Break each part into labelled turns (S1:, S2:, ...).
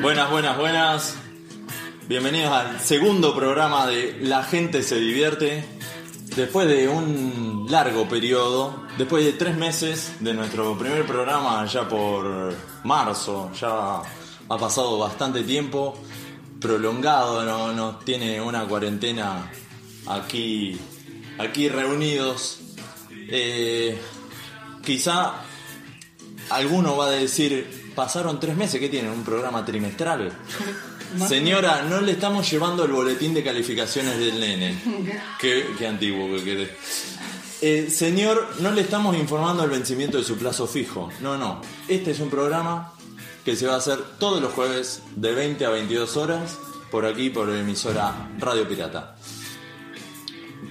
S1: Buenas, buenas, buenas. Bienvenidos al segundo programa de La gente se divierte. Después de un largo periodo, después de tres meses de nuestro primer programa, ya por marzo, ya ha pasado bastante tiempo, prolongado, no- nos tiene una cuarentena aquí, aquí reunidos. Eh, quizá alguno va a decir, pasaron tres meses, ¿qué tienen? ¿Un programa trimestral? Señora, no le estamos llevando el boletín de calificaciones del nene. Qué, qué antiguo que quedé. Eh, señor, no le estamos informando el vencimiento de su plazo fijo. No, no. Este es un programa que se va a hacer todos los jueves de 20 a 22 horas por aquí, por la emisora Radio Pirata.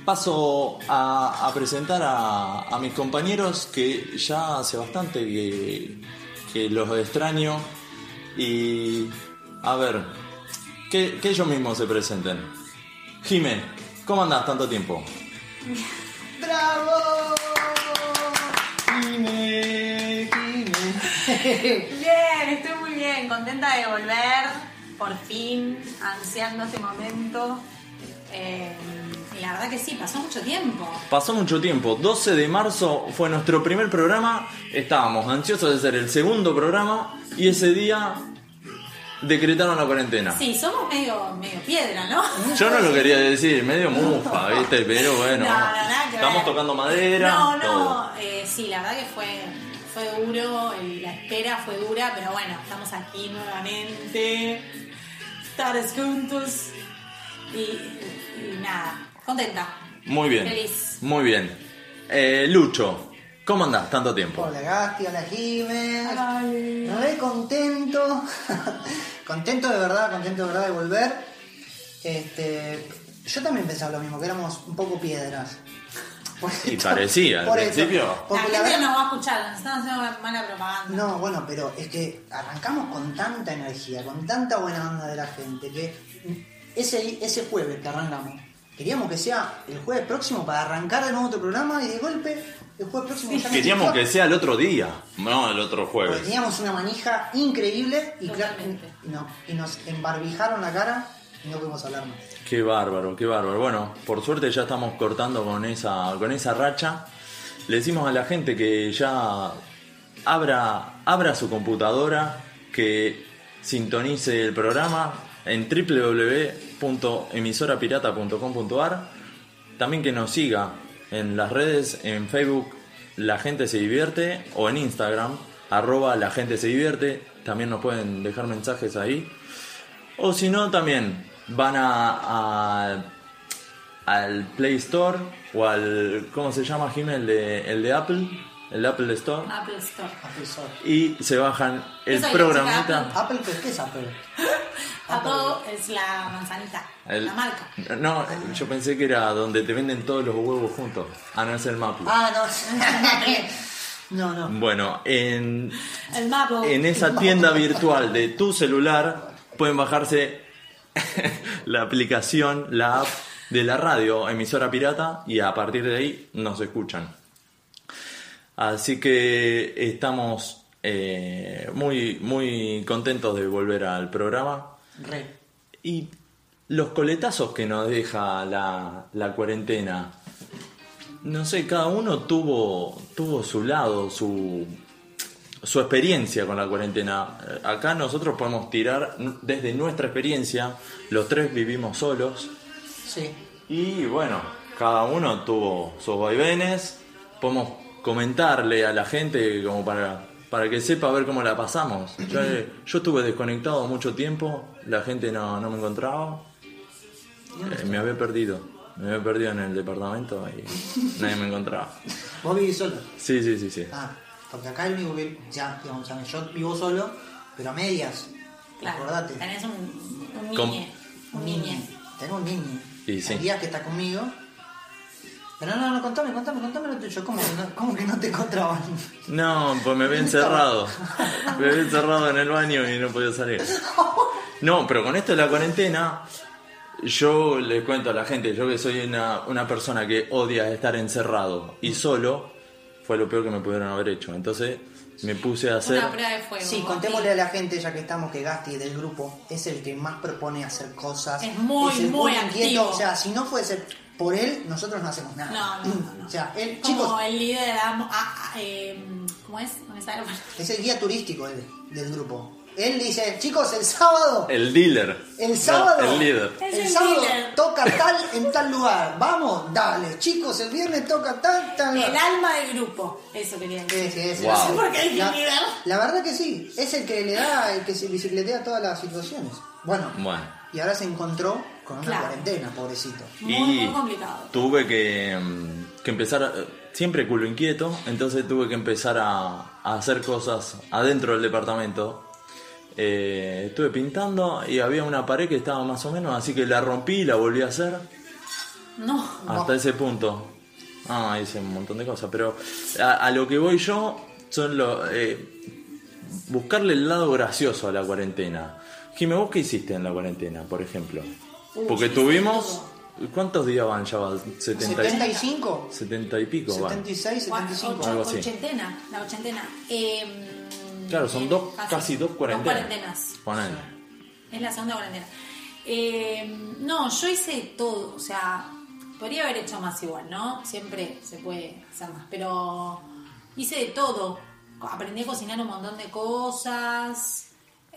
S1: Paso a, a presentar a, a mis compañeros que ya hace bastante que, que los extraño. Y a ver, que, que ellos mismos se presenten. Jimé, ¿cómo andás tanto tiempo?
S2: ¡Bravo! Jime, Jime.
S3: Bien, estoy muy bien, contenta de volver, por fin, ansiando este momento. Eh, y la verdad que sí, pasó mucho tiempo.
S1: Pasó mucho tiempo, 12 de marzo fue nuestro primer programa, estábamos ansiosos de hacer el segundo programa y ese día decretaron la cuarentena.
S3: Sí, somos medio, medio piedra, ¿no?
S1: Yo no lo quería decir, medio mufa, ¿viste? Pero bueno,
S3: No, no, nada que ver.
S1: estamos tocando madera.
S3: No,
S1: todo.
S3: no, eh, sí, la verdad que fue, fue duro, el- la espera fue dura, pero bueno, estamos aquí nuevamente, estar juntos y, y nada, contenta.
S1: Muy bien.
S3: Feliz.
S1: Muy bien. Eh, Lucho, ¿cómo andás tanto tiempo?
S2: Hola Gasti, hola Jime. Re contento. contento de verdad, contento de verdad de volver. Este, yo también pensaba lo mismo, que éramos un poco piedras. Por
S1: Y
S2: esto-
S1: parecía, al
S2: por esto.
S1: principio.
S2: Porque
S3: la
S2: la
S3: gente
S2: verdad-
S3: no nos va a escuchar, nos están haciendo mala propaganda.
S2: No, bueno, pero es que arrancamos con tanta energía, con tanta buena onda de la gente, que ese, ese jueves que arrancamos, queríamos que sea el jueves próximo para arrancar de nuevo otro programa y de golpe el jueves próximo ya no
S1: Queríamos que
S2: existió,
S1: sea el otro día, no el otro
S2: porque
S1: jueves.
S2: teníamos una manija increíble y, claro,
S3: Totalmente.
S2: y no, y nos embarbijaron la cara y no pudimos hablar más.
S1: Qué bárbaro, qué bárbaro. Bueno, por suerte ya estamos cortando con esa, con esa racha. Le decimos a la gente que ya abra, abra su computadora, que sintonice el programa en www.emisorapirata.com.ar. También que nos siga en las redes, en Facebook, La Gente Se Divierte, o en Instagram, arroba La Gente Se Divierte. También nos pueden dejar mensajes ahí. O si no, también van a, a- al Play Store o al. ¿Cómo se llama, Jimé? El de, el de Apple. El Apple Store.
S3: Apple Store.
S2: Apple Store.
S1: Y se bajan el
S3: Yo soy la
S1: programita.
S3: chica
S2: Apple, pero ¿qué es Apple?
S3: Apple es la manzanita,
S1: el-
S3: la marca.
S1: No, yo pensé que era donde te venden todos los huevos juntos. Ah, no es el Maple.
S2: Ah, no. no, no.
S1: Bueno, en,
S3: El mapo.
S1: en esa tienda virtual de tu celular pueden bajarse la aplicación, la app de la radio emisora pirata y a partir de ahí nos escuchan. Así que estamos eh, muy, muy contentos de volver al programa
S2: Re.
S1: y los coletazos que nos deja la, la cuarentena. No sé, cada uno tuvo, tuvo su lado, su, su experiencia con la cuarentena. Eh, Acá nosotros podemos tirar n- desde nuestra experiencia, los tres vivimos solos
S2: Sí.
S1: y bueno, cada uno tuvo sus vaivenes, podemos comentarle a la gente como para, para que sepa a ver cómo la pasamos. Yo, eh, yo estuve desconectado mucho tiempo, la gente no, no me encontraba, Eh, me había perdido, me había perdido en el departamento y nadie me encontraba.
S2: Vos vivís solo.
S1: Sí, sí, sí, sí.
S2: Ah, porque acá el único que. Ya, digamos, ya, yo vivo solo, pero a medias.
S3: Claro,
S2: Acordate.
S3: tenés un, un
S1: Com-
S3: niñe. Un niñe.
S2: Tengo un niño.
S1: Y sí.
S2: Hay días que está conmigo. Pero no, no, contame, contame, contame lo tuyo. ¿Cómo que no, cómo que no te encontraban?
S1: No, pues me había encerrado. Me había encerrado en el baño y no podía salir. No, pero con esto de la cuarentena, yo le cuento a la gente, yo que soy una, una persona que odia estar encerrado y solo, fue lo peor que me pudieron haber hecho. Entonces, me puse a hacer.
S3: Una prueba de fuego.
S2: Sí, contémosle a la gente, ya que estamos, que Gasti del grupo es el que más propone hacer cosas.
S3: Es muy,
S2: el
S3: muy activo.
S2: O sea, si no fuese por él, nosotros no hacemos nada.
S3: No, no, no, no.
S2: O sea, él,
S3: Como
S2: chicos,
S3: el líder, am- a- a- em, ¿cómo es? No me sale la palabra.
S2: es el guía turístico él, del grupo. Él dice, chicos, el sábado,
S1: El dealer.
S2: el
S1: No,
S2: sábado,
S1: el líder.
S3: Es
S2: el
S3: el
S2: sábado
S3: dealer.
S2: toca tal en tal lugar. Vamos, dale, chicos, el viernes toca tal, tal.
S3: El alma del grupo, eso quería
S2: Sí,
S3: decir.
S2: sí, es-
S1: Wow.
S2: es-
S1: No sé
S3: por qué dije
S2: la,
S3: líder.
S2: la verdad que sí, es el que le da, el que se bicicletea todas las situaciones. Bueno,
S1: Bueno.
S2: y ahora se encontró con una
S3: Claro.
S2: cuarentena, pobrecito.
S3: Muy,
S1: y
S3: muy complicado.
S1: tuve que, mm, que empezar, a- siempre culo inquieto, entonces tuve que empezar a, a hacer cosas adentro del departamento. Eh, estuve pintando y había una pared que estaba más o menos, así que la rompí y la volví a hacer
S3: No.
S1: hasta ese punto. Ah, hice un montón de cosas, pero a, a lo que voy yo son los... buscarle el lado gracioso a la cuarentena. Jimé, ¿vos qué hiciste en la cuarentena, por ejemplo?
S3: Uy,
S1: Porque
S3: sí,
S1: tuvimos... ¿Cuántos días van ya? va? 70 y-
S2: 75,
S1: 70 y pico, va.
S2: 76,
S3: Cua-
S2: 75.
S3: ocho-
S1: Algo así.
S3: Ochentena, la ochentena. Em,
S1: Claro, son dos, casi dos cuarentenas.
S3: Dos cuarentenas.
S1: Ponele.
S3: Es la segunda cuarentena. Eh, no, yo hice todo, o sea, podría haber hecho más igual, ¿no? Siempre se puede hacer más, pero hice de todo. Aprendí a cocinar un montón de cosas.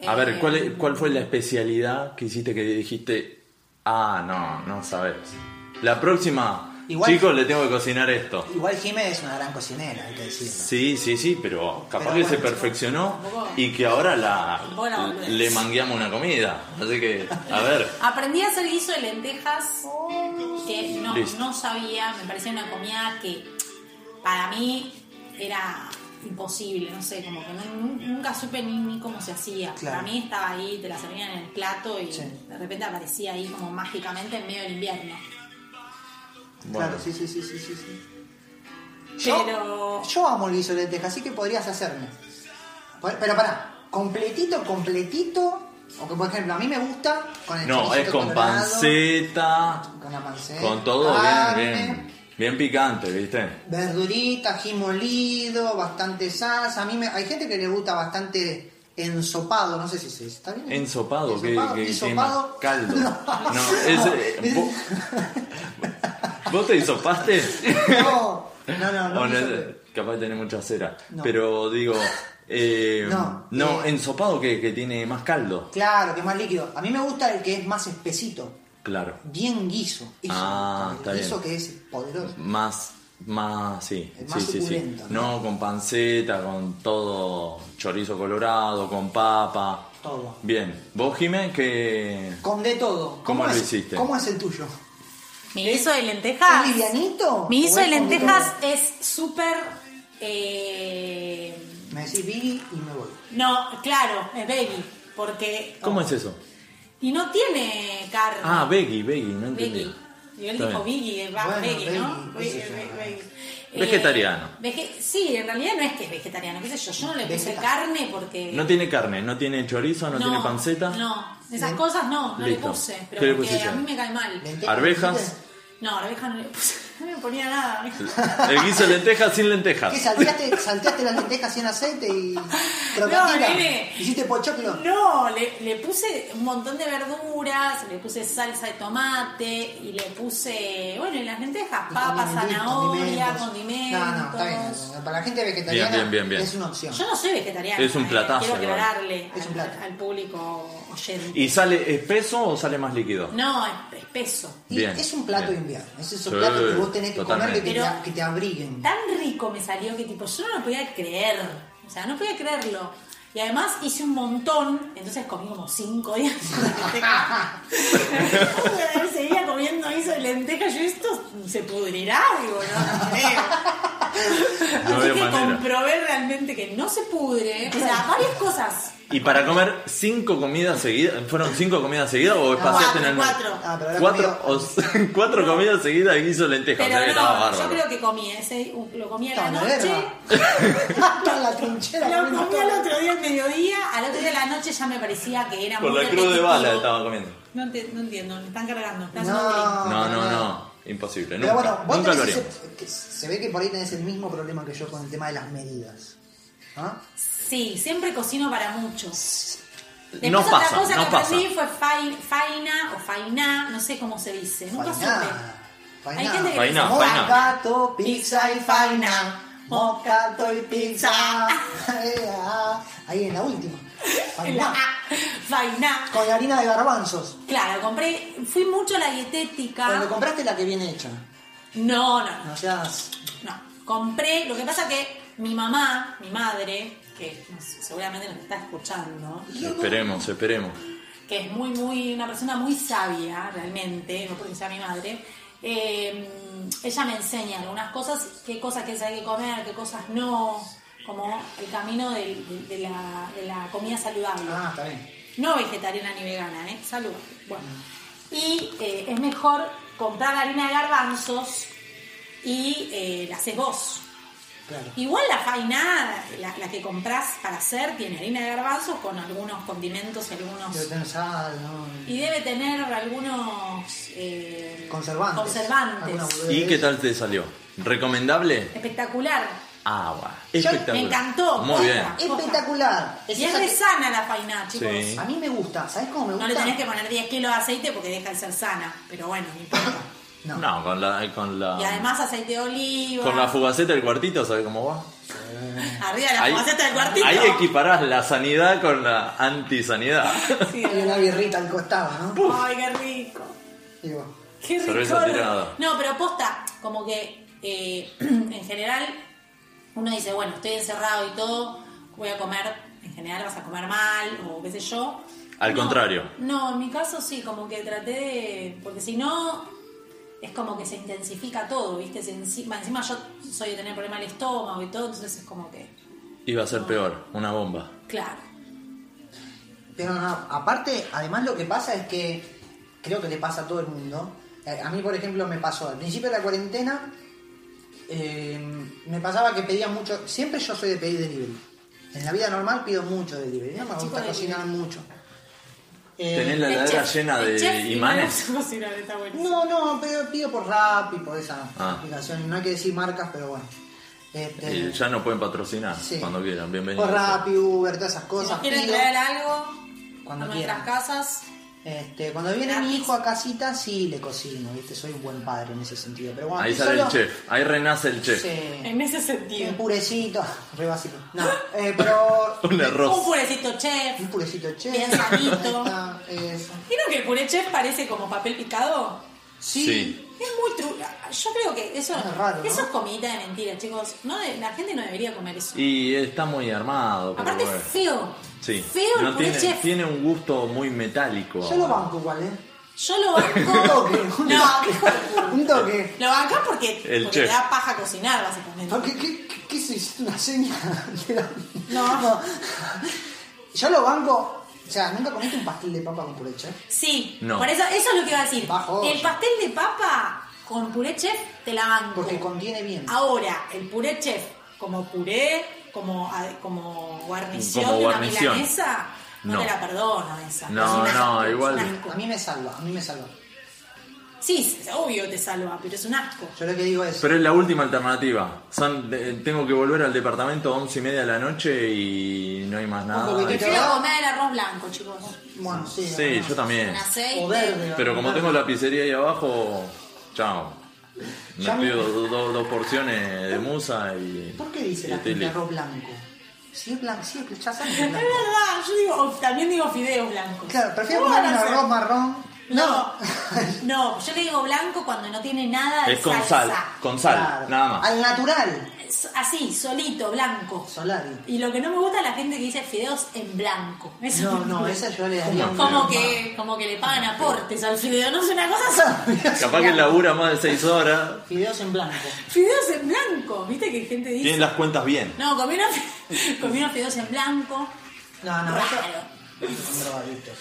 S1: A ver, ¿cuál, es-
S3: Eh,
S1: ¿cuál fue la especialidad que hiciste que dijiste? Ah, no, no sabes. La próxima,
S2: Igual-
S1: chicos, le tengo que cocinar esto.
S2: Igual Jiménez es una gran cocinera, hay que decirlo.
S1: Sí, sí, sí, pero capaz
S2: Pero
S1: que
S2: bueno,
S1: se
S2: chicos,
S1: perfeccionó
S3: tampoco-
S1: y que ahora la,
S3: Tampoco la volvés.
S1: le mangueamos una comida. Así que, a ver,
S3: Aprendí a hacer guiso de lentejas que no,
S1: Listo.
S3: no sabía, me parecía una comida que para mí era imposible, no sé, como que no- nu- nunca supe ni, ni cómo se hacía.
S2: Claro.
S3: Para mí estaba ahí, te la servían en el plato y
S2: Sí.
S3: de repente aparecía ahí como mágicamente en medio del invierno.
S1: bueno,
S2: Claro, sí, sí, sí, sí, sí. sí.
S3: Pero-
S2: yo amo el guiso de lentejas, así que podrías hacerme. Por- Pero pará, completito, completito. O que por ejemplo, a mí me gusta con el
S1: no, es
S2: choricito
S1: con
S2: colorado, Eh,
S1: panceta,
S2: Con la panceta.
S1: con todo bien,
S2: carne,
S1: bien, bien picante, ¿viste?
S2: Verdurita, ají molido, bastante salsa. A mí me, hay gente que le gusta bastante ensopado, no sé si se está bien.
S1: Ensopado, que,
S2: Ensopado,
S1: que tiene más
S2: hisopado.
S1: caldo.
S2: No.
S1: No, ese.
S2: No.
S1: ¿vos, vos te hisopaste?
S2: No, no, no, no.
S1: O no,
S2: me hizo-
S1: capaz de tener mucha cera.
S2: No.
S1: Pero digo. eh,
S2: No.
S1: no,
S2: Eh.
S1: ensopado que, que tiene más caldo.
S2: Claro, que es más líquido. A mí me gusta el que es más espesito.
S1: Claro.
S2: bien guiso. guiso.
S1: Ah,
S2: El
S1: está bien.
S2: guiso que es poderoso.
S1: Más. Más, sí,
S2: Es más
S1: sí, sí, sí.
S2: suculento, ¿no?
S1: No, con panceta, con todo chorizo colorado, con papa.
S2: Todo.
S1: Bien. ¿Vos, Jiménez, que
S2: Con de todo.
S1: ¿Cómo lo
S2: es,
S1: hiciste?
S2: ¿Cómo es el tuyo?
S3: Mi guiso de lentejas.
S2: ¿Es livianito?
S3: Mi guiso
S2: ¿O
S3: de
S2: Oh, es con
S3: lentejas es súper. eh,
S2: todo? Me decís Biggie y me voy.
S3: no, claro, es veggie. Porque.
S1: ¿Cómo es eso?
S3: Y no tiene carne.
S1: Ah, veggie, veggie, no entendí.
S3: Biggie. Y él
S1: Está
S3: dijo
S1: bien.
S3: Biggie, va
S2: Bueno,
S3: Biggie, ¿no?
S2: Biggie, qué
S3: Biggie,
S2: sé yo.
S3: Biggie. Eh,
S1: Vegetariano.
S3: vege- sí, en realidad no es que es vegetariano, qué sé yo, yo no le puse
S2: Vegeta-
S3: carne porque...
S1: No tiene carne, no tiene chorizo, no, tiene panceta.
S3: No, esas
S2: Bien.
S3: cosas no, no
S1: Listo.
S3: le puse,
S1: ¿Qué le
S3: pero porque
S1: pusiste?
S3: a mí me cae mal.
S2: ¿Lentejas
S1: Arvejas.
S2: hiciste?
S3: No, a la abeja no le puse, no me ponía nada.
S1: El guiso de lentejas sin
S2: ¿Qué?
S1: lentejas.
S2: Salteaste, salteaste las lentejas sin aceite y. crocantita?
S3: nene.
S2: ¿Hiciste pochoclo?
S3: No, le, le puse un montón de verduras, le puse salsa de tomate y le puse, bueno, y las lentejas,
S2: Y
S3: papas,
S2: condimentos,
S3: zanahoria,
S2: condimentos.
S3: condimentos.
S2: No, no, está bien. Para la gente vegetariana
S1: Bien, bien, bien, bien.
S2: es una opción.
S3: Yo no soy vegetariana.
S1: Es un
S3: eh,
S1: platazo,
S3: Quiero
S1: igual.
S3: aclararle
S2: Es
S3: al,
S2: un plato.
S3: al público oyente.
S1: ¿Y sale espeso o sale más líquido?
S3: No, es espeso.
S2: Y
S1: Bien,
S2: es un plato
S1: bien.
S2: de invierno. Es esos
S1: Sí,
S2: platos que vos tenés que
S1: totalmente.
S2: comer que te,
S3: Pero-
S2: que te abriguen.
S3: Tan rico me salió que tipo, yo no lo podía creer. O sea, no podía creerlo. Y además hice un montón, entonces comí como cinco días de lentejas. Seguía comiendo eso de lentejas, yo esto se pudrirá, digo, no, no creo.
S1: No
S3: Así
S1: había
S3: que
S1: manera.
S3: comprobé realmente que no se pudre. O sea, varias cosas.
S1: ¿Y para comer cinco comidas seguidas? ¿Fueron cinco comidas seguidas o paseaste en el
S3: Ah, cuatro.
S2: Ah, pero ahora
S1: ¿Cuatro,
S2: comido-
S1: o- cuatro comidas seguidas de guiso de lentejas? o sea que
S3: Pero
S1: estaba
S3: no, yo
S1: bárbaro.
S3: creo que comí ese, uh, lo comí a la
S2: Está una
S3: noche,
S2: verga. Está la trinchera.
S3: lo
S2: comiendo
S3: comí
S2: todo.
S3: al otro día al mediodía, al otro día a la noche ya me parecía que era
S1: Por
S3: muy
S1: la cruz de
S3: repetitivo.
S1: bala estaba comiendo.
S3: No, ente- no entiendo, me están cargando, me están
S2: No.
S3: haciendo bullying.
S1: No, no,
S2: no.
S1: no. Imposible.
S2: Pero
S1: Nunca,
S2: bueno, vos
S1: nunca lo
S2: tenés
S1: haríamos.
S2: ese- que se ve que por ahí tenés el mismo problema que yo con el tema de las medidas. ¿Ah?
S3: Sí, siempre cocino para muchos. Después
S4: Nos
S3: otra
S4: pasa,
S3: cosa
S4: nos
S3: que
S4: pasa.
S3: aprendí fue fai- faina o faina, no sé cómo se dice. Nunca supe.
S2: Fainá. Fainá.
S3: Hay gente que
S4: Fainá, fainá.
S3: dice, "Moca".
S2: Mocato, pizza y faina. Mocato y pizza. Eh, ah, Ahí en la última.
S3: La
S2: Fainá.
S3: A, Fainá.
S2: Con la harina de garbanzos.
S3: Claro, compré, fui mucho a la
S2: Cuando
S3: dietética.
S2: compraste la que viene hecha.
S3: No, no, no,
S2: No seas.
S3: no. Compré, lo que pasa que mi mamá, mi madre, que no sé, seguramente nos está escuchando,
S1: Esperemos, esperemos.
S3: que es muy, muy, una persona muy sabia realmente, no porque sea mi madre, eh, ella me enseña algunas cosas, qué cosas que se hay que comer, qué cosas no, como el camino del- del- de, la, de la comida saludable.
S2: Ah, está bien.
S3: No vegetariana ni vegana, ¿eh? Salud. Bueno. Y eh, es mejor comprar harina de garbanzos y eh, la haces vos.
S2: Claro.
S3: Igual la faina, la, la que compras para hacer, tiene harina de garbanzos con algunos condimentos y algunos...
S2: Debe tener sal, ¿no?
S3: Y debe tener algunos... eh,
S2: Conservantes.
S3: conservantes.
S2: Alguna boludez.
S1: ¿Y qué tal te salió? ¿Recomendable?
S3: Espectacular.
S4: Agua.
S1: Espectacular.
S3: Me encantó.
S1: Muy bien.
S2: Espectacular.
S3: Y es
S2: esa
S3: re
S2: que-
S3: sana la faina, chicos.
S1: Sí.
S2: A mí me gusta. ¿Sabes cómo me gusta?
S3: No le tenés que poner 10 kilos de aceite porque deja de ser sana. Pero bueno, no importa.
S2: No.
S1: No, con la, con la,
S3: Y además aceite de oliva.
S1: Ah. con la fugaceta del cuartito, ¿sabes cómo va?
S3: Arriba de la fugaceta del cuartito.
S1: ahí equiparás la sanidad con la antisanidad.
S3: Sí,
S2: Y una birrita al costado, ¿no?
S3: Ay, qué rico.
S2: Digo,
S3: Qué rico.
S1: Cerveza tirada.
S3: No, pero posta, como que eh, en general uno dice, bueno, estoy encerrado y todo, voy a comer, en general vas a comer mal o qué sé yo.
S1: Al
S3: No,
S1: contrario.
S3: No, en mi caso sí, como que traté de... Porque si no, es como que se intensifica todo, ¿viste? Se encima, encima yo soy de tener problemas del estómago y todo, entonces es como que...
S1: Iba a ser peor, una bomba.
S3: Claro.
S2: Pero no, aparte, además lo que pasa es que creo que le pasa a todo el mundo. Eh, A mí, por ejemplo, me pasó al principio de la cuarentena, eh, me pasaba que pedía mucho. Siempre yo soy de pedir delivery. En la vida normal pido mucho delivery. No me
S3: Chico
S2: gusta
S3: de
S2: cocinar mucho. Eh,
S1: Tenés la
S3: El
S1: heladera
S3: chef-
S1: llena
S3: el chef
S1: de
S3: igual
S1: imanes.
S3: es cocinar, está buenísimo.
S2: No, no, pero pido por Rappi, por esa
S1: Ah.
S2: aplicación. No hay que decir marcas, pero bueno. Este,
S3: Eh.
S1: Y ya no pueden patrocinar
S2: sí.
S1: cuando quieran. Bienvenidos.
S2: Por Rappi, Uber, todas esas
S3: Si nos
S2: cosas.
S3: quieren
S2: pido.
S3: traer algo
S2: Cuando
S3: a nuestras
S2: quieran.
S3: casas,
S2: Este, cuando viene
S3: Gratis.
S2: mi hijo a casita, sí le cocino, ¿viste? Soy un buen padre en ese sentido. Pero bueno,
S1: Ahí
S2: estoy
S1: sale el
S2: solo,
S1: chef, ahí renace el chef.
S2: sí,
S3: en ese
S2: un
S3: sentido.
S2: purecito, re básico. No, eh, pero.
S1: Un
S3: Un
S1: arroz.
S3: purecito chef.
S2: Un purecito che.
S3: Bien sanito.
S2: ahí está, eso.
S3: ¿Vieron que el puré chef parece como papel picado?
S2: Sí.
S1: Sí.
S3: Es muy tru... Yo creo que eso,
S2: Es raro, ¿no?
S3: eso es comidita de mentira, chicos. No de- la gente no debería comer eso.
S1: Y está muy armado. pero
S3: Aparte
S1: bueno.
S3: es feo.
S1: Sí.
S3: Feo el
S1: No
S3: puré
S1: tiene,
S3: chef.
S1: tiene un gusto muy metálico.
S2: Yo lo banco igual, ¿eh?
S3: Yo lo
S2: Un
S3: banco.
S2: toque, un
S3: no, hijo de
S2: toque.
S3: puta.
S2: un toque.
S3: Lo bancas porque,
S1: El
S3: porque te
S1: chef.
S3: da paja cocinar, Ah, básicamente.
S2: No, ¿Qué, qué, qué, qué se hizo una seña?
S3: No.
S2: Yo lo banco. O sea, ¿nunca comiste un pastel de papa con puré che?
S3: Sí,
S1: No.
S3: por eso, eso es lo que iba a decir.
S2: Bajo.
S3: El pastel de papa con puré chef te la banco.
S2: Porque contiene bien.
S3: Ahora, el puré chef, como puré, como, a- como guarnición
S1: Como
S3: de una
S1: guarnición.
S3: milanesa, no,
S1: No.
S3: te la perdono esa.
S1: No,
S3: Es un asco,
S1: no,
S3: es un
S1: igual-
S3: asco.
S2: A mí me salva, a mí me salva.
S3: Sí, sí, obvio te salva, pero es un asco.
S2: Yo lo que digo es.
S1: Pero es la última alternativa. Son- de- tengo que volver al departamento a once y media de la noche y no hay más nada.
S2: Ojo, que te-
S3: Prefiero
S2: va?
S3: comer arroz blanco, chicos.
S2: Bueno, sí.
S1: Sí,
S2: no,
S1: yo también.
S3: Con aceite.
S2: O verde.
S1: Pero como tengo la pizzería ahí abajo, chao. Me
S2: Ya me-
S1: pido do- do- dos porciones de musa y.
S2: ¿Por qué dice
S1: y
S2: la
S1: estoy
S2: gente
S1: listo.
S2: arroz blanco? Si es blanco, si es, ya saben que es
S3: Es
S2: blanco.
S3: verdad, yo digo, también digo fideos blancos.
S2: Claro, prefiero
S3: ¿Cómo
S2: comer un
S3: van a ser?
S2: arroz marrón.
S3: No, no, yo le digo blanco cuando no tiene nada de
S1: Es con
S3: salsa.
S1: sal, con sal,
S2: Claro.
S1: nada más.
S2: Al natural.
S3: Es Así, solito, blanco.
S2: Solari.
S3: Y lo que no me gusta es la gente que dice fideos en blanco. Eso
S2: No, no, esa yo le daría un-
S3: Como que, como que le pagan aportes al fideo, no es una cosa así.
S1: Capaz que labura más de seis horas.
S2: Fideos en blanco.
S3: Fideos en blanco, viste que gente dice.
S1: Tienen las cuentas bien.
S3: No, comí unos, fi- comí unos fideos en blanco.
S2: No, no, eso
S3: Raro.
S2: son drogadictos.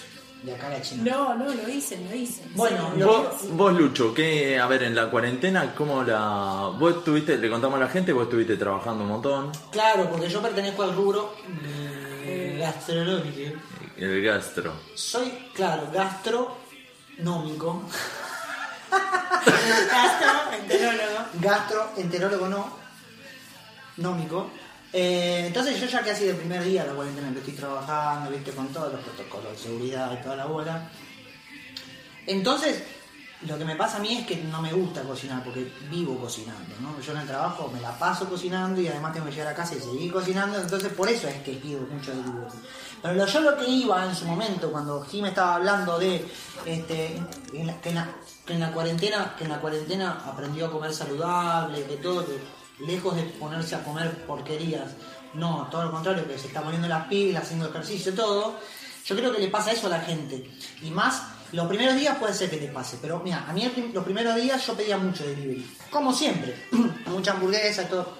S2: De acá a la China.
S3: No, no, lo dicen, lo dicen.
S2: Bueno,
S3: Sí.
S2: lo-
S1: Vos, vos, Lucho, que a ver, en la cuarentena, ¿cómo la. Vos estuviste, le contamos a la gente, vos estuviste trabajando un montón.
S2: Claro, porque yo pertenezco al rubro mm, gastronómico.
S1: El gastro.
S2: Soy, claro, gastronómico.
S3: Gastro, enterólogo.
S2: Gastroenterólogo no. Nómico. Eh, entonces yo ya casi del primer día de la cuarentena que estoy trabajando, viste, con todos los protocolos de seguridad y toda la bola. Entonces, lo que me pasa a mí es que no me gusta cocinar porque vivo cocinando, ¿no? Yo en el trabajo me la paso cocinando y además tengo que llegar a casa y seguir cocinando, entonces por eso es que pido mucho de dibujo. Pero lo- yo lo que iba en su momento, cuando Jim estaba hablando de este, en la- que, en la, que en la cuarentena, que en la cuarentena aprendió a comer saludable, que todo, que lejos de ponerse a comer porquerías, no, todo lo contrario, que se está poniendo las pilas, haciendo ejercicio, todo, yo creo que le pasa eso a la gente. Y más, los primeros días puede ser que te pase, pero mira, a mí el prim- los primeros días yo pedía mucho delivery, como siempre, mucha hamburguesa y todo.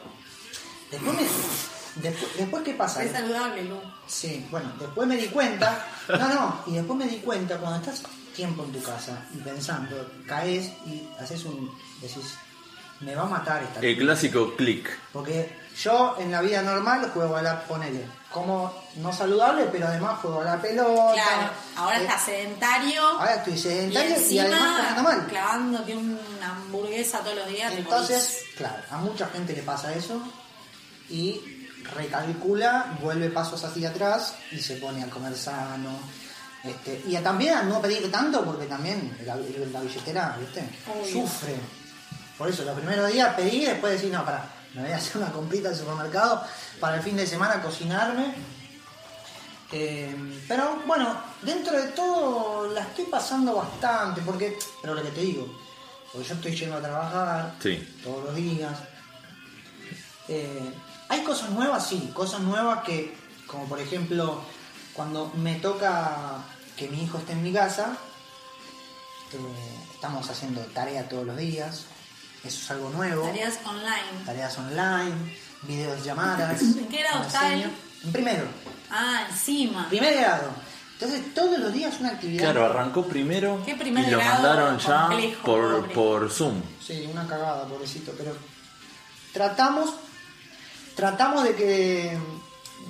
S2: Después, me- después, después ¿qué pasa?
S3: Es saludable, Lu.
S2: Sí, bueno, después me di cuenta, no, no, y después me di cuenta cuando estás tiempo en tu casa y pensando, caes y haces un, decís, me va a matar esta.
S1: El clásico click.
S2: Porque yo en la vida normal juego a la, ponele, como no saludable, pero además juego a la pelota.
S3: Claro, ahora
S2: eh,
S3: está sedentario.
S2: Ahora estoy sedentario y,
S3: encima,
S2: además comiendo mal.
S3: clavándote una hamburguesa todos los días. te
S2: Entonces, claro, a mucha gente le pasa eso y recalcula, vuelve pasos hacia atrás y se pone a comer sano. Este, y a también a no pedir tanto porque también la, la billetera, ¿viste?
S3: Obvio.
S2: Sufre. Por eso, los primeros días pedí y después decir, no, pará, me voy a hacer una comprita al supermercado para el fin de semana cocinarme. Eh, pero bueno, dentro de todo la estoy pasando bastante, porque, pero lo que te digo, porque yo estoy yendo a trabajar
S1: Sí.
S2: todos los días. Eh, hay cosas nuevas, sí, cosas nuevas que, como por ejemplo, cuando me toca que mi hijo esté en mi casa, eh, estamos haciendo tarea todos los días, eso es algo nuevo,
S3: morís. Tareas online.
S2: tareas online, videollamadas.
S3: ¿En qué grado está
S2: enseño.
S3: él?
S2: En primero.
S3: Ah, encima.
S2: Primer grado. Entonces todos los días una actividad.
S1: Claro, arrancó primero
S3: Qué primer
S1: y lo
S3: grado
S1: mandaron ya
S3: complejo,
S1: por,
S3: pobre.
S1: por Zoom.
S2: Sí, una cagada, pobrecito, pero tratamos tratamos de que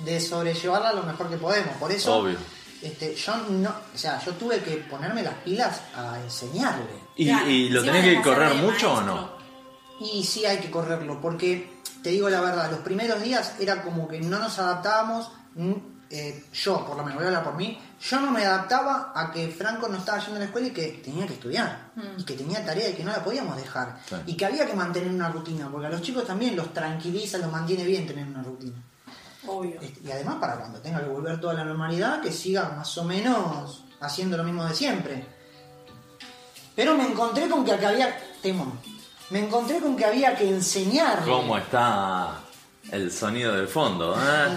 S2: de sobrellevarla lo mejor que podemos, por eso
S1: Obvio.
S2: este yo no, o sea, yo tuve que ponerme las pilas a enseñarle.
S1: ¿Y,
S3: Claro,
S1: y lo
S3: encima
S1: tenés
S3: de
S1: que
S3: hacer
S1: correr
S3: de
S1: mucho o no?
S3: maestro.
S2: Y sí hay que correrlo, porque te digo la verdad, los primeros días era como que no nos adaptábamos, mm, eh, yo por lo menos, voy a hablar por mí, yo no me adaptaba a que Franco no estaba yendo a la escuela y que tenía que estudiar, y que tenía tarea y que no la podíamos dejar,
S1: Claro.
S2: y que había que mantener una rutina, porque a los chicos también los tranquiliza, los mantiene bien tener una rutina.
S3: Obvio.
S2: Este, Y además para cuando tenga que volver toda la normalidad, que siga más o menos haciendo lo mismo de siempre. Pero me encontré con que acá había... Temón. Me encontré con que había que enseñar.
S1: ¿Cómo está el sonido del fondo? eh?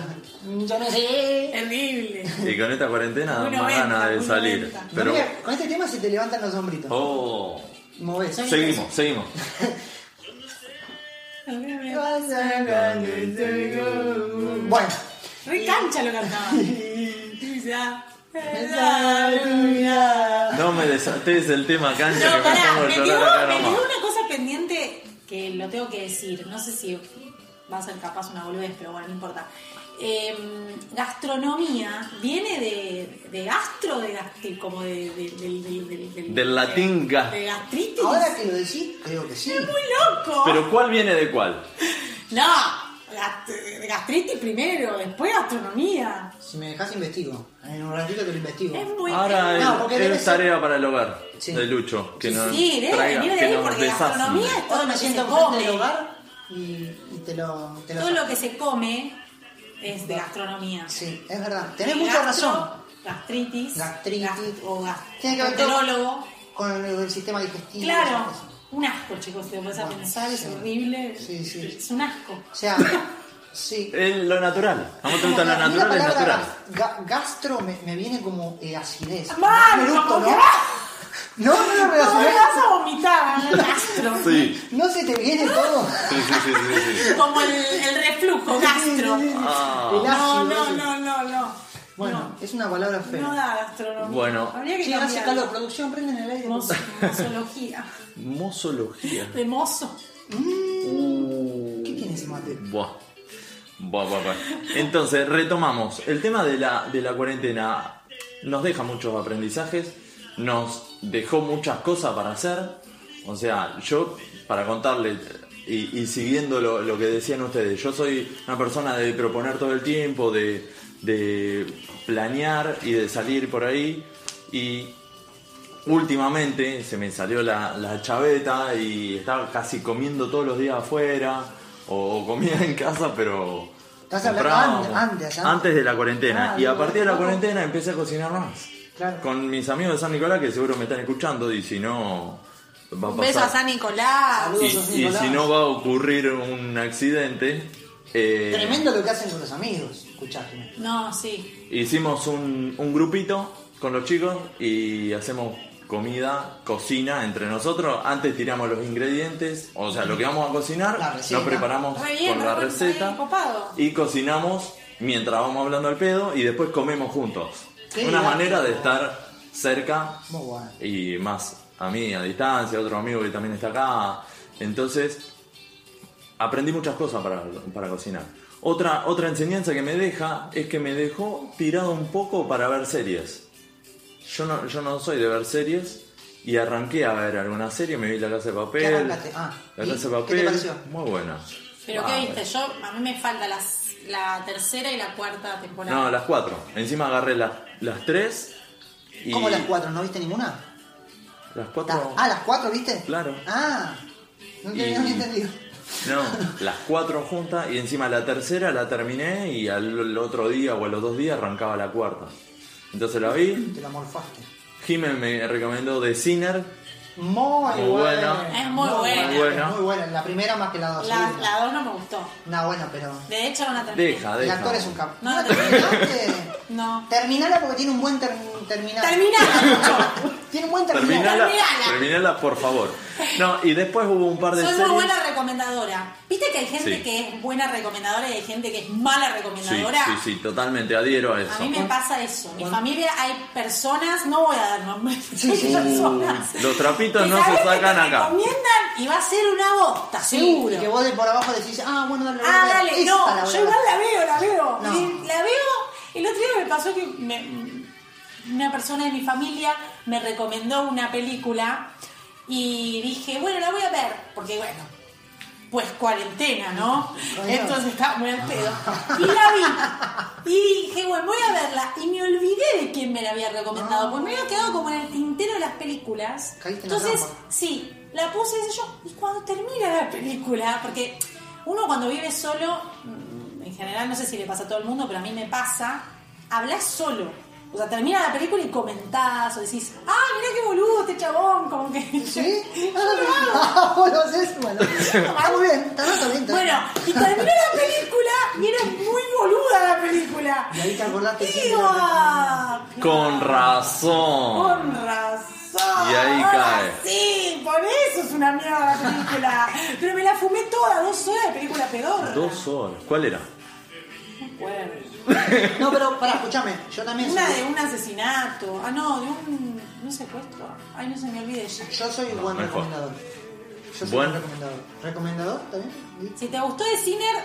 S2: Yo no sé.
S3: Terrible.
S1: Y con esta cuarentena da
S3: Uno
S1: más
S3: venta,
S1: ganas de
S3: uno
S1: salir.
S3: venta.
S1: Pero.
S2: Mira, con este tema se te levantan los hombritos.
S1: Oh.
S2: Movés.
S1: Seguimos, seguimos.
S2: Bueno.
S3: Recancha lo cantaba. "Ah, Quizá.
S1: No me desates el tema cancha
S3: No,
S1: que me
S3: pará,
S1: pongo a
S3: me
S1: llorar
S3: quedó,
S1: acá
S3: me quedó
S1: nomás.
S3: una cosa pendiente que lo tengo que decir. No sé si va a ser capaz una boludez, pero bueno, no importa. Eh, gastronomía viene de, de gastro, de gastri- como de, de- del- del- del-
S1: Del latín gas-
S3: De gastritis.
S2: Ahora que lo decís, creo que sí.
S3: ¡Muy loco!
S1: Pero ¿cuál viene de cuál?
S3: No, gast- gastritis primero, después gastronomía.
S2: Si me dejás investigo. En un ratito te lo investigo.
S3: Es muy
S1: Ahora
S2: No,
S1: es-
S2: porque debe
S1: es
S2: ser-
S1: tarea para el hogar
S2: Sí.
S1: de Lucho. Que
S3: Sí,
S1: nos
S3: sí, debe
S1: traiga-
S3: venir de
S1: que
S3: ahí,
S1: nos
S3: porque
S1: deshacen.
S3: gastronomía es todo
S2: Ahora
S3: lo
S2: me
S3: que
S2: siento
S3: se
S2: enfrente del
S3: come.
S2: hogar y, y te lo... Te lo
S3: Todo
S2: saco.
S3: lo que se come es de gastronomía.
S2: Sí, es verdad. Tenés
S3: El
S2: mucha
S3: gastro,
S2: razón.
S3: Gastritis.
S2: Gastritis.
S3: gas- o
S2: Tiene que ver con-
S3: gastroenterólogo.
S2: Con el, el sistema digestivo. esas
S3: Claro.
S2: cosas.
S3: Un asco, chicos, si lo vas a
S2: Bueno,
S3: pensar, es
S2: sí.
S3: horrible.
S2: Sí, sí.
S3: Es un asco.
S2: O sea, sí.
S1: Es lo natural.
S3: Ah,
S1: A vos te gusta lo
S2: Como que a mí la
S1: natural, es
S2: palabra
S1: natural.
S2: ga- gastro me, me viene como eh, acidez.
S3: Ah, ¡Mal!
S2: Eructo, ¿no?
S3: como que-
S2: No, no, no,
S3: Como
S2: no,
S3: que
S2: no,
S3: vas a vomitar al gastro.
S1: Sí.
S2: no se te viene todo.
S1: Sí, sí, sí, sí, sí.
S3: Como el, el reflujo, gastro.
S1: Ah.
S2: El ácido
S3: No, no,
S2: ese.
S3: no, no, no.
S2: Bueno, es una palabra
S3: no,
S2: fea.
S3: no da gastronomía.
S1: Bueno.
S3: Habría que
S2: Sí,
S3: cambiar.
S2: hace calor. Producción, prenden el aire.
S3: Mozo- Mozología.
S1: Mozología.
S3: De mozo.
S2: Mm, ¿Qué tiene ese mate?
S1: Buah. Buah, buah, buah. Entonces, retomamos. El tema de la, de la cuarentena nos deja muchos aprendizajes, nos dejó muchas cosas para hacer. O sea, yo, para contarle y, y siguiendo lo, lo que decían ustedes, yo soy una persona de proponer todo el tiempo, de, de planear y de salir por ahí. Y últimamente se me salió la, la chaveta y estaba casi comiendo todos los días afuera o, o comía en casa, pero...
S2: Estás hablando
S1: compraba-
S2: antes, antes, antes.
S1: de la cuarentena.
S2: Ah,
S1: y a
S2: digo,
S1: partir de la
S2: ¿cómo?
S1: cuarentena empecé a cocinar más.
S2: Claro.
S1: Con mis amigos de San Nicolás que seguro me están escuchando y si no... Va a
S3: Un beso a
S1: pasar.
S3: San Nicolás.
S2: Saludos
S1: Y,
S2: a San
S1: y
S2: Nicolás.
S1: si no va a ocurrir un accidente, eh,
S2: Tremendo lo que hacen con los amigos, escuchaste.
S3: No, sí.
S1: hicimos un, un grupito con los chicos y hacemos comida, cocina entre nosotros. Antes tiramos los ingredientes, o sea, lo que vamos a
S2: La
S1: cocinar,
S2: receta.
S1: lo preparamos
S3: Re bien,
S1: con la
S3: re bueno, re
S1: receta
S3: copado.
S1: y cocinamos mientras vamos hablando al pedo y después comemos juntos.
S2: Qué
S1: Una
S2: didáctico.
S1: manera de estar cerca
S2: Muy bueno.
S1: y más a mí a distancia, otro amigo que también está acá. Entonces, aprendí muchas cosas para, para cocinar. Otra, otra enseñanza que me deja es que me dejó tirado un poco para ver series. Yo no, yo no soy de ver series y arranqué a ver alguna serie, me vi La Casa de Papel.
S2: ¿Qué arrancaste? Ah,
S1: la
S2: ¿y
S1: Casa de
S2: qué te
S1: Papel.
S2: pareció?
S1: Muy buena.
S3: Pero
S1: Ah,
S3: ¿qué
S1: bueno.
S3: viste? Yo, a mí me falta las, la tercera y la cuarta temporada.
S1: No, las cuatro. Encima agarré las, las tres. Y
S2: ¿Cómo las cuatro? ¿No viste ninguna?
S1: Las cuatro.
S2: Ah, las cuatro, ¿viste?
S1: Claro.
S2: Ah, no te
S1: Y-
S2: había entendido.
S1: No, las cuatro juntas y encima la tercera la terminé y al el otro día o a los dos días arrancaba la cuarta. Entonces la vi.
S2: Te la morfaste.
S1: Jiménez me recomendó The Sinner.
S2: Muy,
S1: Muy
S2: buena.
S1: buena.
S3: Es muy buena.
S1: Muy buena.
S2: Muy buena. La primera más que la dos.
S3: La,
S2: seguro.
S3: la dos no me gustó.
S2: No, bueno, pero.
S3: De hecho, no la terminé.
S1: Deja,
S2: El
S1: deja.
S2: actor es un capo.
S3: No,
S2: No,
S3: no.
S2: terminaste.
S3: No.
S2: Terminala porque tiene un buen ter- terminal.
S3: Terminala,
S2: Tiene un buen terminal.
S1: Terminala,
S3: Terminala.
S1: terminala, por favor. No, y después hubo un par de
S3: Soy
S1: series.
S3: muy buena recomendadora. ¿Viste que hay gente
S1: Sí.
S3: que es buena recomendadora y hay gente que es mala
S1: sí,
S3: recomendadora?
S1: sí, sí, totalmente adhiero a eso.
S3: A mí me pasa eso. Mi
S2: Bueno.
S3: familia hay personas, no voy a dar nombres,
S2: Sí, sí.
S3: hay personas.
S1: Uh, los trapitos
S3: que
S1: no se
S3: sabes que
S1: sacan
S3: te
S1: acá.
S3: recomiendan y va a ser una bosta,
S2: Sí, y
S3: seguro.
S2: que vos de por abajo decís, ah, bueno, dale,
S3: Ah,
S2: dale,
S3: dale,
S2: esa la
S3: no,
S2: voy a
S3: yo
S2: ver.
S3: igual la veo, la veo.
S2: No.
S3: Y La veo, el otro día me pasó que me- una persona de mi familia me recomendó una película y dije, bueno, la voy a ver, porque bueno, pues cuarentena, ¿no?
S2: Coño.
S3: Entonces estaba muy al pedo. Y la vi. Y dije, bueno, voy a verla. Y me olvidé de quién me la había recomendado, porque me había quedado como en el tintero de las películas.
S2: Caíste en la
S3: Entonces,
S2: trampa.
S3: Sí, la puse y yo, y cuando termina la película, porque uno cuando vive solo, mm, en general no sé si le pasa a todo el mundo, pero a mí me pasa, hablas solo. O sea, termina la película y comentás o decís, ah, mira qué boludo este chabón, como que...
S2: ¿Sí?
S3: Yo lo hago.
S2: Ah, vos lo haces, bueno. Está muy bien, está está bien. está bien.
S3: Bueno, y terminó la película y era muy boluda la película.
S2: Y ahí te acordaste
S3: Y
S2: que
S3: digo,
S2: era la
S3: "Ah,
S1: Con
S3: claro".
S1: razón.
S3: Con razón.
S1: Y ahí
S3: Ahora
S1: cae.
S3: Sí, por eso es una mierda la película. Pero me la fumé toda, dos horas de película pedorra.
S1: Dos horas. ¿Cuál era?
S3: Bueno.
S2: No, pero
S3: eh.
S2: pará, escúchame, yo también
S3: Una de
S2: soy,
S3: un asesinato. Ah, no, de un. un secuestro. Ay, no se me olvide ya.
S2: yo soy
S1: No,
S2: buen
S1: mejor.
S2: recomendador. Yo soy
S1: Buen-
S2: buen recomendador. ¿Recomendador también?
S3: Si te gustó de Ciner,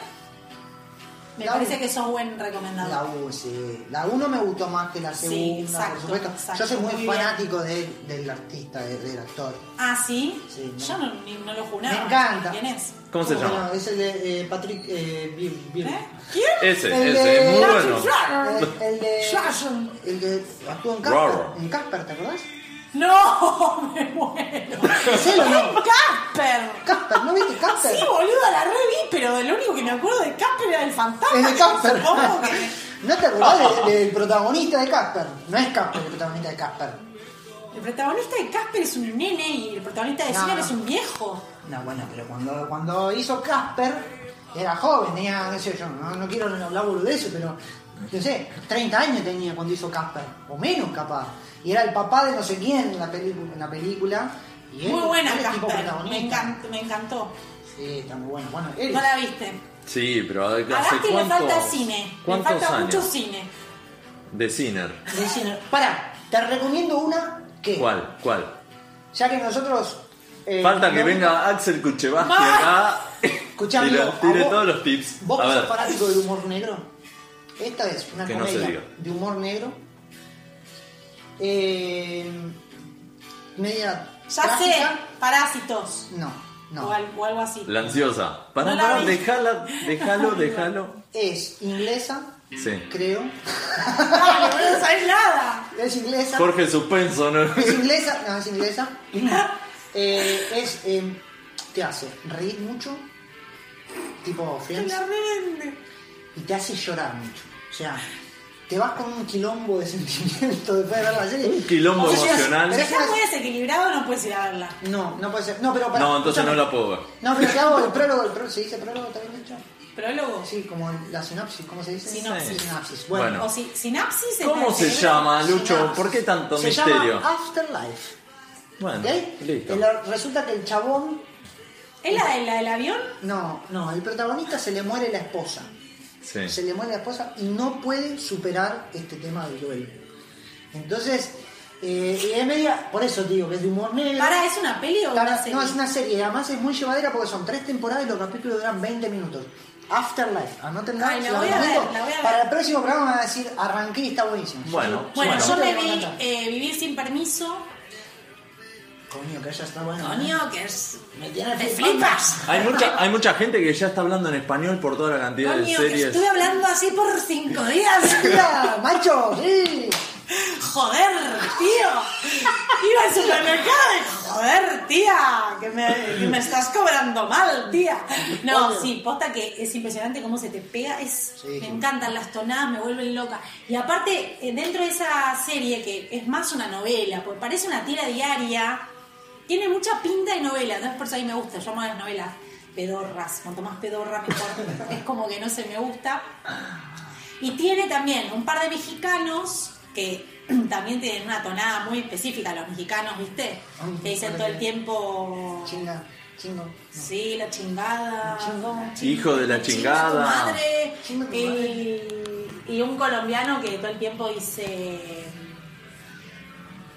S3: me
S2: La
S3: parece
S2: uno.
S3: que sos buen recomendador.
S2: La 1, sí. La 1 me gustó más que la
S3: Sí,
S2: segunda,
S3: exacto,
S2: por supuesto.
S3: exacto,
S2: Yo soy muy,
S3: muy bien.
S2: fanático de- del artista, de- del actor.
S3: Ah, sí.
S2: Sí, no.
S3: Yo no, ni- no lo juraba.
S2: Me encanta.
S3: ¿Quién es?
S1: ¿Cómo se
S2: Bueno,
S1: llama?
S2: es el de eh, Patrick eh, Bir- Bir-
S3: ¿Eh? ¿Quién?
S1: Ese,
S2: El
S1: ese,
S2: de-
S1: es muy
S2: Nacho
S1: bueno.
S2: El, el de.
S3: Jason.
S2: El que actuó en
S1: Raro.
S2: Casper. En Casper, ¿te acordás?
S3: No, Oh, me muero.
S2: serio o no?
S3: Casper.
S2: Casper, ¿no viste Casper?
S3: Sí, boluda, la reví, pero de lo único que me acuerdo de Casper era el fantasma.
S2: es de Casper.
S3: Supongo que
S2: ¿No te acordás de- del protagonista de Casper? No es Casper el protagonista de Casper.
S3: el protagonista de Casper es un nene y el protagonista de
S2: No.
S3: Ciner es un viejo.
S2: No, bueno, pero cuando, cuando hizo Casper, era joven, tenía, qué sé yo, no, no quiero hablar de eso, pero, no sé, 30 años tenía cuando hizo Casper, o menos capaz. Y era el papá de no sé quién en la, pelicu- en la película. Y él
S3: Muy buena
S2: era el tipo
S3: Casper, me,
S2: protagonista.
S3: encan- me encantó.
S2: Sí, está muy bueno. Bueno, él-
S3: No la viste.
S1: Sí, pero ¿hace
S3: Ahora que le
S1: cuántos-
S3: falta cine. Le
S1: ¿Cuántos
S3: falta
S1: años?
S3: mucho cine.
S1: De Sinner.
S2: de cine. Pará, te recomiendo una que,
S1: ¿Cuál? ¿Cuál?
S2: ya que nosotros... eh,
S1: Falta que
S2: no-
S1: venga Axel Kuchevaski
S3: Ma-
S1: acá
S2: Escuchame,
S1: y nos tire
S2: a vos-
S1: todos los tips.
S2: ¿Vos
S1: A
S2: que sos
S1: ver,
S2: fanático del humor negro? Esta es una
S1: Que no se
S2: comedia
S1: diga.
S2: de humor negro. Eh, media
S3: Ya sé,
S2: trágica.
S3: Parásitos.
S2: No. No.
S3: O, al- o algo así.
S1: La ansiosa. Pará,
S3: No la
S1: pará,
S3: vi.
S1: dejala, déjalo, déjalo.
S2: Es inglesa,
S1: Sí.
S2: creo.
S3: Dale, boludo, no sabes nada.
S2: Es inglesa.
S1: Jorge Suspenso, ¿no?
S2: Es inglesa, no, es inglesa. Eh, es. eh, te hace reír mucho, tipo
S3: Te
S2: Friends,
S3: la revende.
S2: y te hace llorar mucho. O sea, te vas con un quilombo de sentimientos después de ver la serie.
S1: Un quilombo
S2: O sea,
S1: emocional.
S3: Si
S2: pero es
S3: ya
S2: una-
S3: muy desequilibrado, no puedes ir a verla.
S2: No, no puede ser. No, pero para,
S1: No, entonces no
S2: escúchame.
S1: la puedo ver.
S2: No, pero te hago el prólogo, el prólogo. ¿Se dice prólogo? ¿Está bien dicho?
S3: ¿Prólogo?
S2: Sí, como la sinopsis, ¿cómo se dice?
S3: Sinopsis.
S2: Sinopsis. Bueno,
S1: Bueno.
S3: ¿O si, sinapsis? ¿es
S1: ¿Cómo
S3: la
S1: se
S3: cerebro?
S1: llama, Lucho?
S2: sinopsis.
S1: ¿Por qué tanto
S2: se
S1: misterio?
S3: Ah,
S2: Llama Afterlife.
S1: Bueno,
S2: ¿Ok?
S3: ¿eh?
S1: listo.
S2: El- resulta que el chabón
S3: ¿Es la, de- la del avión?
S2: No, no, el protagonista se le muere la esposa.
S1: Sí.
S2: Se le muere la esposa y no puede superar este tema del duelo. Entonces, eh, y es media, por eso digo que es de humor negro.
S3: ¿Para, es una peli o
S2: Para-
S3: una serie?
S2: no, es una serie, además es muy llevadera porque son tres temporadas y los capítulos duran 20 minutos. Afterlife, anoten
S3: Ay, la
S2: se los
S3: voy a ver,
S2: recomiendo.
S3: la voy a ver.
S2: Para el próximo programa van a decir, arranqué y está buenísimo.
S1: Bueno,
S3: Bueno,
S1: Bueno.
S3: yo me
S2: te lo
S3: vi
S2: van a notar.
S3: eh, Vivir sin permiso.
S2: Coño, que ella está buena. ¿eh?
S3: Coño, que es...
S2: Me tiene
S3: ¡Te
S2: flipando.
S3: flipas!
S1: Hay mucha, hay mucha gente que ya está hablando en español por toda la cantidad de
S3: Coño, que
S1: series.
S3: estuve hablando así por cinco días.
S2: Mira, macho, sí.
S3: Joder, tío. Iba al supermercado y, joder, tía, que me, que me estás cobrando mal, tía. No,
S2: Obvio.
S3: sí, posta que es impresionante cómo se te pega. Es,
S2: Sí.
S3: Me encantan las tonadas, me vuelven loca. Y aparte, eh, dentro de esa serie, que es más una novela, porque parece una tira diaria, tiene mucha pinta de novela. No es por eso a mí me gusta, yo amo las novelas pedorras. Cuanto más pedorra, mejor. es como que no se me gusta. Y tiene también un par de mexicanos que también tienen una tonada muy específica, los mexicanos, ¿viste?
S2: Ay,
S3: Que dicen todo el tiempo.
S2: Chinga, chingo. no.
S3: Sí, la chingada.
S2: Chingo.
S1: Hijo de la
S3: chinga tu
S1: chingada.
S3: madre.
S2: Chinga tu
S3: Y, y un colombiano que todo el tiempo dice.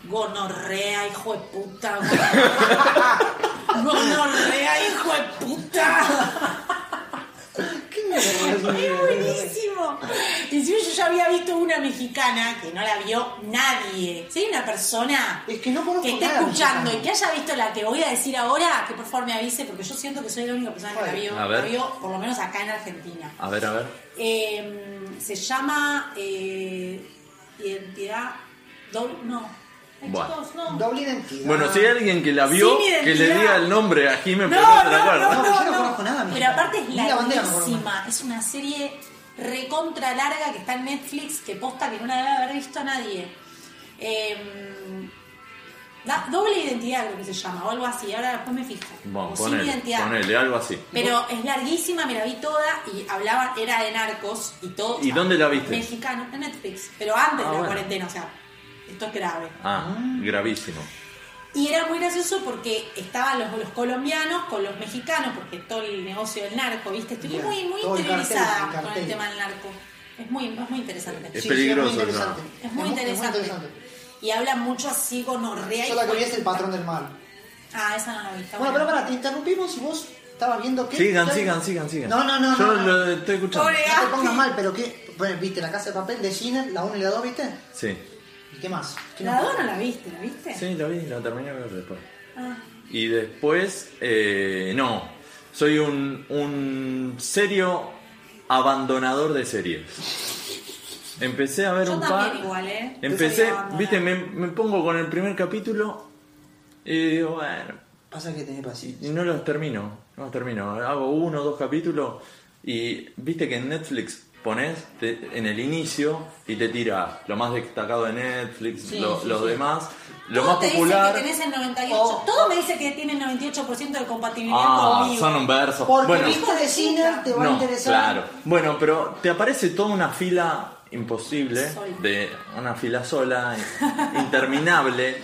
S3: Gonorrea, hijo de puta. Gonorrea, hijo de puta.
S2: ¿Qué mierda
S3: Es
S2: es eso?
S3: buenísimo. Y si yo ya había visto una mexicana que no la vio nadie. Si hay una persona
S2: Es que no conozco
S3: que esté
S2: nada
S3: escuchando y
S2: mexicano.
S3: que haya visto la que voy a decir ahora, que por favor me avise, porque yo siento que soy la única persona que la
S2: Joder.
S3: vio,
S1: A ver.
S3: la vio, por lo menos acá en Argentina.
S1: A ver, a ver.
S3: Eh, se llama eh, Identidad Doble. No. Ay,
S1: Buah.
S3: chicos, no.
S2: Doble identidad.
S1: Bueno, si hay alguien que la vio,
S3: Sin
S1: que le
S3: identidad.
S1: diga el nombre a Jimé, pero
S3: No,
S1: no se la
S3: no,
S1: acuerda.
S2: No,
S3: no,
S2: yo no
S3: no.
S2: conozco nada,
S3: Pero
S2: mira.
S3: aparte es
S2: Ni la bandera me acuerdo
S3: larguísima. Es una serie recontra larga que está en Netflix, que posta que no la debe haber visto nadie. Eh, da- doble identidad creo que se llama, o algo así. Ahora después me fijo.
S1: Bueno,
S3: O sin
S1: ponele,
S3: identidad.
S1: ponele, algo así.
S3: Pero es larguísima, me la vi toda y hablaban, era de narcos y todo.
S1: ¿Y dónde la viste?
S3: Mexicano, en Netflix. Pero antes
S1: Ah,
S3: de la
S1: bueno.
S3: cuarentena, o sea, esto es grave.
S1: Ah, gravísimo.
S3: Y era muy gracioso porque estaban los, los colombianos con los mexicanos, porque todo el negocio del narco, ¿viste? Estoy
S2: Bien,
S3: muy, muy
S2: todo el cartel,
S3: interiorizada
S2: el cartel.
S3: con el tema del narco. Es muy, es muy interesante.
S1: Es
S2: Sí, sí,
S1: peligroso,
S2: muy interesante.
S1: ¿no?
S3: Es muy interesante. Y habla mucho así con Orrea.
S2: Yo la que vi es el patrón del mal.
S3: Ah, esa no la vi. está
S2: Bueno, pero
S3: buena.
S2: para, te interrumpimos y vos estabas viendo que.
S1: Sigan, sigan, sigan, sigan.
S2: No, no, no.
S1: Yo
S2: no, no.
S1: lo estoy escuchando.
S3: Pobre-
S2: No te pongas mal, pero que. Bueno, viste la casa de papel de Cine, la 1 y la 2, ¿viste?
S1: Sí.
S2: ¿Y qué más? ¿Qué
S3: La
S2: más?
S3: dos no la viste, ¿la viste?
S1: Sí, la vi, la terminé de ver después.
S3: Ah.
S1: Y después, eh, no. Soy un, un serio abandonador de series. Empecé a ver
S3: Yo
S1: un
S3: también
S1: par.
S3: igual, ¿eh? Yo
S1: Empecé,
S3: soy abandonada.
S1: viste, me, me pongo con el primer capítulo y digo, bueno,
S2: Pasa que tenés paciencia.
S1: y no los termino, no los termino. Hago uno o dos capítulos y viste que en Netflix pones te- en el inicio y te tira lo más destacado de Netflix,
S3: Sí,
S1: lo-
S3: sí,
S1: los
S3: sí.
S1: demás, lo
S3: Todo
S1: más
S3: te dice
S1: popular.
S3: que tenés el 98.
S2: Oh.
S3: Todo me dice que tiene el 98% de compatibilidad
S1: Ah,
S3: conmigo.
S1: son un verso.
S2: Porque
S1: bueno,
S2: hijo de Cine te va a
S1: no,
S2: interesar.
S1: claro. Bueno, pero te aparece toda una fila imposible,
S3: Sola.
S1: de una fila sola, interminable,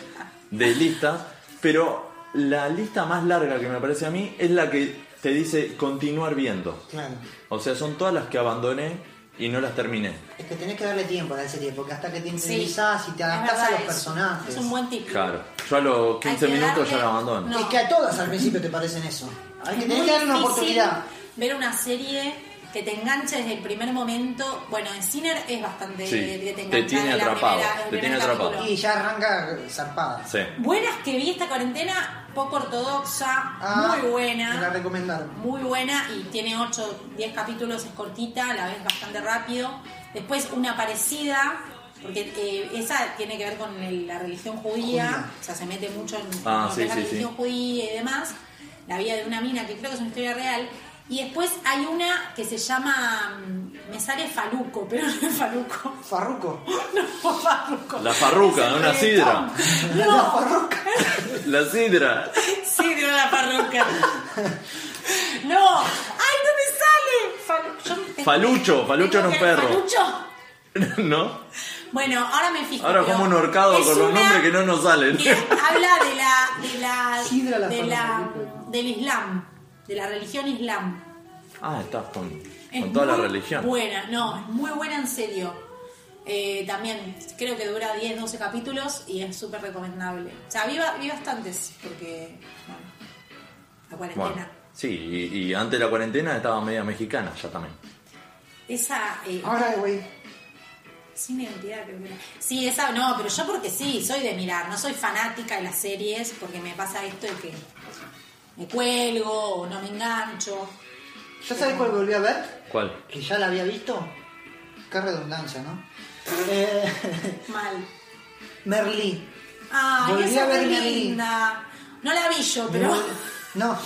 S1: de listas, pero la lista más larga que me aparece a mí es la que te dice continuar viendo.
S2: Claro.
S1: O sea, son todas las que abandoné y no las terminé.
S2: Es que tenés que darle tiempo a la serie, porque hasta que te interiorizás y te adaptás
S3: es
S2: a los
S3: verdad, es-
S2: personajes.
S3: Es un buen tip.
S1: Claro. Yo a los 15
S3: Hay que
S1: minutos ya
S3: darle-
S1: la abandono.
S3: No.
S2: Es que a todas al principio te parecen eso. Hay que
S3: Es
S2: tenés
S3: muy
S2: que darle una
S3: difícil
S2: oportunidad.
S3: Ver una serie que te enganche desde el primer momento. Bueno, en Sinner es bastante
S1: Sí,
S3: de- de que
S1: te
S3: te engancha
S1: tiene
S3: en la
S1: atrapado,
S3: primera- en el
S1: te tiene
S3: primer
S1: atrapado.
S3: capítulo.
S2: Y ya arranca zarpada.
S1: Sí.
S3: Buenas que vi esta cuarentena, poco ortodoxa,
S2: Ah,
S3: muy
S2: Me la
S3: buena,
S2: recomendaron.
S3: muy buena y tiene 8, 10 capítulos, es cortita, la ves bastante rápido. Después una parecida, porque eh, esa tiene que ver con el- la religión judía,
S2: Judía.
S3: o sea, se mete mucho en,
S1: Ah,
S3: lo
S1: sí,
S3: que es la
S1: sí,
S3: religión
S1: sí.
S3: judía y demás, la vida de una mina, que creo que es una historia real. Y después hay una que se llama, mm, me sale Faluco, pero no es Faluco.
S2: Farruco.
S3: No, Farruco.
S1: La farruca,
S3: Es el
S1: una sidra.
S3: reggaetón.
S2: La
S3: No,
S2: farruca.
S1: La
S3: Este
S1: sidra.
S3: Sí, dio la parroca. No, ay, no me sale. Fal- yo te-
S1: Falucho, Falucho era un
S3: Tengo que-
S1: perro.
S3: Falucho.
S1: ¿No?
S3: Bueno, ahora me fijo.
S1: Ahora
S3: pero
S1: como un horcado
S3: es
S1: con los
S3: una
S1: nombres que no nos salen.
S3: que habla de la, de la,
S2: Sidra la
S3: de la-
S2: Falucho.
S3: del Islam, de la religión Islam.
S1: Ah, estás con,
S3: Es
S1: con toda la
S3: muy
S1: religión.
S3: Buena, no, es muy buena en serio. Eh, también creo que dura 10, 12 capítulos y es súper recomendable. O sea, vi, ba- vi bastantes porque, bueno, la cuarentena.
S1: Bueno, sí, y, y antes de la cuarentena estaba media mexicana ya también.
S3: Esa, eh,
S2: Ahora, güey.
S3: sin identidad creo que era. Sí, esa no, pero yo porque sí, soy de mirar, no soy fanática de las series porque me pasa esto de que me cuelgo o no me engancho.
S2: ¿Ya sabes cuál volví a ver?
S1: ¿Cuál?
S2: Que ya la había visto. Qué redundancia, ¿no? Eh,
S3: Mal.
S2: Merlí.
S3: Ay,
S2: Volví a
S3: esa es
S2: ver
S3: muy
S2: Merlí.
S3: linda. No la vi yo, pero
S2: No.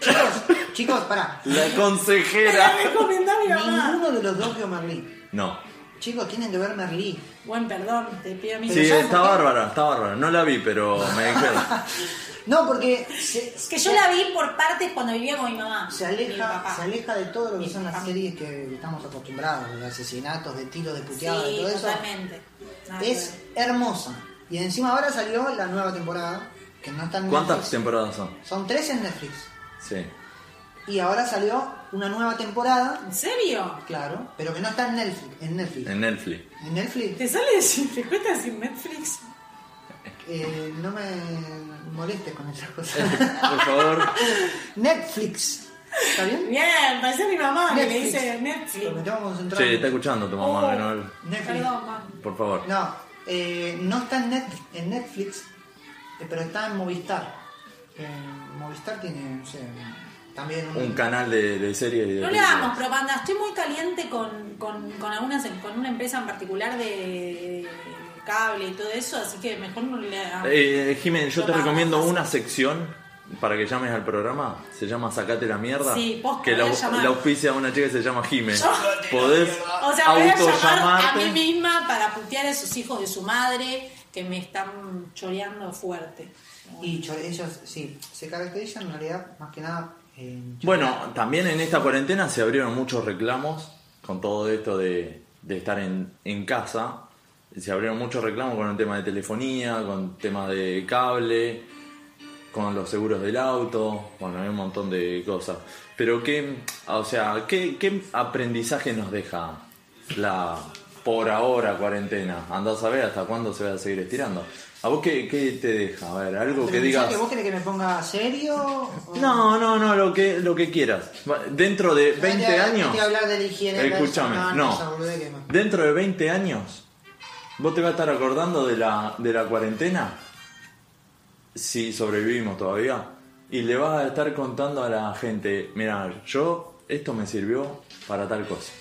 S2: Chicos, chicos, pará.
S1: La
S3: me la
S1: consejera.
S3: recomendó mi mamá.
S2: Ninguno de los dos vio Merlí.
S1: No.
S2: Chicos, tienen que ver Merlí.
S3: Buen perdón, te pido mi
S1: Sí,
S2: ¿sabes
S1: está
S2: por qué?
S1: bárbara, está bárbara. No la vi, pero me dijeron.
S2: No, porque se,
S3: Es que yo la vi por partes cuando vivía con mi mamá.
S2: se
S3: y mi
S2: aleja,
S3: papá.
S2: se aleja de todo lo que
S3: Mi
S2: son las
S3: papá.
S2: series que estamos acostumbrados, de asesinatos, de tiros, de puteadas, de
S3: Sí,
S2: todo eso.
S3: totalmente. Nada que
S2: Es
S3: ver.
S2: hermosa. Y encima ahora salió la nueva temporada, que no está en
S1: ¿Cuántas
S2: Netflix.
S1: temporadas son?
S2: Son tres en Netflix.
S1: Sí.
S2: Y ahora salió una nueva temporada,
S3: ¿En serio?
S2: claro, pero que no está en Netflix. En Netflix.
S1: En Netflix.
S2: En Netflix
S3: ¿Te sale sin frecuencia sin Netflix?
S2: eh, no me molestes con esas cosas.
S1: Por favor.
S2: Netflix. ¿Está bien?
S3: Bien, parece mi mamá que le dice Netflix.
S2: Pero me tengo que concentrar.
S1: Che, está escuchando tu mamá,
S3: Oh.
S1: Manuel.
S2: Netflix.
S3: Perdón, mamá.
S1: Por favor.
S2: No, eh, no está en, Net- en Netflix, eh, pero está en Movistar. Eh, Movistar tiene, no sé, también un...
S1: Un canal de, de serie y de
S3: No le
S1: películas.
S3: damos propaganda. Estoy muy caliente con, con, con, algunas, con una empresa en particular de, de cable y todo eso, así que mejor no le hagamos.
S1: Eh, Jimen, yo te
S3: Propaganda.
S1: recomiendo una sección para que llames al programa. Se llama Sacate la mierda.
S3: Sí, posta,
S1: que la,
S3: voy a llamar.
S1: la auspicia una chica que se llama Jimen.
S3: Yo-
S1: Podés
S3: O sea, voy a llamar a
S1: autollamarte.
S3: mí misma para putear a sus hijos de su madre que me están choreando fuerte.
S2: Y cho- ellos, sí, se caracterizan en realidad más que nada... eh, en cho-
S1: Bueno, también en esta cuarentena se abrieron muchos reclamos con todo esto de, de estar en, en casa. Se abrieron muchos reclamos con el tema de telefonía, con temas de cable, con los seguros del auto, bueno, hay un montón de cosas. Pero qué, o sea, qué, qué aprendizaje nos deja la por ahora cuarentena. Andás a ver hasta cuándo se va a seguir estirando. ¿A vos qué, qué te deja? A ver, algo que
S2: Pero
S1: digas.
S2: ¿Vos querés que me ponga serio? o-
S1: No, no, no, lo que, lo que quieras. Va- Dentro de
S2: Vete a-
S1: 20
S2: vete a
S1: años.
S2: hablar de la higiene
S1: Escúchame,
S2: personal, esa
S1: no.
S2: boludez que más.
S1: Dentro de 20 años, vos te vas a estar acordando de la, de la cuarentena, si sobrevivimos todavía, y le vas a estar contando a la gente, mira, yo, esto me sirvió para tal cosa.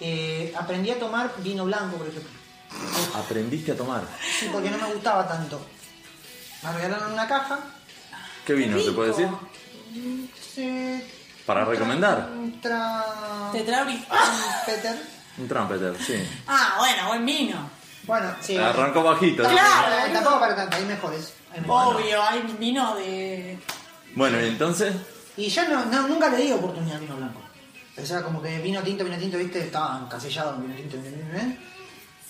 S2: Eh, aprendí a tomar vino blanco, por ejemplo.
S1: Aprendiste a tomar.
S2: Sí, porque no me gustaba tanto. Me regalaron una caja,
S1: ¿Qué vino, se puede
S3: rico.
S1: decir?
S2: Sí.
S1: Para
S2: Un tra-
S1: recomendar.
S2: Un tra-
S3: Te trae ori-
S2: Ah, Peter.
S1: Un trumpeter, sí.
S3: Ah, bueno, buen vino.
S2: Bueno, sí.
S1: Arrancó bajito. ¿no?
S3: Claro,
S2: Eh,
S3: boludo.
S2: Tampoco para tanto, hay mejores. hay mejores.
S3: Obvio, hay vino de.
S1: Bueno, y entonces,
S2: Y ya no, no- nunca le di oportunidad al vino blanco. O sea, como que vino tinto, vino tinto, viste, estaba encasillado en vino tinto, vino tinto, ¿eh?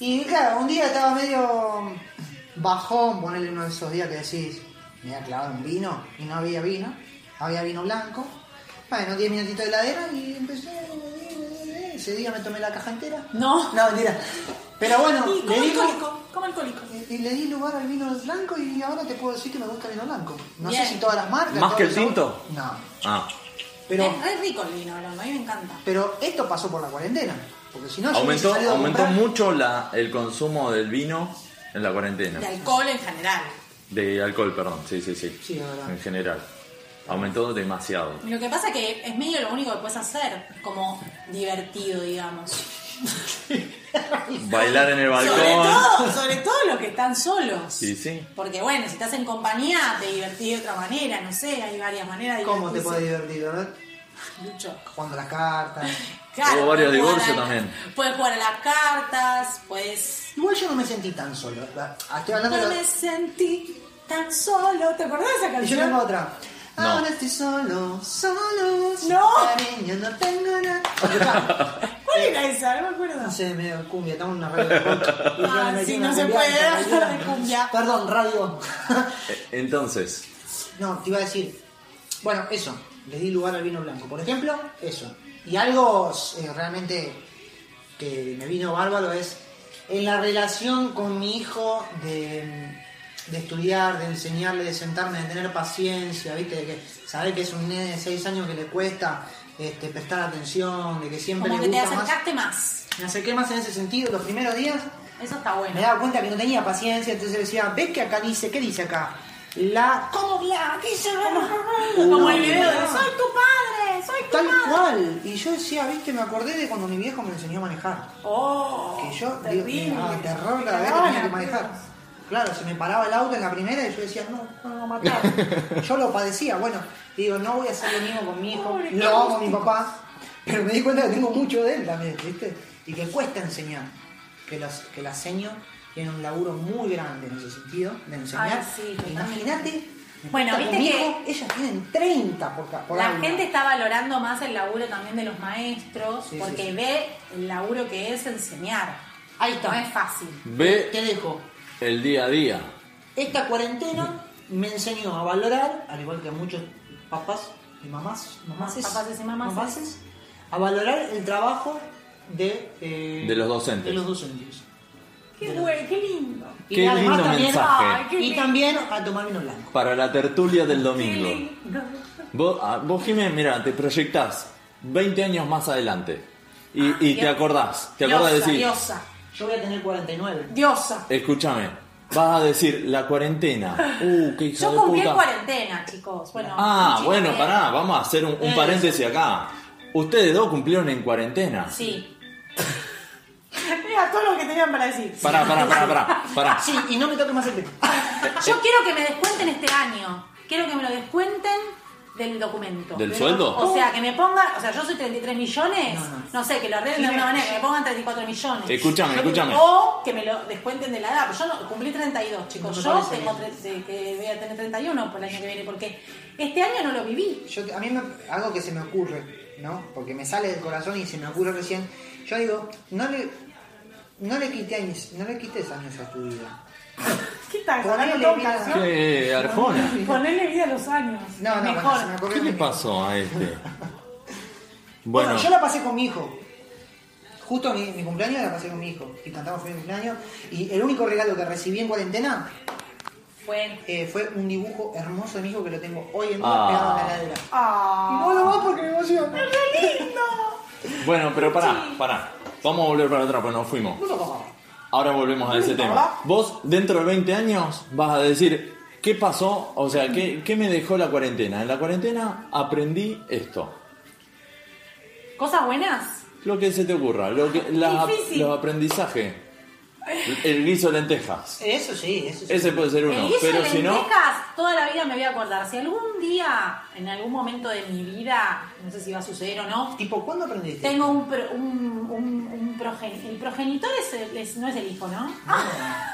S2: Y claro, un día estaba medio bajón, ponerle uno de esos días que decís, me voy a clavar un vino, y no había vino, había vino blanco. Bueno, 10 minutitos de heladera y empecé. Ese día me tomé la caja entera.
S3: No.
S2: No, mentira. Pero bueno,
S3: Y
S2: le
S3: como
S2: di,
S3: alcohólico, como alcohólico.
S2: y le di lugar al vino blanco y ahora te puedo decir que me gusta el vino blanco. No
S3: Bien.
S2: sé si todas las marcas.
S1: ¿Más
S2: todos
S1: que
S2: los
S1: el
S2: sabores-
S1: tinto?
S2: No.
S1: ah,
S2: Pero,
S3: Es re rico el vino, Brondo, a mí me encanta.
S2: pero esto pasó por la cuarentena. Porque si no, yo hubiese
S1: Aumentó,
S2: salido a
S1: aumentó
S2: comprar-
S1: mucho la, el consumo del vino en la cuarentena.
S3: De alcohol en general.
S1: De alcohol, perdón. Sí, sí, sí.
S2: Sí, es verdad.
S1: en general. Aumentó demasiado.
S3: Lo que pasa que es medio lo único que puedes hacer, como divertido, digamos.
S1: Bailar en el
S3: Sobre
S1: balcón.
S3: todo, sobre todo los que están solos.
S1: Sí, sí.
S3: Porque bueno, si estás en compañía, te divertís de otra manera, no sé, hay varias maneras de
S2: ¿Cómo te puede
S3: divertirse.
S2: divertir, verdad?
S3: Lucho.
S2: Jugando las cartas.
S1: Hubo varios
S3: puedes jugar
S1: divorcios
S3: a-
S1: también.
S3: Puedes jugar a las cartas, puedes.
S2: Igual yo no me sentí tan solo. ¿verdad? Ah, Estoy hablando
S3: No
S2: de...
S3: me sentí tan solo. ¿Te acordás de esa
S2: Y yo
S3: canción?
S2: tengo otra.
S1: No.
S2: Ahora estoy solo, solo. sin
S3: No.
S2: Cariño, no tengo nada. Porque, claro,
S3: ¿Cuál era esa? No me acuerdo.
S2: No sé, medio cumbia, estamos en una radio de rock. Y yo me
S3: Ah,
S2: metí
S3: sí,
S2: una
S3: no se
S2: cumbia,
S3: puede
S2: me metí una-
S3: hablar de cumbia.
S2: Perdón, radio.
S1: E- Entonces,
S2: No, te iba a decir. Bueno, eso. Le di lugar al vino blanco. Por ejemplo, eso. Y algo eh, realmente que me vino bárbaro es en la relación con mi hijo de, de estudiar, de enseñarle, de sentarme, de tener paciencia, ¿viste? De que saber que es un nene de 6 años que le cuesta este, prestar atención, de que siempre
S3: Como
S2: le
S3: que te
S2: gusta más.
S3: acercaste más.
S2: Me acerqué más en ese sentido. Los primeros días
S3: Eso está
S2: me
S3: bueno.
S2: daba cuenta que no tenía paciencia, entonces decía, ¿ves que acá dice? ¿Qué dice acá? La
S3: Como bla, que se Como el video de soy tu padre, soy tu
S2: Tal
S3: madre.
S2: cual. Y yo decía, viste, me acordé de cuando mi viejo me enseñó a manejar.
S3: Oh,
S2: Que yo, digo,
S3: terrible.
S2: me daba terror cada vez que
S3: Cagada,
S2: tenía que manejar. Claro, se me paraba el auto en la primera y yo decía, no, no, no, matar. yo lo padecía, bueno. y digo, no voy a hacer lo mismo con mi hijo,
S3: Pobre, qué
S2: lo hago con mi papá. Pero me di cuenta que tengo mucho de él también, viste. Y que cuesta enseñar. Que, los, que la seño tiene un laburo muy grande en ese sentido, de enseñar.
S3: sí, totalmente.
S2: Imagínate.
S3: Bueno,
S2: con
S3: viste
S2: mi
S3: que-
S2: hijo, ellos tienen 30 por, ca- por
S3: La
S2: aula.
S3: gente está valorando más el laburo también de los maestros
S2: Sí, sí,
S3: porque
S2: sí.
S3: ve el laburo que es enseñar.
S2: Ahí
S3: No
S2: está.
S3: es fácil.
S2: Te
S1: ve
S2: dejo.
S1: el día a día.
S2: Esta cuarentena me enseñó a valorar, al igual que muchos papás y mamás, mamases,
S3: Papaces y mamases.
S2: mamases, a valorar el trabajo de, eh,
S1: De los docentes.
S2: de los docentes.
S3: Qué bueno, qué lindo.
S2: Y
S1: Qué
S2: además
S1: lindo
S2: también-
S1: mensaje.
S3: Ay, qué
S2: Y
S3: lindo.
S2: también a tomar vino blanco.
S1: Para la tertulia del
S3: Qué
S1: domingo.
S3: lindo.
S1: Vos, ah, vos Jimé, mira, te proyectás 20 años más adelante. Y,
S3: Ah,
S1: y te
S3: Dios.
S1: acordás. Te acordás de
S3: Diosa,
S1: decir,
S3: Diosa,
S2: Yo voy a tener 49.
S3: diosa.
S1: escúchame, vas a decir la cuarentena. Uh, qué hija
S3: Yo
S1: de
S3: cumplí
S1: puta.
S3: cuarentena, chicos. Bueno,
S1: Ah,
S3: chicos,
S1: bueno,
S3: eh,
S1: pará, vamos a hacer un, un
S2: Eh.
S1: paréntesis acá. Ustedes dos cumplieron en cuarentena.
S3: Sí. Mira todo lo que tenían para decir.
S1: Pará, pará, pará, pará, pará.
S2: Sí, y no me toque más el pelo.
S3: Yo quiero que me descuenten este año. Quiero que me lo descuenten del documento.
S1: ¿Del sueldo?
S3: O sea, que me pongan, o sea, yo soy 33 millones,
S2: No, no.
S3: no, sé, que lo arreglen de alguna manera, que me pongan 34 millones.
S1: Escúchame,
S3: Yo-
S1: escúchame.
S3: O que me lo descuenten de la edad. Yo no, cumplí 32,
S2: No
S3: chicos.
S2: me
S3: yo
S2: parece
S3: tengo
S2: bien.
S3: 13, que voy a tener 31 por el año que viene, porque este año no lo viví.
S2: Yo, te- a mí me, algo que se me ocurre, ¿no? Porque me sale del corazón y se me ocurre recién. Yo digo, no le, no le, quité años, no le quites años a tu vida.
S3: ¿Qué tal?
S2: Ponele
S3: Sacando
S2: vida.
S3: tocas, ¿no?
S1: Qué arjona.
S3: Ponerle vida a los años.
S2: No, no, bueno,
S3: Mejor.
S2: se me ocurrió
S1: ¿Qué le
S2: que-
S1: pasó a este?
S2: Bueno,
S1: Bueno,
S2: yo la pasé con mi hijo. Justo mi, mi cumpleaños la pasé con mi hijo. Y cantamos feliz cumpleaños. Y el único regalo que recibí en cuarentena
S3: Bueno.
S2: eh, fue un dibujo hermoso de mi hijo que lo tengo hoy en día
S1: Ah.
S2: pegado en la heladera.
S3: Ah.
S2: No lo va porque me emociona.
S3: ¡Qué lindo!
S1: bueno, pero pará, pará. Vamos a volver para atrás, pues nos fuimos.
S2: No lo cojo.
S1: Ahora volvemos a ese tema. Vos, dentro de 20 años, vas a decir, ¿qué pasó? O sea, ¿qué, qué me dejó la cuarentena? En la cuarentena aprendí esto.
S3: ¿Cosas buenas?
S1: Lo que se te ocurra, lo que, las-
S3: Difícil.
S1: los aprendizajes. El guiso de lentejas.
S2: Eso sí, eso sí.
S1: Ese puede ser uno,
S3: el guiso
S1: pero
S3: de
S1: si no...
S3: lentejas, toda la vida me voy a acordar. Si algún día, en algún momento de mi vida, no sé si va a suceder o no,
S2: Tipo, ¿cuándo aprendiste?
S3: tengo un, pro- un, un, un progen- El progenitor es el- es- no es el hijo, ¿no? Ah.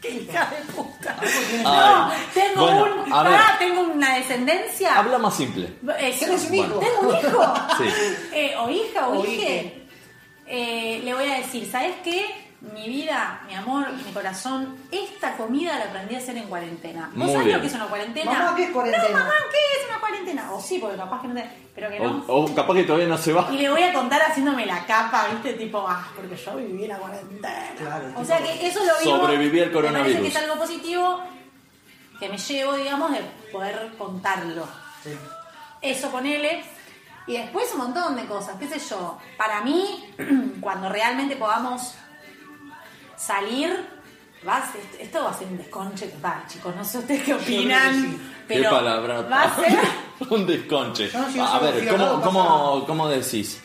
S3: ¡Qué hija de puta! No,
S1: Ay.
S3: tengo,
S1: Bueno,
S3: un,
S1: a ver.
S3: pará, tengo una descendencia.
S1: Habla más simple.
S3: Eso.
S2: Tenés un hijo.
S3: Tengo un hijo.
S1: Sí.
S3: Eh, o hija o,
S2: O hije.
S3: hije. Eh, le voy a decir, ¿sabes qué? Mi vida, mi amor, mi corazón, esta comida la aprendí a hacer en cuarentena. ¿Vos
S1: Muy
S3: sabés
S1: bien.
S3: lo que es una cuarentena?
S2: Mamá, ¿qué es cuarentena?
S3: No, mamá, ¿qué es una cuarentena? O sí, porque capaz que no te... Pero que no.
S1: O, o capaz que todavía no se va.
S3: Y le voy a contar haciéndome la capa, ¿viste? Tipo, ah, porque yo viví la cuarentena.
S2: Claro,
S3: o
S2: tipo,
S3: sea que eso lo vivo.
S1: sobreviví al
S3: Me parece
S1: coronavirus.
S3: que es algo positivo que me llevo, digamos, de poder contarlo.
S2: Sí.
S3: Eso ponele. Y después un montón de cosas, qué sé yo. Para mí, cuando realmente podamos salir, vas, esto- esto va a ser un desconche que va, chicos. No sé ustedes qué opinan.
S2: sí.
S3: Pero
S1: Qué palabra.
S3: Va a ser.
S1: un desconche.
S2: No, si yo
S1: a
S2: soy
S1: ver,
S2: fiador,
S1: ¿cómo,
S2: pasa
S1: cómo, cómo decís?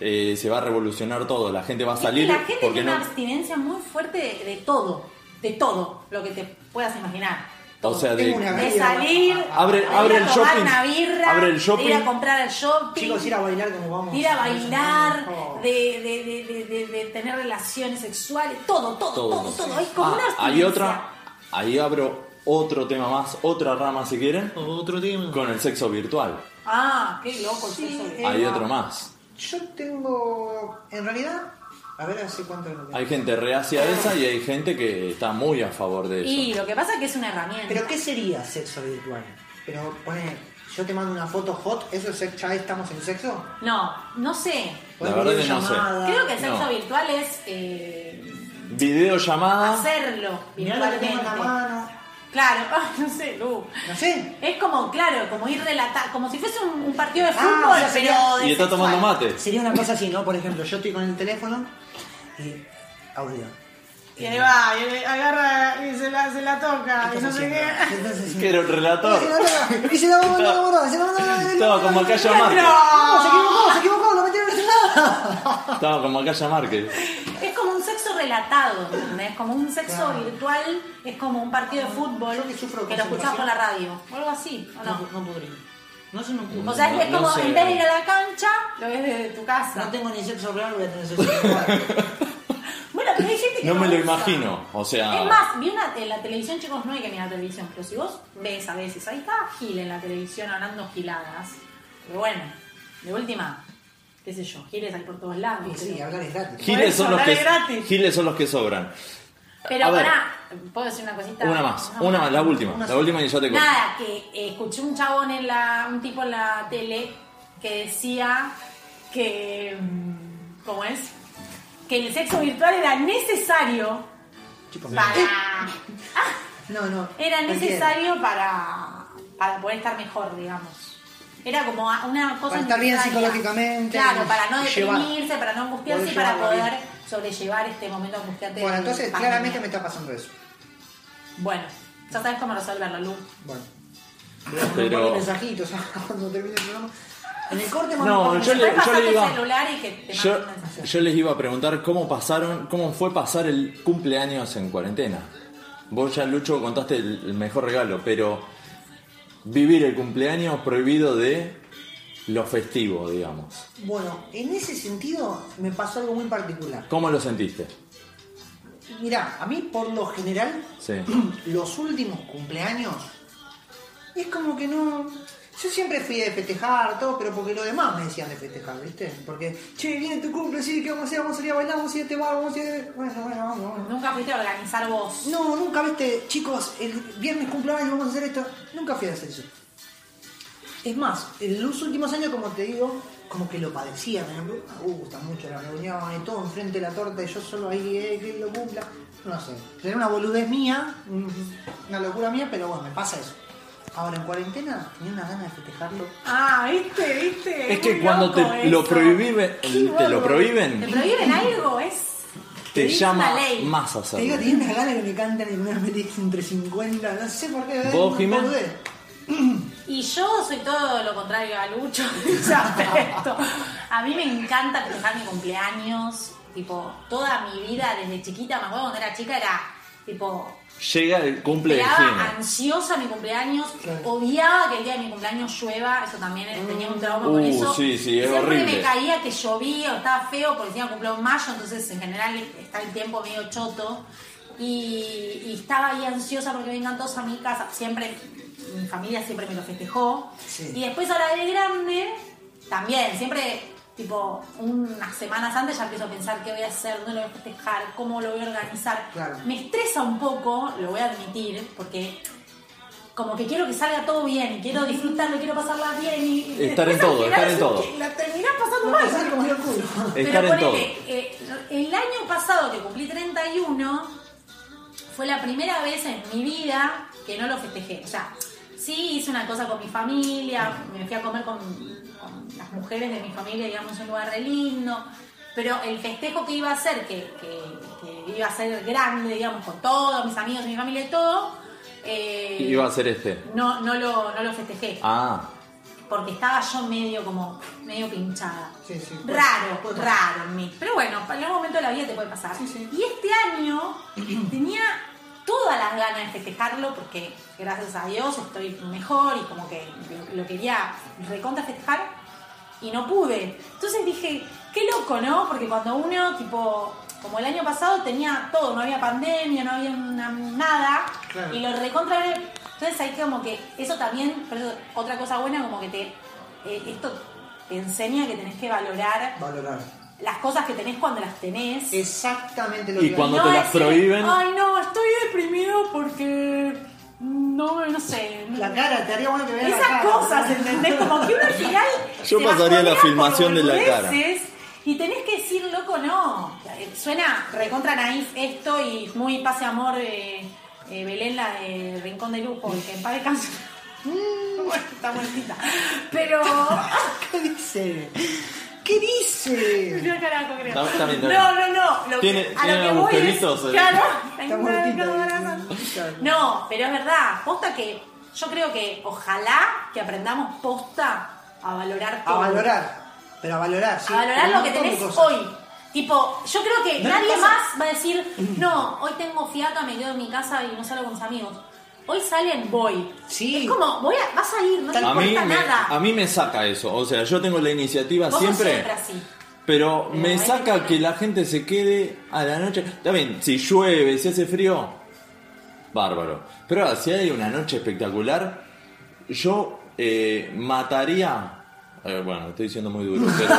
S1: Eh, se va a revolucionar todo, la gente va a
S3: Es que
S1: salir
S3: la gente
S1: porque
S3: tiene
S1: no.
S3: una abstinencia muy fuerte de, de todo, de todo lo que te puedas imaginar.
S1: O
S3: Todo.
S1: sea,
S2: Tengo
S1: de,
S2: una-
S3: de salir,
S1: Abre-
S3: de
S1: abre
S3: ir
S1: el
S3: a tomar
S1: shopping.
S3: una birra,
S1: Abre el
S3: de
S1: shopping.
S3: ir a comprar al shopping,
S2: Chicos, ir a bailar como vamos.
S3: de ir a bailar,
S2: Oh.
S3: de, de- de- de- de- de tener relaciones sexuales, todo, todo, todo,
S1: todo.
S3: todo. Es como
S1: Ah,
S3: una
S1: hay
S3: abstinencia.
S1: otra, ahí abro otro tema más, otra rama si quieren,
S2: Otro tema.
S1: con el sexo virtual.
S3: Ah, qué loco el
S2: Sí,
S3: sexo
S2: eh,
S1: Hay
S3: virtual.
S1: otro más.
S2: Yo tengo. En realidad. A ver, hace cuánto que no tengo.
S1: Hay gente reacia a esa y hay gente que está muy a favor de eso.
S3: Ah. Y lo que pasa es que es una herramienta.
S2: Pero ¿qué sería sexo virtual? Pero pone. Yo te mando una foto hot, ¿eso es sexo? ¿Ya estamos en sexo?
S3: No, no sé.
S2: ¿O es
S1: La verdad que no sé.
S2: videollamada?
S3: Creo que el sexo
S1: No.
S3: virtual es eh,
S1: Videollamada.
S3: hacerlo
S2: Ah, Mirá lo que tengo en la
S3: virtualmente.
S2: mano.
S3: Claro, ah, no sé, Lu.
S2: No sé.
S3: Es como, claro, como ir relatando, como si fuese un, un partido de
S2: Ah,
S3: fútbol,
S2: o sea, sería-
S3: pero de
S1: Y está tomando
S3: sexual.
S1: mate.
S2: Sería una cosa así, ¿no? Por ejemplo, yo estoy con el teléfono y. audio.
S3: Y ahí va, y ahí agarra y se la, se la toca, y no sé qué.
S2: Entonces,
S1: Que era un relator.
S2: Y se la mandó, se la mandó, se la mandó.
S1: Estaba como acá llamarte.
S3: Ah.
S2: No, se equivocó, se equivocó, lo metieron en el lado.
S1: Estaba como acá llamarte.
S3: Es como un sexo relatado, ¿entendés? Como un sexo
S2: Claro.
S3: virtual, es como un partido de fútbol
S2: Yo que sufro
S3: que lo escuchás
S2: concentración.
S3: por la radio, o algo así, ¿o no?
S2: podría. No se me ocurre.
S3: O sea, es,
S5: é
S1: No-
S3: es
S1: no
S3: como,
S1: sé.
S3: en vez de ir a la cancha, lo ves desde tu casa.
S2: No tengo ni sexo real, voy a tener sexo virtual.
S3: Bueno, pero hay gente que
S1: No me lo
S3: usa.
S1: imagino. O sea.
S3: Es más, vi una, en la televisión, chicos, no hay que mirar televisión, pero si vos ves a veces, ahí está Gil en la televisión hablando giladas. Pero bueno, de última, qué sé yo, Giles ahí por todos lados.
S2: Y sí,
S3: pero-
S2: hablar es gratis.
S3: Por
S1: Giles
S3: eso,
S1: son, los
S3: dale
S1: que,
S3: gratis.
S1: giles son los que sobran.
S3: Pero
S1: A ver.
S3: pará, ¿puedo decir una cosita?
S1: Una más, una más, la última.
S2: Una
S1: La última y ya te cuento.
S3: Nada, que eh, escuché un chabón en la. un tipo en la tele que decía que. mm, ¿Cómo es? Que el sexo virtual era necesario
S2: Tipo,
S3: para. Ah.
S2: eh, No, no.
S3: Era
S2: entiendo.
S3: necesario para, para poder estar mejor, digamos. Era como a- una cosa.
S2: Para estar bien
S3: necesaria.
S2: psicológicamente,
S3: Claro, para no
S2: y llevar.
S3: deprimirse, para no angustiarse y
S2: Poder
S3: para
S2: llevarlo
S3: poder
S2: bien.
S3: sobrellevar este momento angustiante.
S2: Bueno,
S3: de
S2: entonces
S3: pandemia.
S2: claramente me está pasando eso.
S3: Bueno, ya sabes cómo resolverlo, Lu.
S2: Bueno.
S1: Pero-
S2: Pero... mensajitos cuando termine el programa. En el corte
S1: No,
S2: mando un
S1: yo
S3: Yo
S1: le-
S2: mensaje.
S1: le iba-
S3: el celular y que te
S1: Yo,
S3: mande un mensaje.
S1: yo les iba a preguntar cómo pasaron, cómo fue pasar el cumpleaños en cuarentena. Vos ya, Lucho, contaste el, el mejor regalo, pero vivir el cumpleaños prohibido de lo festivo, digamos.
S2: Bueno, en ese sentido me pasó algo muy particular.
S1: ¿Cómo lo sentiste?
S2: Mirá, a mí por lo general
S1: Sí.
S2: los últimos cumpleaños es como que no. Yo siempre fui de festejar, todo, pero porque los demás me decían de festejar, ¿viste? Porque, che, viene tu cumple, sí, ¿qué vamos a hacer? Vamos a salir a bailar, vamos a ir a este bar, vamos a ir a... Bueno, bueno, vamos, vamos.
S3: Nunca fuiste a organizar vos.
S2: No, nunca viste, chicos, el viernes cumpleaños vamos a hacer esto. Nunca fui a hacer eso. Es más, en los últimos años, como te digo, como que lo padecía. Me uh, gusta mucho la reunión y todo enfrente de la torta y yo solo ahí, eh, que lo cumpla. No sé. Era una boludez mía, un- una locura mía, pero bueno, me pasa eso. Ahora, en cuarentena, tenía una gana de festejarlo.
S3: Ah, viste, viste.
S1: Es que
S3: muy
S1: cuando
S3: loco
S1: te lo,
S3: eso.
S1: prohíbe- te lo
S3: Te
S1: prohíben,
S3: prohíben algo, es.
S1: te
S3: dice
S1: llama
S3: una ley.
S1: más a
S2: Te digo,
S1: hacerlo.
S2: tenía una gana que me cantan en una película entre 50, no sé por qué.
S1: ¿Vos,
S2: una
S1: Jimé?
S2: boludez.
S3: Y yo soy todo lo contrario a Lucho en ese aspecto. A mí me encanta festejar mi cumpleaños. Tipo, toda mi vida desde chiquita, me acuerdo cuando era chica, era tipo,
S1: Llega el cumple de
S3: Esperaba
S1: Jimé.
S3: ansiosa mi cumpleaños,
S2: Claro.
S3: odiaba que el día de mi cumpleaños llueva, eso también eh, tenía un trauma con
S1: Uh,
S3: eso.
S1: sí, sí, es
S3: Siempre
S1: horrible.
S3: me caía que llovía o estaba feo porque tenía cumpleaños en mayo, entonces en general está el tiempo medio choto. Y, y estaba ahí ansiosa porque vengan todos a mi casa. Siempre, mi familia siempre me lo festejó.
S2: Sí.
S3: Y después ahora de grande, también, siempre tipo unas semanas antes ya empiezo a pensar qué voy a hacer, dónde lo voy a festejar, cómo lo voy a organizar.
S2: Claro.
S3: Me estresa un poco, lo voy a admitir, porque como que quiero que salga todo bien, y quiero disfrutarlo, y quiero pasarla bien y... y
S1: Estar en
S3: después al
S1: todo,
S3: final
S1: estar en
S3: es-
S1: todo.
S3: La terminás pasando
S2: No
S3: mal.
S2: pensar como el culo.
S1: Estar en
S3: Pero
S1: todo.
S3: ponele, eh, el año pasado que cumplí 31 fue la primera vez en mi vida que no lo festejé. O sea, sí, hice una cosa con mi familia, me fui a comer con, con las mujeres de mi familia, digamos, un lugar re lindo. Pero el festejo que iba a hacer, que, que- que iba a ser grande, digamos, con todos mis amigos, mi familia y todo, eh,
S1: Iba a ser este.
S3: no, no, lo, no lo festejé.
S1: Ah,
S3: Porque estaba yo medio como, medio pinchada.
S2: Sí, sí.
S3: Raro,
S2: Puede pasar.
S3: raro en mí. Pero bueno, en algún momento de la vida te puede pasar.
S2: Sí, sí.
S3: Y este año tenía todas las ganas de festejarlo porque gracias a Dios estoy mejor y como que lo, lo quería recontra festejar y no pude. Entonces dije, qué loco, ¿no? Porque cuando uno, tipo, como el año pasado tenía todo, no había pandemia, no había una- nada,
S2: Claro.
S3: y lo recontra... Entonces ahí como que eso también, pero otra cosa buena, como que te eh, esto te enseña que tenés que valorar
S2: Valorar.
S3: las cosas que tenés cuando las tenés.
S2: Exactamente lo
S1: Y
S2: que
S1: cuando-
S3: No
S1: te las
S3: decir,
S1: prohíben.
S3: Ay, no, estoy deprimido porque. No, no sé.
S2: La cara, te haría bueno que veas la
S3: Esas
S2: cara.
S3: cosas, ¿entendés? Como que uno al final.
S1: Yo
S3: se las
S1: pasaría la
S3: ponía por
S1: filmación de la cara.
S3: boludeces Y tenés que decir, loco, no. Eh, Suena recontra naif esto y muy pase amor eh, eh, Belén, la de Rincón de Lujo, y que en paz descanse. Mm, bueno, está muertita. Pero.
S2: ¿Qué dice? ¿Qué dice?
S3: Yo carajo creo.
S1: Está- está bien, está
S3: no,
S1: bien.
S3: no, no. Lo
S1: Tiene-
S3: que, a
S1: tiene
S3: lo que voy es,
S1: agujeritos, eh.
S3: claro,
S2: Está ¿eh?
S3: tengo
S2: muertita.
S3: una cara-
S2: Claro.
S3: No, pero es verdad. Posta que yo creo que ojalá que aprendamos posta a valorar
S2: A
S3: todo.
S2: valorar. Pero a valorar, sí.
S3: a valorar
S2: pero
S3: lo
S2: un
S3: que
S2: montón de
S3: tenés
S2: cosas.
S3: hoy. Tipo, yo creo que
S2: ¿No le
S3: nadie
S2: pasa?
S3: más va a decir, no, hoy tengo fiaca, me quedo en mi casa y no salgo con mis amigos. Hoy salen, voy.
S2: Sí.
S3: Es como, voy a, vas a ir, no te
S1: a mí,
S3: importa
S1: me,
S3: nada.
S1: a mí me saca eso. O sea, yo tengo la iniciativa
S3: Vos sos
S1: siempre.
S3: siempre así.
S1: Pero
S3: No,
S1: me
S3: hay
S1: saca
S3: que-
S1: que la gente se quede a la noche. También, si llueve, si hace frío, bárbaro. Pero ahora, si hay una noche espectacular, yo eh, mataría. eh, bueno, estoy diciendo muy duro, pero,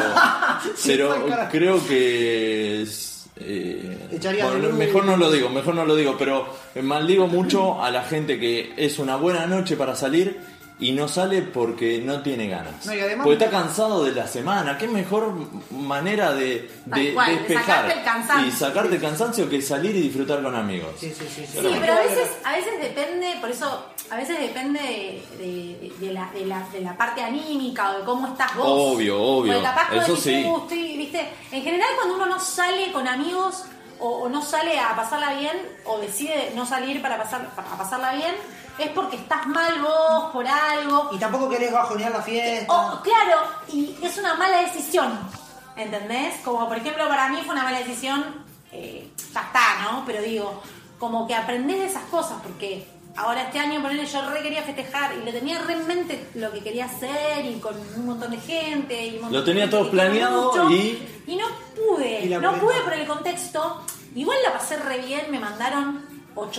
S2: Sí,
S1: pero
S2: fue cara.
S1: creo que. es, eh,
S2: Echaría
S1: bueno,
S2: de luz.
S1: mejor no lo digo, mejor no lo digo, pero maldigo mucho a la gente que es una buena noche para salir y no sale porque no tiene ganas.
S2: No, y además-
S1: porque está cansado de la semana. Qué mejor manera de,
S3: Tal
S1: de
S3: cual, de
S1: despejar
S3: sacarte el cansancio.
S1: y sacarte el cansancio que salir y disfrutar con amigos.
S2: Sí, sí, sí.
S3: Sí, pero a veces, a veces depende, por eso, a veces depende de, de- de la, de, la, de la parte anímica o de cómo estás vos.
S1: Obvio, obvio,
S3: Porque capaz que vos
S1: eso
S3: decís,
S1: sí.
S3: "Uh, estoy", viste, en general cuando uno no sale con amigos o, o no sale a pasarla bien o decide no salir para, pasar, para pasarla bien, es porque estás mal vos por algo.
S2: Y tampoco querés bajonear la fiesta.
S3: O, claro, y es una mala decisión, ¿entendés? Como por ejemplo para mí fue una mala decisión, eh, ya está, ¿no? Pero digo, como que aprendés de esas cosas, porque ahora este año, ponele, yo re quería festejar y lo tenía re en mente lo que quería hacer y con un montón de gente. Y un montón
S1: Lo
S3: de
S1: tenía
S3: gente
S1: todo
S3: que quiero
S1: planeado y-
S3: y no pude,
S2: Y la
S3: no
S2: prensa.
S3: pude por el contexto. Igual la pasé re bien, me mandaron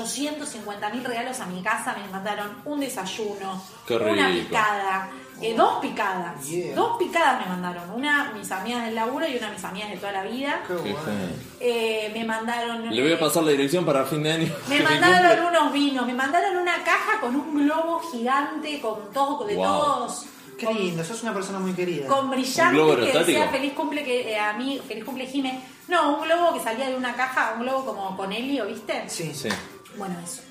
S3: 850 mil regalos a mi casa, me mandaron un desayuno,
S1: Qué
S3: una
S1: rico.
S3: picada, eh, dos picadas,
S2: Yeah.
S3: dos picadas me mandaron, una mis amigas del laburo y una mis amigas de toda la vida.
S2: Qué
S1: Qué
S2: bueno.
S1: genial.
S3: Eh, me mandaron...
S1: Le voy a
S3: eh,
S1: pasar la dirección para fin de año.
S3: me
S1: que
S3: mandaron
S1: cumple.
S3: unos vinos, me mandaron una caja con un globo gigante, con todo, de
S1: Wow.
S3: todos.
S2: Qué
S3: con-
S2: lindo, sos una persona muy querida.
S3: con brillante
S1: globo
S3: que
S1: aerostático?
S3: decía feliz cumple que eh, a mí, feliz cumple Jime. No, un globo que salía de una caja, un globo como con helio, ¿viste?
S2: Sí,
S1: Sí.
S3: Bueno, eso.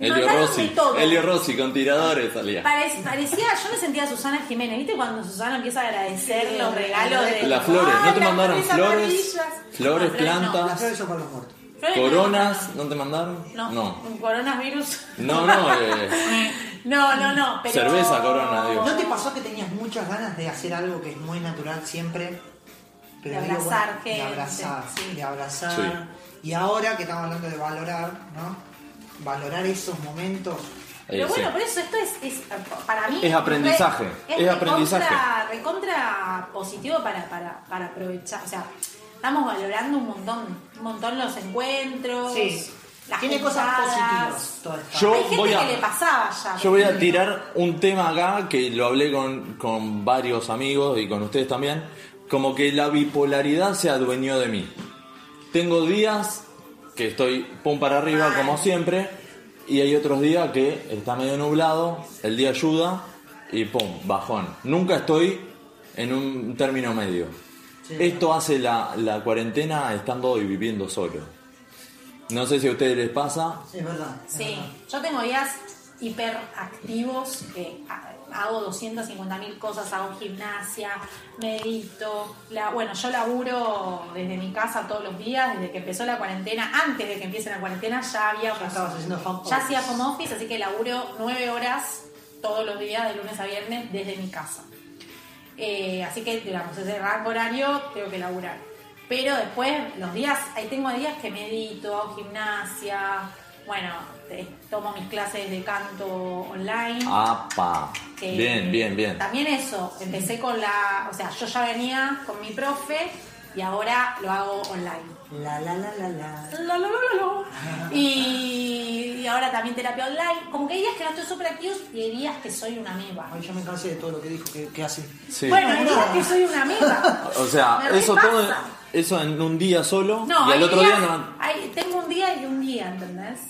S1: Elio
S3: Mandaron de
S1: Rossi.
S3: todo.
S1: Elio Rossi con tiradores salía.
S3: Parec- parecía, yo me sentía Susana Jiménez, ¿viste? Cuando Susana empieza a agradecer los regalos de
S1: Las flores,
S3: Ay,
S1: ¿no te
S3: las
S1: mandaron flores?
S3: amarillas.
S1: Flores,
S3: No, no.
S1: plantas,
S2: Las flores son para los muertos.
S3: Flores no.
S1: coronas, ¿no te mandaron?
S3: No, un coronavirus.
S1: No, no, eh,
S3: No, no, no. pero-
S1: Cerveza, corona, digo.
S2: ¿No te pasó que tenías muchas ganas de hacer algo que es muy natural siempre?
S3: De
S2: digo,
S3: abrazar
S2: De
S3: gente,
S2: abrazar,
S3: sí.
S2: de abrazar.
S1: Sí.
S2: Y ahora que estamos hablando de valorar, ¿no? Valorar esos momentos.
S3: Pero
S1: eh,
S3: bueno,
S1: sí.
S3: por eso esto es, es, para mí...
S1: Es aprendizaje,
S3: re-
S1: es aprendizaje.
S3: recontra- Recontra positivo para, para, para aprovechar. O sea, estamos valorando un montón, un montón los encuentros. las
S2: Tiene cosas
S3: juntadas.
S2: positivas. toda esta-
S1: Yo-
S3: Hay gente
S1: voy a-
S3: que le pasaba ya.
S1: Yo voy a tirar un tema acá que lo hablé con, con varios amigos y con ustedes también. Como que la bipolaridad se adueñó de mí. Tengo días que estoy pum para arriba,
S3: Mal.
S1: como siempre, y hay otros días que está medio nublado, el día ayuda y pum, bajón. Nunca estoy en un término medio.
S2: Sí.
S1: Esto hace la, la cuarentena estando y viviendo solo. No sé si a ustedes les pasa.
S2: Es verdad. es
S3: Sí,
S2: verdad.
S3: yo tengo días hiperactivos eh, que ha- hago 250.000 cosas, hago gimnasia, medito, la- bueno, yo laburo desde mi casa todos los días, desde que empezó la cuarentena, antes de que empiece la cuarentena ya había...
S2: Ya estabas haciendo home
S3: Ya
S2: office.
S3: hacía home office, así que laburo nueve horas todos los días, de lunes a viernes, desde mi casa. Eh, así que, digamos, ese rango horario tengo que laburar. Pero después, los días, ahí tengo días que medito, hago gimnasia, bueno, eh, tomo mis clases de canto online.
S1: Ah, ¡Apa!
S3: que-
S1: Bien, bien, bien.
S3: También eso, empecé con la, o sea, yo ya venía con mi profe y ahora lo hago online.
S2: La la la la la.
S3: La, la, la, la, la. Y, y ahora también terapia online. Como que hay días que no estoy súper activos y hay días que soy una meba.
S2: Ay, yo me cansé de todo lo que dijo que, que hace.
S1: Sí.
S3: Bueno, hay días que soy una meba.
S1: o sea,
S3: Me
S1: eso
S3: repasa.
S1: todo eso en un día solo
S3: No,
S1: y al
S3: hay
S1: otro
S3: días-
S1: día no.
S3: hay- tengo un día y un día, ¿entendés?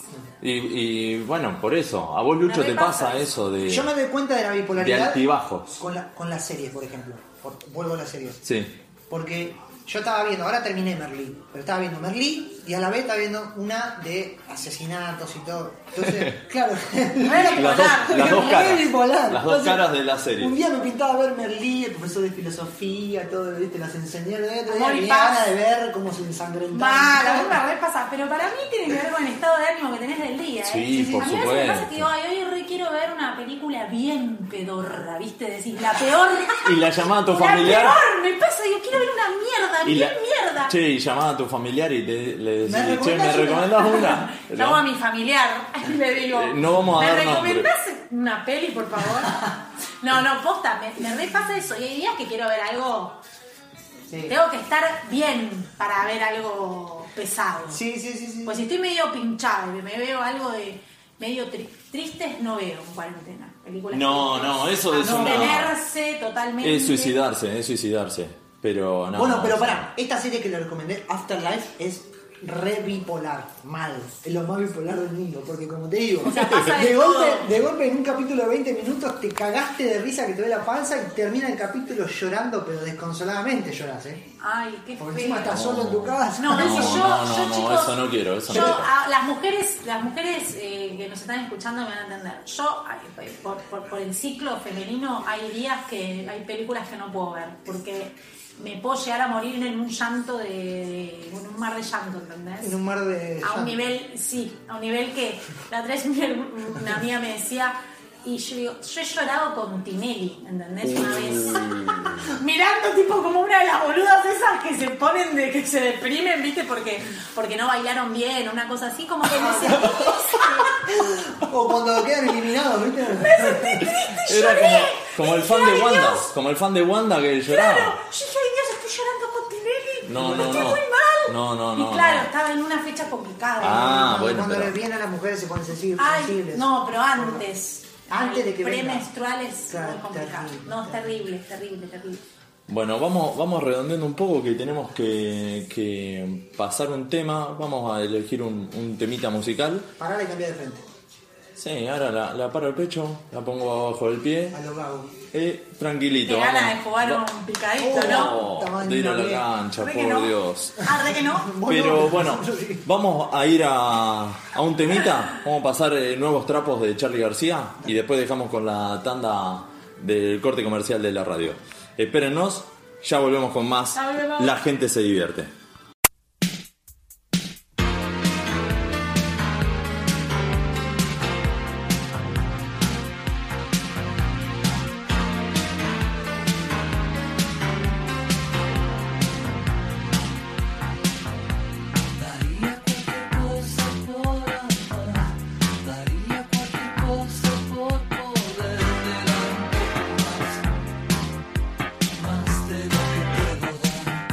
S1: Y, y, bueno, por eso, a vos Lucho
S3: Me
S1: te
S3: repasa
S1: pasa eso de,
S2: Yo me doy cuenta de la
S1: de
S2: bipolaridad
S1: altibajos.
S2: con, la, con las series, por ejemplo. Por- vuelvo a las series.
S1: Sí.
S2: Porque yo estaba viendo, ahora terminé Merlí, pero estaba viendo Merlí y a la vez estaba viendo una de asesinatos y todo. Entonces, claro.
S3: No era
S1: Las
S3: bipolar.
S1: dos, las dos caras.
S2: Muy bipolar.
S1: Las dos
S2: Entonces,
S1: caras de la
S2: Un
S1: serie.
S2: día me pintaba ver Merlí, el profesor de filosofía, todo, ¿viste? las enseñaron. El otro día
S3: Amor y
S2: tenía
S3: paz.
S2: ganas de ver cómo se ensangrentaban.
S3: Mal, a mí me repasa. Pero para mí tiene que ver con el estado de ánimo que tenés del día. ¿eh?
S1: Sí, por
S3: a mí a veces me pasa
S1: supuesto.
S3: que digo, ay, hoy re quiero ver una película bien pedorra, ¿viste? Decís, la peor.
S1: Y la llamada a tu
S3: la
S1: familiar.
S3: peor, me pasa. Yo quiero ver una mierda,
S1: Y
S3: bien
S1: la-
S3: mierda.
S1: Che, y llamaba a tu familiar y te- le decís,
S2: ¿Me
S1: che, ¿me
S2: recomendás una?"
S1: recomendás una?
S3: Llamo a mi familiar y le digo,
S1: Eh, no vamos a
S3: ¿me
S1: dar
S3: recomendás una peli, por favor? no, no, posta, me, me re pasa eso. Y hay días que quiero ver algo,
S2: Sí.
S3: tengo que estar bien para ver algo pesado.
S2: sí, sí, sí. sí.
S3: Pues si estoy medio pinchado y me veo algo de medio tri- tristes, no veo en cuarentena. Películas
S1: No,
S3: tristes. Ah,
S1: no, eso es una-
S3: Abstenerse totalmente.
S1: Es suicidarse, es suicidarse. Pero no.
S2: bueno, pero
S1: no.
S2: pará, esta serie que le recomendé, Afterlife, es re bipolar, mal. Es lo más bipolar del mundo, porque como te digo,
S3: sea, pasa de
S2: de, golpe,
S3: todo.
S2: de golpe en un capítulo de 20 minutos te cagaste de risa que te ve la panza y termina el capítulo llorando, pero desconsoladamente llorás, ¿eh?
S3: Ay, qué
S2: Porque
S3: feo.
S2: encima estás solo en tu casa.
S3: No,
S1: No,
S3: eso yo,
S1: no, no,
S3: yo,
S1: no,
S3: chicos,
S1: eso no quiero, eso no
S3: yo,
S1: quiero.
S3: a- las mujeres, las mujeres eh, que nos están escuchando me van a entender. Yo, ay, eh, por, por- por el ciclo femenino, hay días que hay películas que no puedo ver, porque me puedo llegar a morir en un llanto de, de- en un mar de llanto, ¿entendés?
S2: En un mar de...
S3: a un
S2: llanto.
S3: nivel, sí, a un nivel que la otra vez mi- una amiga me decía, y yo digo, yo he llorado con Tinelli, ¿entendés? Una vez. Mirando tipo como una de las boludas esas que se ponen de que se deprimen, ¿viste? Porque, porque no bailaron bien, una cosa así, como que me sentí
S2: O cuando quedan eliminados, ¿viste?
S3: triste,
S1: Era
S3: lloré.
S1: como, como el
S3: Y
S1: fan
S3: dije,
S1: de
S3: "Ay,
S1: Wanda,
S3: Dios,
S1: como el fan de Wanda que lloraba.
S3: Claro, yo dije, ay Dios, estoy llorando con Tinelli.
S1: No, no,
S3: estoy
S1: no.
S3: muy mal.
S1: No, no, no,
S3: Y claro,
S1: no.
S3: estaba en una fecha complicada.
S1: Ah,
S2: Cuando-
S1: bueno,
S2: Cuando
S1: pero-
S2: les vienen a las mujeres se ponen sensibles.
S3: Ay,
S2: sensibles.
S3: no, pero antes.
S2: Antes de que venga.
S3: Premenstruales,
S2: Claro,
S3: muy complicado.
S2: terrible,
S3: no, es terrible, es terrible, terrible.
S1: Bueno, vamos, vamos redondeando un poco que tenemos que, que pasar un tema. Vamos a elegir un, un temita musical.
S2: Parar y cambiar de frente.
S1: Sí, ahora la, la paro el pecho, la pongo abajo del pie.
S2: A lo vago.
S1: Eh, tranquilito.
S3: Qué ganas de
S1: vamos.
S3: jugar
S1: Va-
S3: un picadito, ¿no?
S1: Oh,
S2: Tamaño,
S1: de ir a la
S2: bien.
S1: cancha,
S3: Re
S1: por
S3: que no.
S1: Dios.
S3: Ah, re que no.
S1: Pero bueno, vamos a ir a, a un temita. Vamos a pasar eh, nuevos trapos de Charlie García y después dejamos con la tanda del corte comercial de la radio. Espérennos, ya volvemos con más.
S3: Ya volvemos.
S1: La gente se divierte.
S4: Daría cualquier cosa por amar, daría cualquier cosa por poder dar un poco más, más de lo que puedo dar.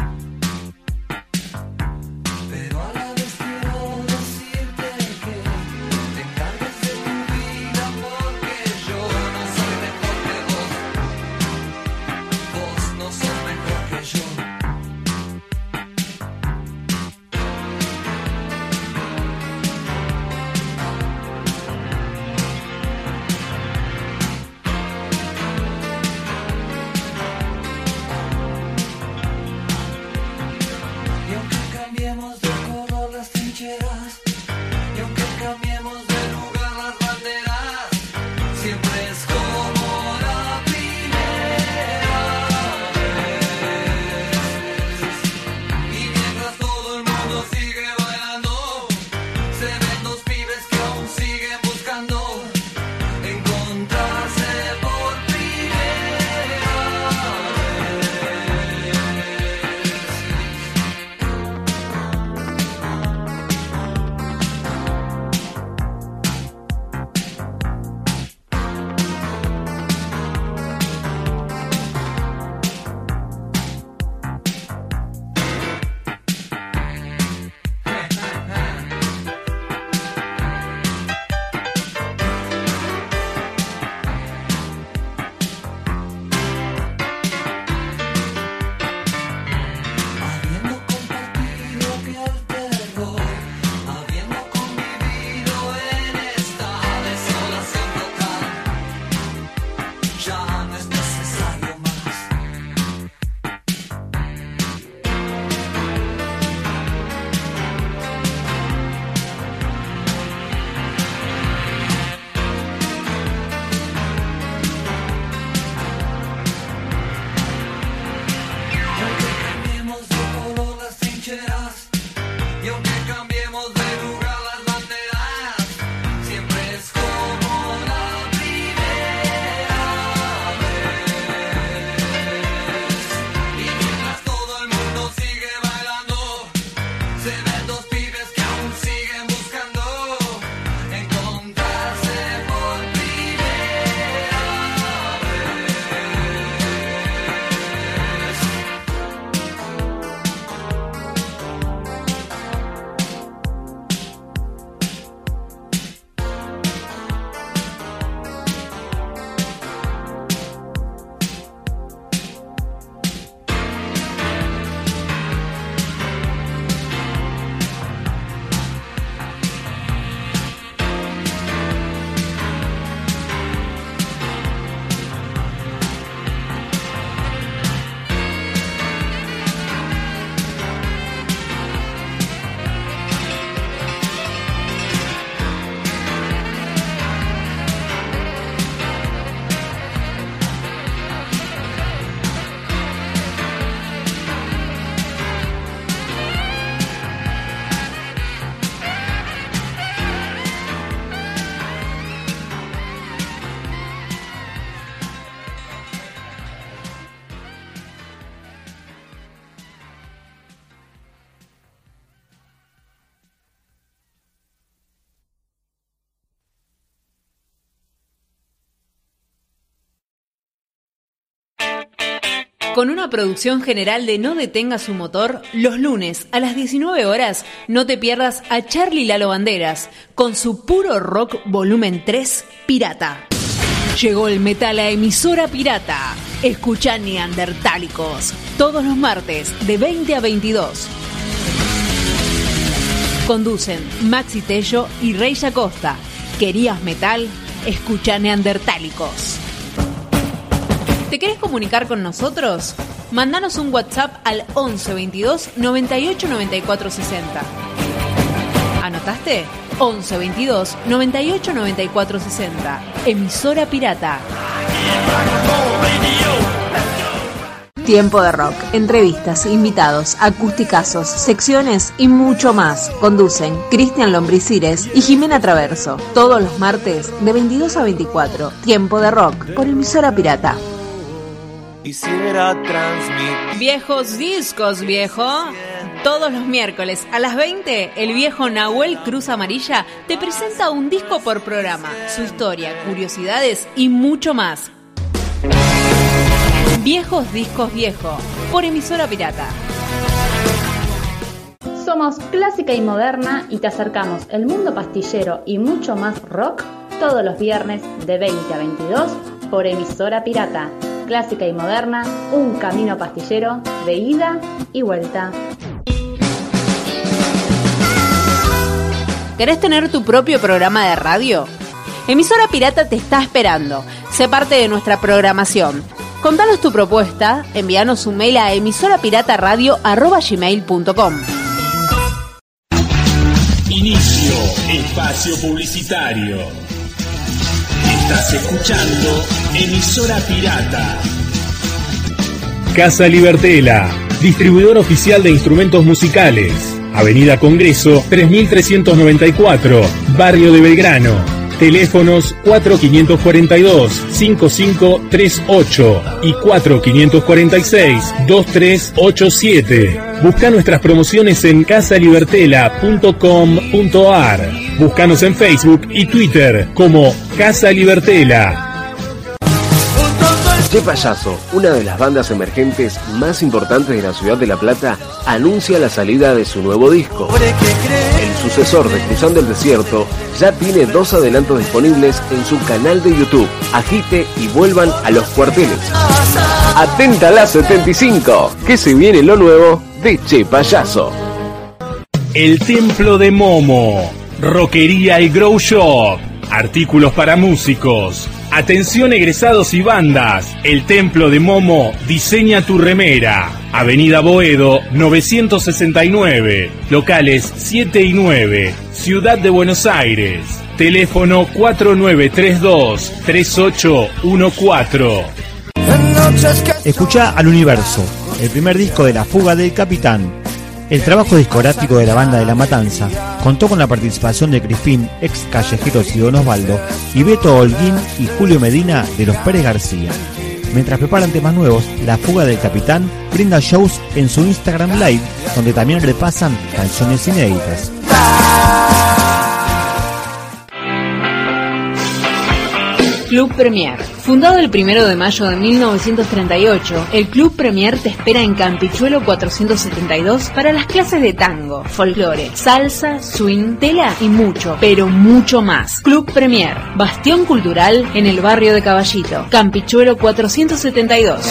S5: Con una producción general de No Detenga su motor, los lunes a las 19 horas no te pierdas a Charlie Lalo Banderas con su puro rock volumen 3 Pirata. Llegó el metal a emisora pirata. Escucha Neandertálicos todos los martes de 20 a 22. Conducen Maxi Tello y Rey Acosta. ¿Querías metal? Escucha Neandertálicos. ¿Te querés comunicar con nosotros? Mandanos un WhatsApp al 11 22 98 94 60. ¿Anotaste? 11 22 98 94 60. Emisora Pirata. Tiempo de Rock, entrevistas, invitados, acústicazos, secciones y mucho más. Conducen Cristian Lombricires y Jimena Traverso. Todos los martes de 22 a 24. Tiempo de Rock por emisora pirata.
S6: Quisiera transmitir.
S5: Viejos discos, viejo. Todos los miércoles a las 20, el viejo Nahuel Cruz Amarilla te presenta un disco por programa, su historia, curiosidades y mucho más. Viejos discos viejo, por emisora pirata.
S7: Somos clásica y moderna y te acercamos el mundo pastillero y mucho más rock todos los viernes de 20 a 22 por emisora pirata. Clásica y moderna, un camino pastillero de ida y vuelta.
S5: ¿Querés tener tu propio programa de radio? Emisora Pirata te está esperando. Sé parte de nuestra programación. Contanos tu propuesta, envíanos un mail a emisorapirataradio.com.
S8: Inicio espacio publicitario. Estás escuchando Emisora Pirata. Casa Libertela, distribuidor oficial de instrumentos musicales. Avenida Congreso 3394, Barrio de Belgrano. Teléfonos 4542-5538 y 4546-2387. Busca nuestras promociones en casalibertela.com.ar. Búscanos en Facebook y Twitter como Casa Libertela.
S9: Che Payaso, una de las bandas emergentes más importantes de la ciudad de La Plata, anuncia la salida de su nuevo disco. El sucesor de Cruzando el Desierto ya tiene dos adelantos disponibles en su canal de YouTube. Agite y vuelvan a los cuarteles. Atenta a la 75, que se viene lo nuevo de Che Payaso.
S8: El Templo de Momo. Roquería y Grow Shop. Artículos para músicos. Atención egresados y bandas. El Templo de Momo diseña tu remera. Avenida Boedo 969. Locales 7 y 9. Ciudad de Buenos Aires. Teléfono 4932 3814.
S10: Escucha al universo, el primer disco de La Fuga del Capitán. El trabajo discográfico de la banda de La Matanza contó con la participación de Crispín, ex callejero y Don Osvaldo, y Beto Holguín y Julio Medina de los Pérez García. Mientras preparan temas nuevos, La Fuga del Capitán brinda shows en su Instagram Live, donde también repasan canciones inéditas.
S5: Club Premier. Fundado el 1 de mayo de 1938, el Club Premier te espera en Campichuelo 472 para las clases de tango, folclore, salsa, swing, tela y mucho, pero mucho más. Club Premier, bastión cultural en el barrio de Caballito, Campichuelo 472.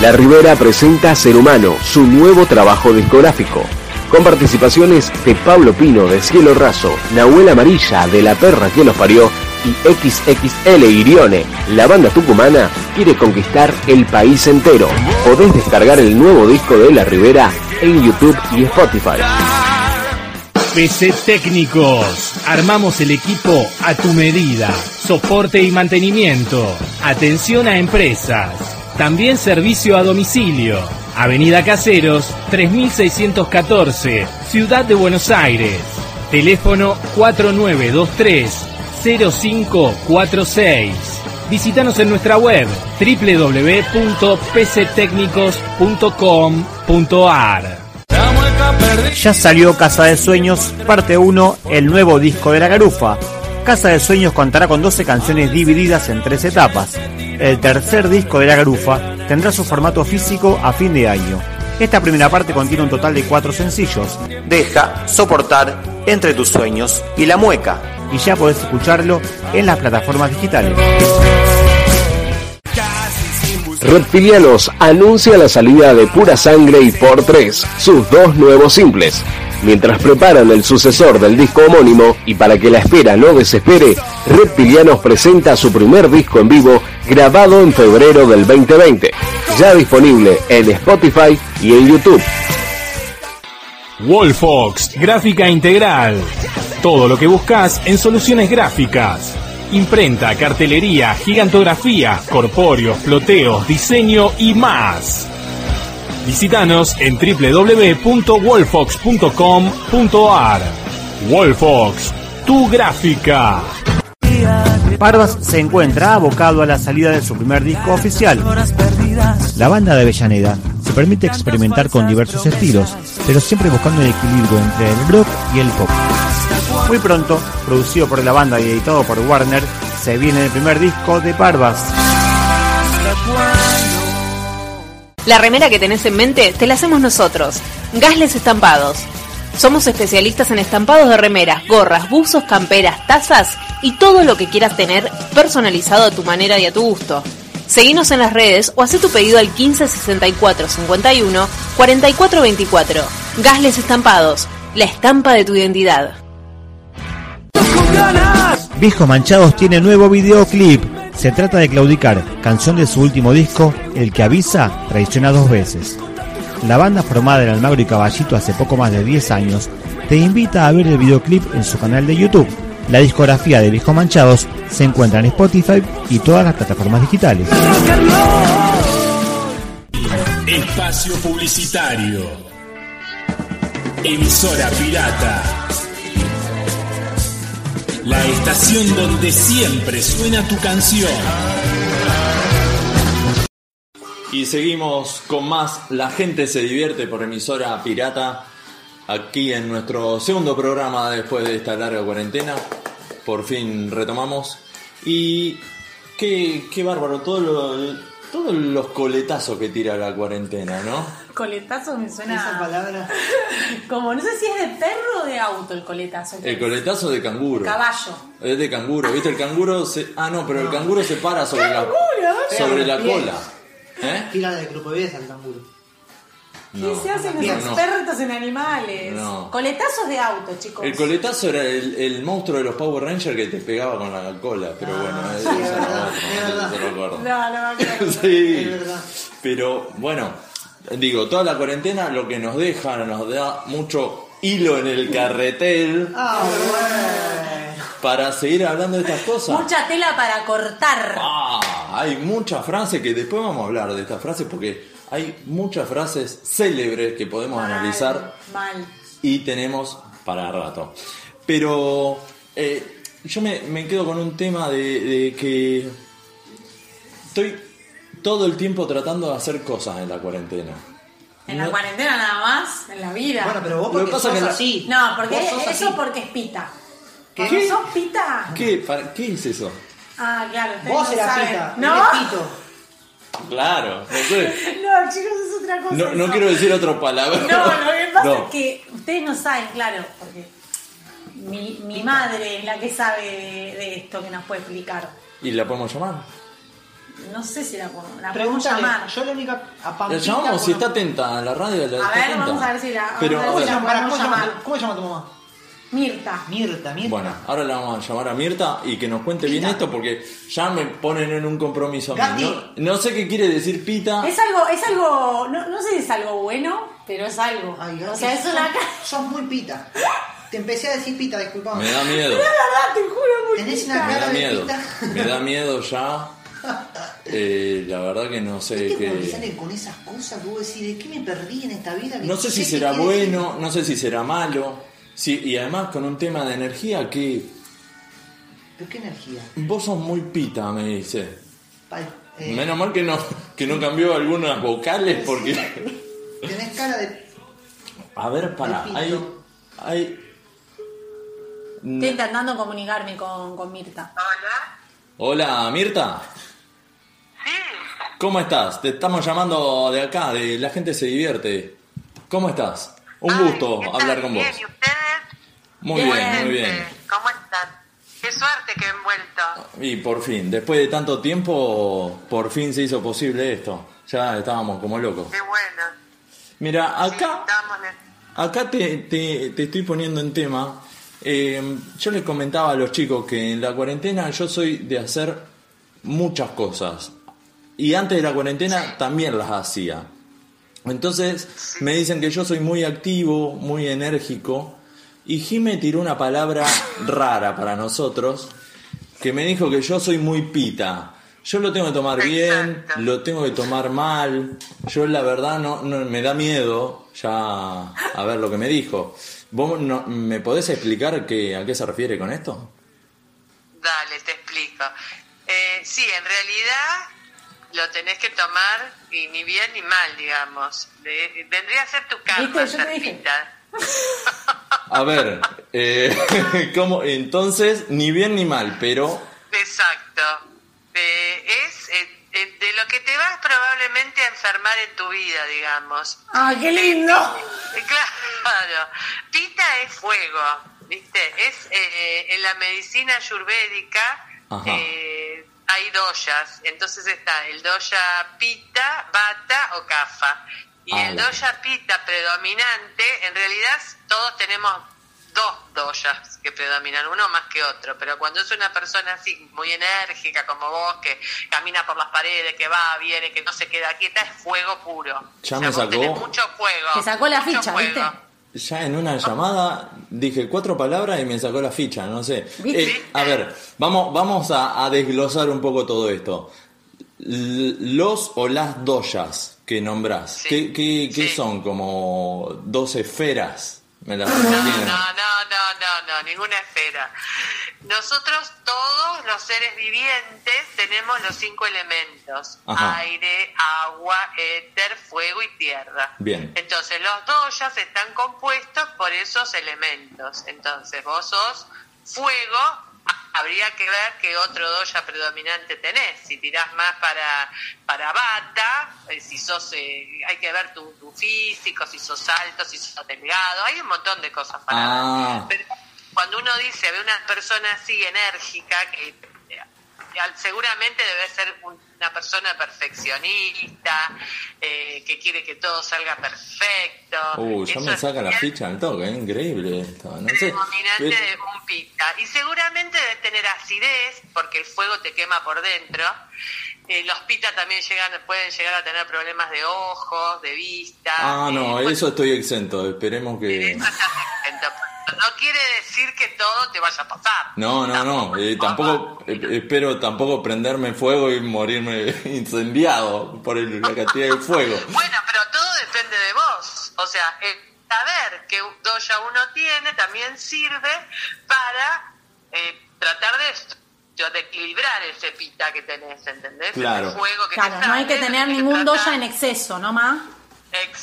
S9: La Rivera presenta Ser Humano, su nuevo trabajo discográfico. Con participaciones de Pablo Pino de Cielo Raso, Nahuel Amarilla de La Perra que los parió y XXL Irione, la banda tucumana quiere conquistar el país entero. Podés descargar el nuevo disco de La Rivera en YouTube y Spotify.
S8: PC Técnicos. Armamos el equipo a tu medida. Soporte y mantenimiento. Atención a empresas. También servicio a domicilio. Avenida Caseros, 3614, Ciudad de Buenos Aires. Teléfono 4923-0546. Visítanos en nuestra web www.pctecnicos.com.ar.
S10: Ya salió Casa de Sueños, parte 1, el nuevo disco de la garufa. Casa de Sueños contará con 12 canciones divididas en tres etapas. el tercer disco de La Garufa, tendrá su formato físico a fin de año. Esta primera parte contiene un total de cuatro sencillos. Deja, soportar, entre tus sueños y la mueca. Y ya podés escucharlo en las plataformas digitales.
S9: Reptilianos anuncia la salida de Pura Sangre y Por 3, sus dos nuevos simples. Mientras preparan el sucesor del disco homónimo y para que la espera no desespere, Reptilianos presenta su primer disco en vivo grabado en febrero del 2020, ya disponible en Spotify y en YouTube.
S8: Wallfox, gráfica integral. Todo lo que buscas en soluciones gráficas. Imprenta, cartelería, gigantografía, corpóreos, floteos, diseño y más. Visítanos en www.wolfox.com.ar. Wolfox, tu gráfica.
S10: Parvas se encuentra abocado a la salida de su primer disco oficial. La banda de Avellaneda se permite experimentar con diversos estilos, pero siempre buscando el equilibrio entre el rock y el pop. Muy pronto, producido por la banda y editado por Warner, se viene el primer disco de Parvas.
S5: La remera que tenés en mente te la hacemos nosotros, Gasles Estampados. Somos especialistas en estampados de remeras, gorras, buzos, camperas, tazas y todo lo que quieras tener personalizado a tu manera y a tu gusto. Seguinos en las redes o haz tu pedido al 15 64 51 44 24. Gasles Estampados, la estampa de tu identidad.
S10: Viejos Manchados tiene nuevo videoclip. Se trata de Claudicar, canción de su último disco, El que avisa, traiciona dos veces. La banda formada en Almagro y Caballito hace poco más de 10 años te invita a ver el videoclip en su canal de YouTube. La discografía de Viejos Manchados se encuentra en Spotify y todas las plataformas digitales.
S8: Espacio publicitario. Emisora pirata. La estación donde siempre suena tu canción.
S1: Y seguimos con más La gente se divierte por emisora pirata. Aquí en nuestro segundo programa después de esta larga cuarentena. Por fin retomamos. Y qué, qué bárbaro, todo lo- todos los coletazos que tira la cuarentena, ¿no?
S3: Coletazo me suena.
S2: Esa palabra.
S3: Como no sé si es de perro o de auto el coletazo. este,
S1: El coletazo de canguro.
S3: Caballo.
S1: Es de canguro, ¿viste? El canguro se. Ah, no, pero el canguro se para sobre la, sobre la
S2: Bien.
S1: cola. ¿Eh?
S2: Tira del grupo 10 al canguro.
S1: No.
S3: ¿Qué se hacen los
S1: No, no.
S3: expertos en animales?
S1: No.
S3: Coletazos de auto, chicos.
S1: El coletazo era el, el monstruo de los Power Rangers que te pegaba con la cola, pero bueno, eh, eso
S2: sí,
S1: no
S2: es
S1: se
S2: verdad, es
S1: lo
S2: verdad.
S1: se lo acuerdo.
S3: No, no, no.
S1: Sí,
S2: Es verdad.
S1: pero bueno, digo, toda la cuarentena lo que nos deja, nos da mucho hilo en el carretel
S2: Ah, bueno.
S1: para seguir hablando de estas cosas.
S3: Mucha tela para cortar.
S1: Ah, hay muchas frases que después vamos a hablar de estas frases porque hay muchas frases célebres que podemos
S3: Mal,
S1: analizar
S3: Mal.
S1: y tenemos para rato. Pero eh, yo me, me quedo con un tema de, de que estoy todo el tiempo tratando de hacer cosas en la cuarentena.
S3: En la
S1: No-
S3: cuarentena nada más, en la vida.
S2: Bueno, pero vos
S1: Lo
S2: porque
S1: que pasa
S2: sos
S1: que la-
S2: así.
S3: No, porque
S2: Vos sos
S3: eso
S2: así.
S3: porque es pita.
S1: ¿Qué?
S3: Cuando sos pita.
S1: ¿Qué, ¿Para- qué es eso?
S3: Ah, claro. ustedes
S2: Vos
S3: no
S2: eras
S3: saben.
S2: pita.
S3: ¿No?
S2: eres pito.
S1: Claro, no sé.
S3: No, chicos, es otra cosa.
S1: No, no
S3: eso.
S1: quiero decir otro palabra.
S3: No, lo que pasa
S1: No.
S3: es que ustedes no saben, claro, porque mi, mi madre es la que sabe de, de esto que nos puede explicar.
S1: ¿Y la podemos llamar?
S3: No sé si la, podemos- la podemos
S2: Pregúntale.
S3: llamar.
S2: Yo la única. A
S1: La
S2: Pampita
S1: llamamos, si está
S2: conozco.
S1: atenta a la radio. La
S3: A
S1: está
S3: ver,
S1: atenta.
S3: vamos a ver si la-
S1: Pero
S3: vamos a
S2: ¿Cómo
S1: ahora,
S3: ver si
S2: llama, pará, ¿cómo
S3: Vamos a
S2: llama-
S3: llamar.
S2: ¿Cómo llama tu mamá?
S3: Mirta.
S2: Mirta, Mirta.
S1: bueno, ahora la vamos a llamar a Mirta y que nos cuente bien
S2: Pita.
S1: esto porque ya me ponen en un compromiso. a mí,
S2: Gati.
S1: ¿no? No sé qué quiere decir Pita.
S3: Es algo, es algo, no, no sé si es algo bueno, pero es algo.
S2: Ay,
S3: o
S2: gracias.
S3: sea, es una
S2: Sos-
S3: cara.
S2: Sos muy pita. Te empecé a decir pita, disculpame.
S1: Me da miedo.
S3: La verdad, te juro, muy
S2: Tenés una
S3: pita.
S1: Me da
S2: cara de
S1: miedo.
S2: pita.
S1: Me da miedo ya. Eh, la verdad que no sé
S2: ¿Viste cuando
S1: qué.
S2: salen con esas cosas que vos decís, ¿de qué me perdí en esta vida? Que
S1: No sé si
S2: qué
S1: será
S2: quiere decir?
S1: bueno, no sé si será malo. Sí, y además con un tema de energía que
S2: Pero qué energía.
S1: vos sos muy pita, me dice.
S2: Pa- eh,
S1: Menos mal que no, que no cambió algunas vocales porque.
S2: Tenés cara de.
S1: A ver, para,
S2: Repito.
S1: hay. hay...
S3: Estoy
S11: Ah,
S3: intentando comunicarme con, con Mirta.
S1: Hola, Mirta. ¿Cómo estás? Te estamos llamando de acá, de La Gente Se Divierte. ¿Cómo estás? Un gusto hablar con vos. Muy bien, muy bien.
S11: ¿Cómo están? Qué suerte que he vuelto.
S1: Y por fin, después de tanto tiempo, por fin se hizo posible esto. Ya estábamos como locos.
S11: Qué bueno.
S1: Mira, acá,
S11: Estamos en-
S1: acá te, te- te estoy poniendo en tema. Eh, yo les comentaba a los chicos que en la cuarentena yo soy de hacer muchas cosas. Y antes de la cuarentena también las hacía. Entonces me dicen que yo soy muy activo, muy enérgico. Y Jime tiró una palabra rara para nosotros, que me dijo que yo soy muy pita. Yo lo tengo que tomar bien, lo tengo que tomar mal. Yo la verdad no, no- me da miedo ya a ver lo que me dijo. ¿Vos no- me podés explicar que, a qué se refiere con esto?
S11: Dale, te explico. Eh, sí, en realidad lo tenés que tomar y ni bien ni mal, digamos. De- vendría a ser tu karma,
S3: ¿Viste? Yo te dije.
S11: Serpita.
S1: A ver, eh, ¿cómo? entonces ni bien ni mal, pero
S11: Exacto. Eh, es eh, eh, de lo que te vas probablemente a enfermar en tu vida, digamos.
S2: ¡Ah, qué lindo!
S11: Eh, Claro, pita es fuego, ¿viste? Es eh, en la medicina ayurvédica
S1: Ajá.
S11: eh, hay doyas, entonces está el doya pita, bata o kafa. Y
S1: Ah,
S11: el
S1: la-
S11: doya pita predominante, en realidad todos tenemos dos doyas que predominan, uno más que otro, pero cuando es una persona así, muy enérgica como vos, que camina por las paredes, que va, viene, que no se queda quieta, es fuego puro.
S1: Ya
S11: O sea,
S1: me
S11: vos
S1: sacó.
S11: tenés mucho fuego.
S3: Te sacó la
S11: mucho
S3: ficha,
S11: fuego.
S3: ¿viste?
S1: Ya en una llamada dije cuatro palabras y me sacó la ficha, no sé.
S3: ¿Viste?
S1: Eh, a ver, vamos, vamos a, a desglosar un poco todo esto. L- los o las doyas que nombrás, ¿qué, qué- qué son? Como dos esferas. Me las
S11: No, no, no, no, no, ninguna esfera. Nosotros todos los seres vivientes tenemos los cinco elementos,
S1: Ajá.
S11: aire, agua, éter, fuego y tierra.
S1: Bien,
S11: Entonces los doyas están compuestos por esos elementos. Entonces vos sos fuego, habría que ver qué otro doya predominante tenés. Si tirás más para, para bata, eh, si sos, eh, hay que ver tu, tu físico, si sos alto, si sos delgado, hay un montón de cosas para
S1: Ah.
S11: ver. Pero cuando uno dice, ve una persona así enérgica, que eh, al- seguramente debe ser un- una persona perfeccionista, eh, que quiere que todo salga perfecto.
S1: uh, ya
S11: Eso
S1: me
S11: es
S1: saca la
S11: el
S1: ficha al toque, ¿eh? increíble esto. No sé.
S11: predominante
S1: Pero-
S11: de un pita. Y seguramente debe tener acidez, porque el fuego te quema por dentro. Eh, los pita también llegan, pueden llegar a tener problemas de ojos, de vista.
S1: Ah,
S11: eh,
S1: no,
S11: bueno,
S1: eso estoy exento, esperemos que...
S11: No quiere decir que todo te vaya a pasar.
S1: No, no, no. eh, tampoco eh, espero tampoco prenderme fuego y morirme incendiado por el- la cantidad de fuego.
S11: Bueno, pero todo depende de vos. O sea, el saber que doya uno tiene también sirve para eh, tratar de, de equilibrar ese pita que tenés, ¿entendés?
S1: Claro.
S11: Ese fuego que te
S3: Claro, no hay que
S11: sale,
S3: tener
S11: tenés
S3: ningún
S11: tratar-
S3: doya en exceso, ¿no, ma?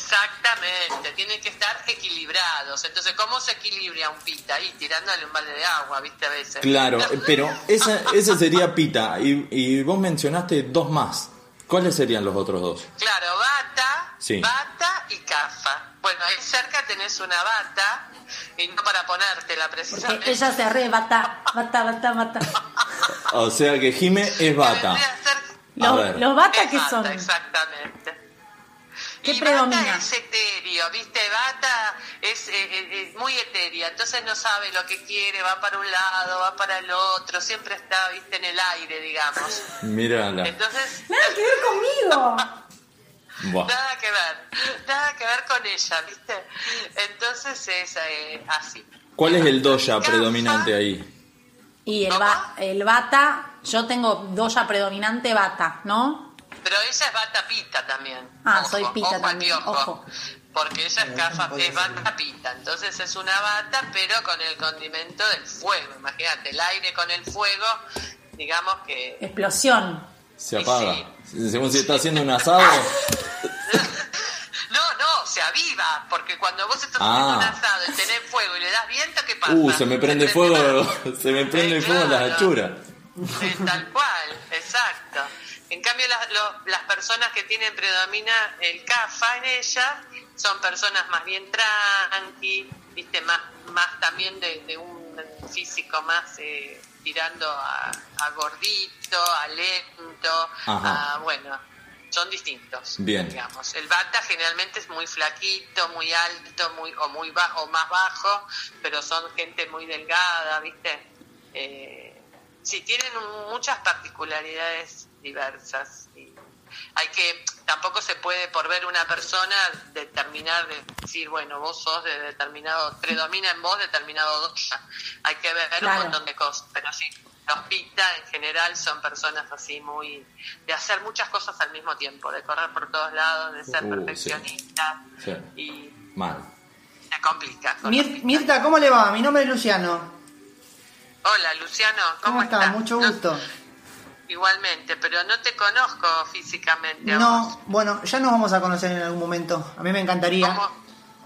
S11: Exactamente, tienen que estar equilibrados. Entonces, ¿cómo se equilibra un pita? Ahí tirándole un balde de agua, ¿viste? A veces.
S1: Claro, eh, pero esa, esa sería pita. Y, y vos mencionaste dos más. ¿Cuáles serían los otros dos?
S11: Claro, bata,
S1: Sí.
S11: bata y cafa. Bueno, ahí cerca tenés una bata, y no para ponértela
S3: Porque
S11: precisamente.
S3: ella se arrebata, bata, bata, bata.
S1: O sea que Jime es bata.
S11: Vendría a ser-
S1: A
S3: Los,
S1: ver.
S3: los bata
S11: es
S3: que
S11: bata,
S3: son.
S11: Exactamente.
S3: ¿Qué
S11: Y
S3: predomina?
S11: Bata es etéreo, ¿viste? Bata es eh, eh, eh, muy etérea, entonces no sabe lo que quiere, va para un lado, va para el otro, siempre está, ¿viste? En el aire, digamos.
S1: Mírala.
S11: Entonces,
S3: Nada que ver conmigo.
S1: Buah.
S11: Nada que ver, nada que ver con ella, ¿viste? Entonces es eh, así.
S1: ¿Cuál es el doya predominante ahí?
S3: Y el, ba- el bata, yo tengo doya predominante bata, ¿no?
S11: Pero ella es bata pita también.
S3: Ah, soy pita
S11: ojo al
S3: también,
S11: piojo.
S3: ojo.
S11: Porque ella es,
S2: Eh, no
S11: cafa-
S2: podía
S11: es
S2: ser.
S11: bata pita, entonces es una bata, pero con el condimento del fuego. Imagínate, el aire con el fuego, digamos que.
S3: Explosión.
S1: Se apaga. Según si está haciendo un asado.
S11: No, no, se aviva, porque cuando vos estás
S1: Ah.
S11: haciendo un asado y tenés fuego y le das viento, ¿qué pasa?
S1: Uh, se me prende fuego.
S11: más.
S1: Se me prende
S11: Eh,
S1: fuego la
S11: claro.
S1: hachura.
S11: Sí, tal cual, exacto. En cambio, las, lo- las personas que tienen predomina el CAFA en ellas son personas más bien tranqui, viste, más, más también de, de un físico más eh, tirando a, a gordito, a lento,
S1: Ajá.
S11: a, bueno, son distintos.
S1: Bien.
S11: Digamos. El bata generalmente es muy flaquito, muy alto, muy o muy bajo, o más bajo, pero son gente muy delgada, viste. Eh, sí, tienen un- muchas particularidades diversas. Y hay que, tampoco se puede por ver una persona determinar, de decir, bueno, vos sos de determinado, predomina en vos determinado dosha. Hay que ver
S3: Claro.
S11: un montón de cosas, pero sí. Los pita en general son personas así muy de hacer muchas cosas al mismo tiempo, de correr por todos lados, de ser
S1: Uh, sí.
S11: perfeccionista
S1: Sí.
S11: y
S1: Mal.
S11: se complica. con los
S2: Mir- Mirta, ¿cómo le va? Mi nombre es Luciano.
S11: Pita. Hola, Luciano, ¿cómo,
S2: ¿Cómo está? Mucho gusto.
S11: Igualmente, pero no te conozco físicamente. a vos.
S2: No, bueno, ya nos vamos a conocer en algún momento. A mí me encantaría.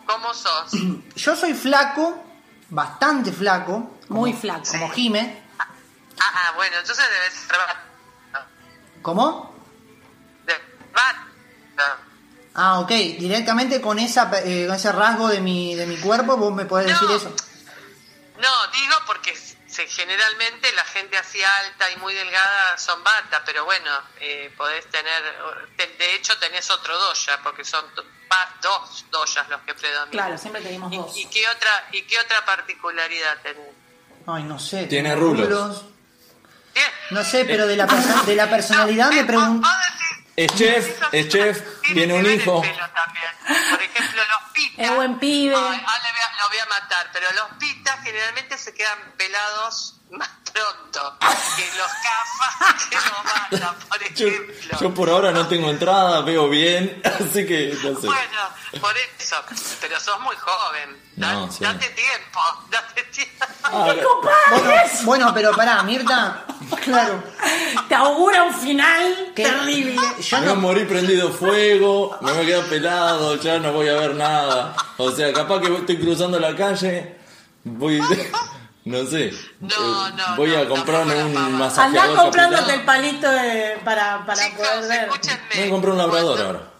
S11: ¿Cómo sos?
S2: Yo soy flaco, bastante flaco.
S3: Muy
S2: como-
S3: flaco.
S2: Como Jime.
S11: Ah, ah, bueno, entonces debes ser bat-
S2: ¿Cómo?
S11: de bat- no.
S2: Ah, ok. Directamente con, esa, eh, con ese rasgo de mi, de mi cuerpo vos me podés decir eso.
S11: No, digo porque se- generalmente la gente así alta y muy delgada son bata, pero bueno, eh, podés tener, te- de hecho tenés otro doya, porque son do- va- dos doyas los que predominan.
S3: Claro, siempre tenemos
S11: ¿Y,
S3: dos.
S11: y qué otra, ¿Y qué otra particularidad tenés?
S2: Ay, no sé.
S1: Tiene
S2: tengo
S1: rulos.
S2: No sé, pero de la, perso- de la personalidad me pregunto.
S1: Es Eh, chef, es chef, tiene un hijo.
S3: Es buen pibe.
S11: Ay, ah, le voy a- lo voy a matar, pero los pitas generalmente se quedan pelados más pronto que los cafas que los matan, por
S1: Yo,
S11: ejemplo.
S1: yo por ahora no tengo entrada, veo bien, así que no sé.
S11: Bueno, por eso, pero sos muy joven.
S1: No, sí. Ah,
S11: Date tiempo, date tiempo.
S2: Bueno, bueno, pero pará, Mirta. Claro.
S3: Te augura un final terrible.
S2: Yo
S1: Me voy a
S2: no,
S1: morir prendido fuego, me voy a quedar pelado, ya no voy a ver nada. O sea, capaz que estoy cruzando la calle, voy. No sé. eh, voy a comprarme un masajeador.
S3: Andás comprándote
S1: capilar.
S3: el palito de- para, para poder ver.
S1: Me voy a comprar un labrador ahora.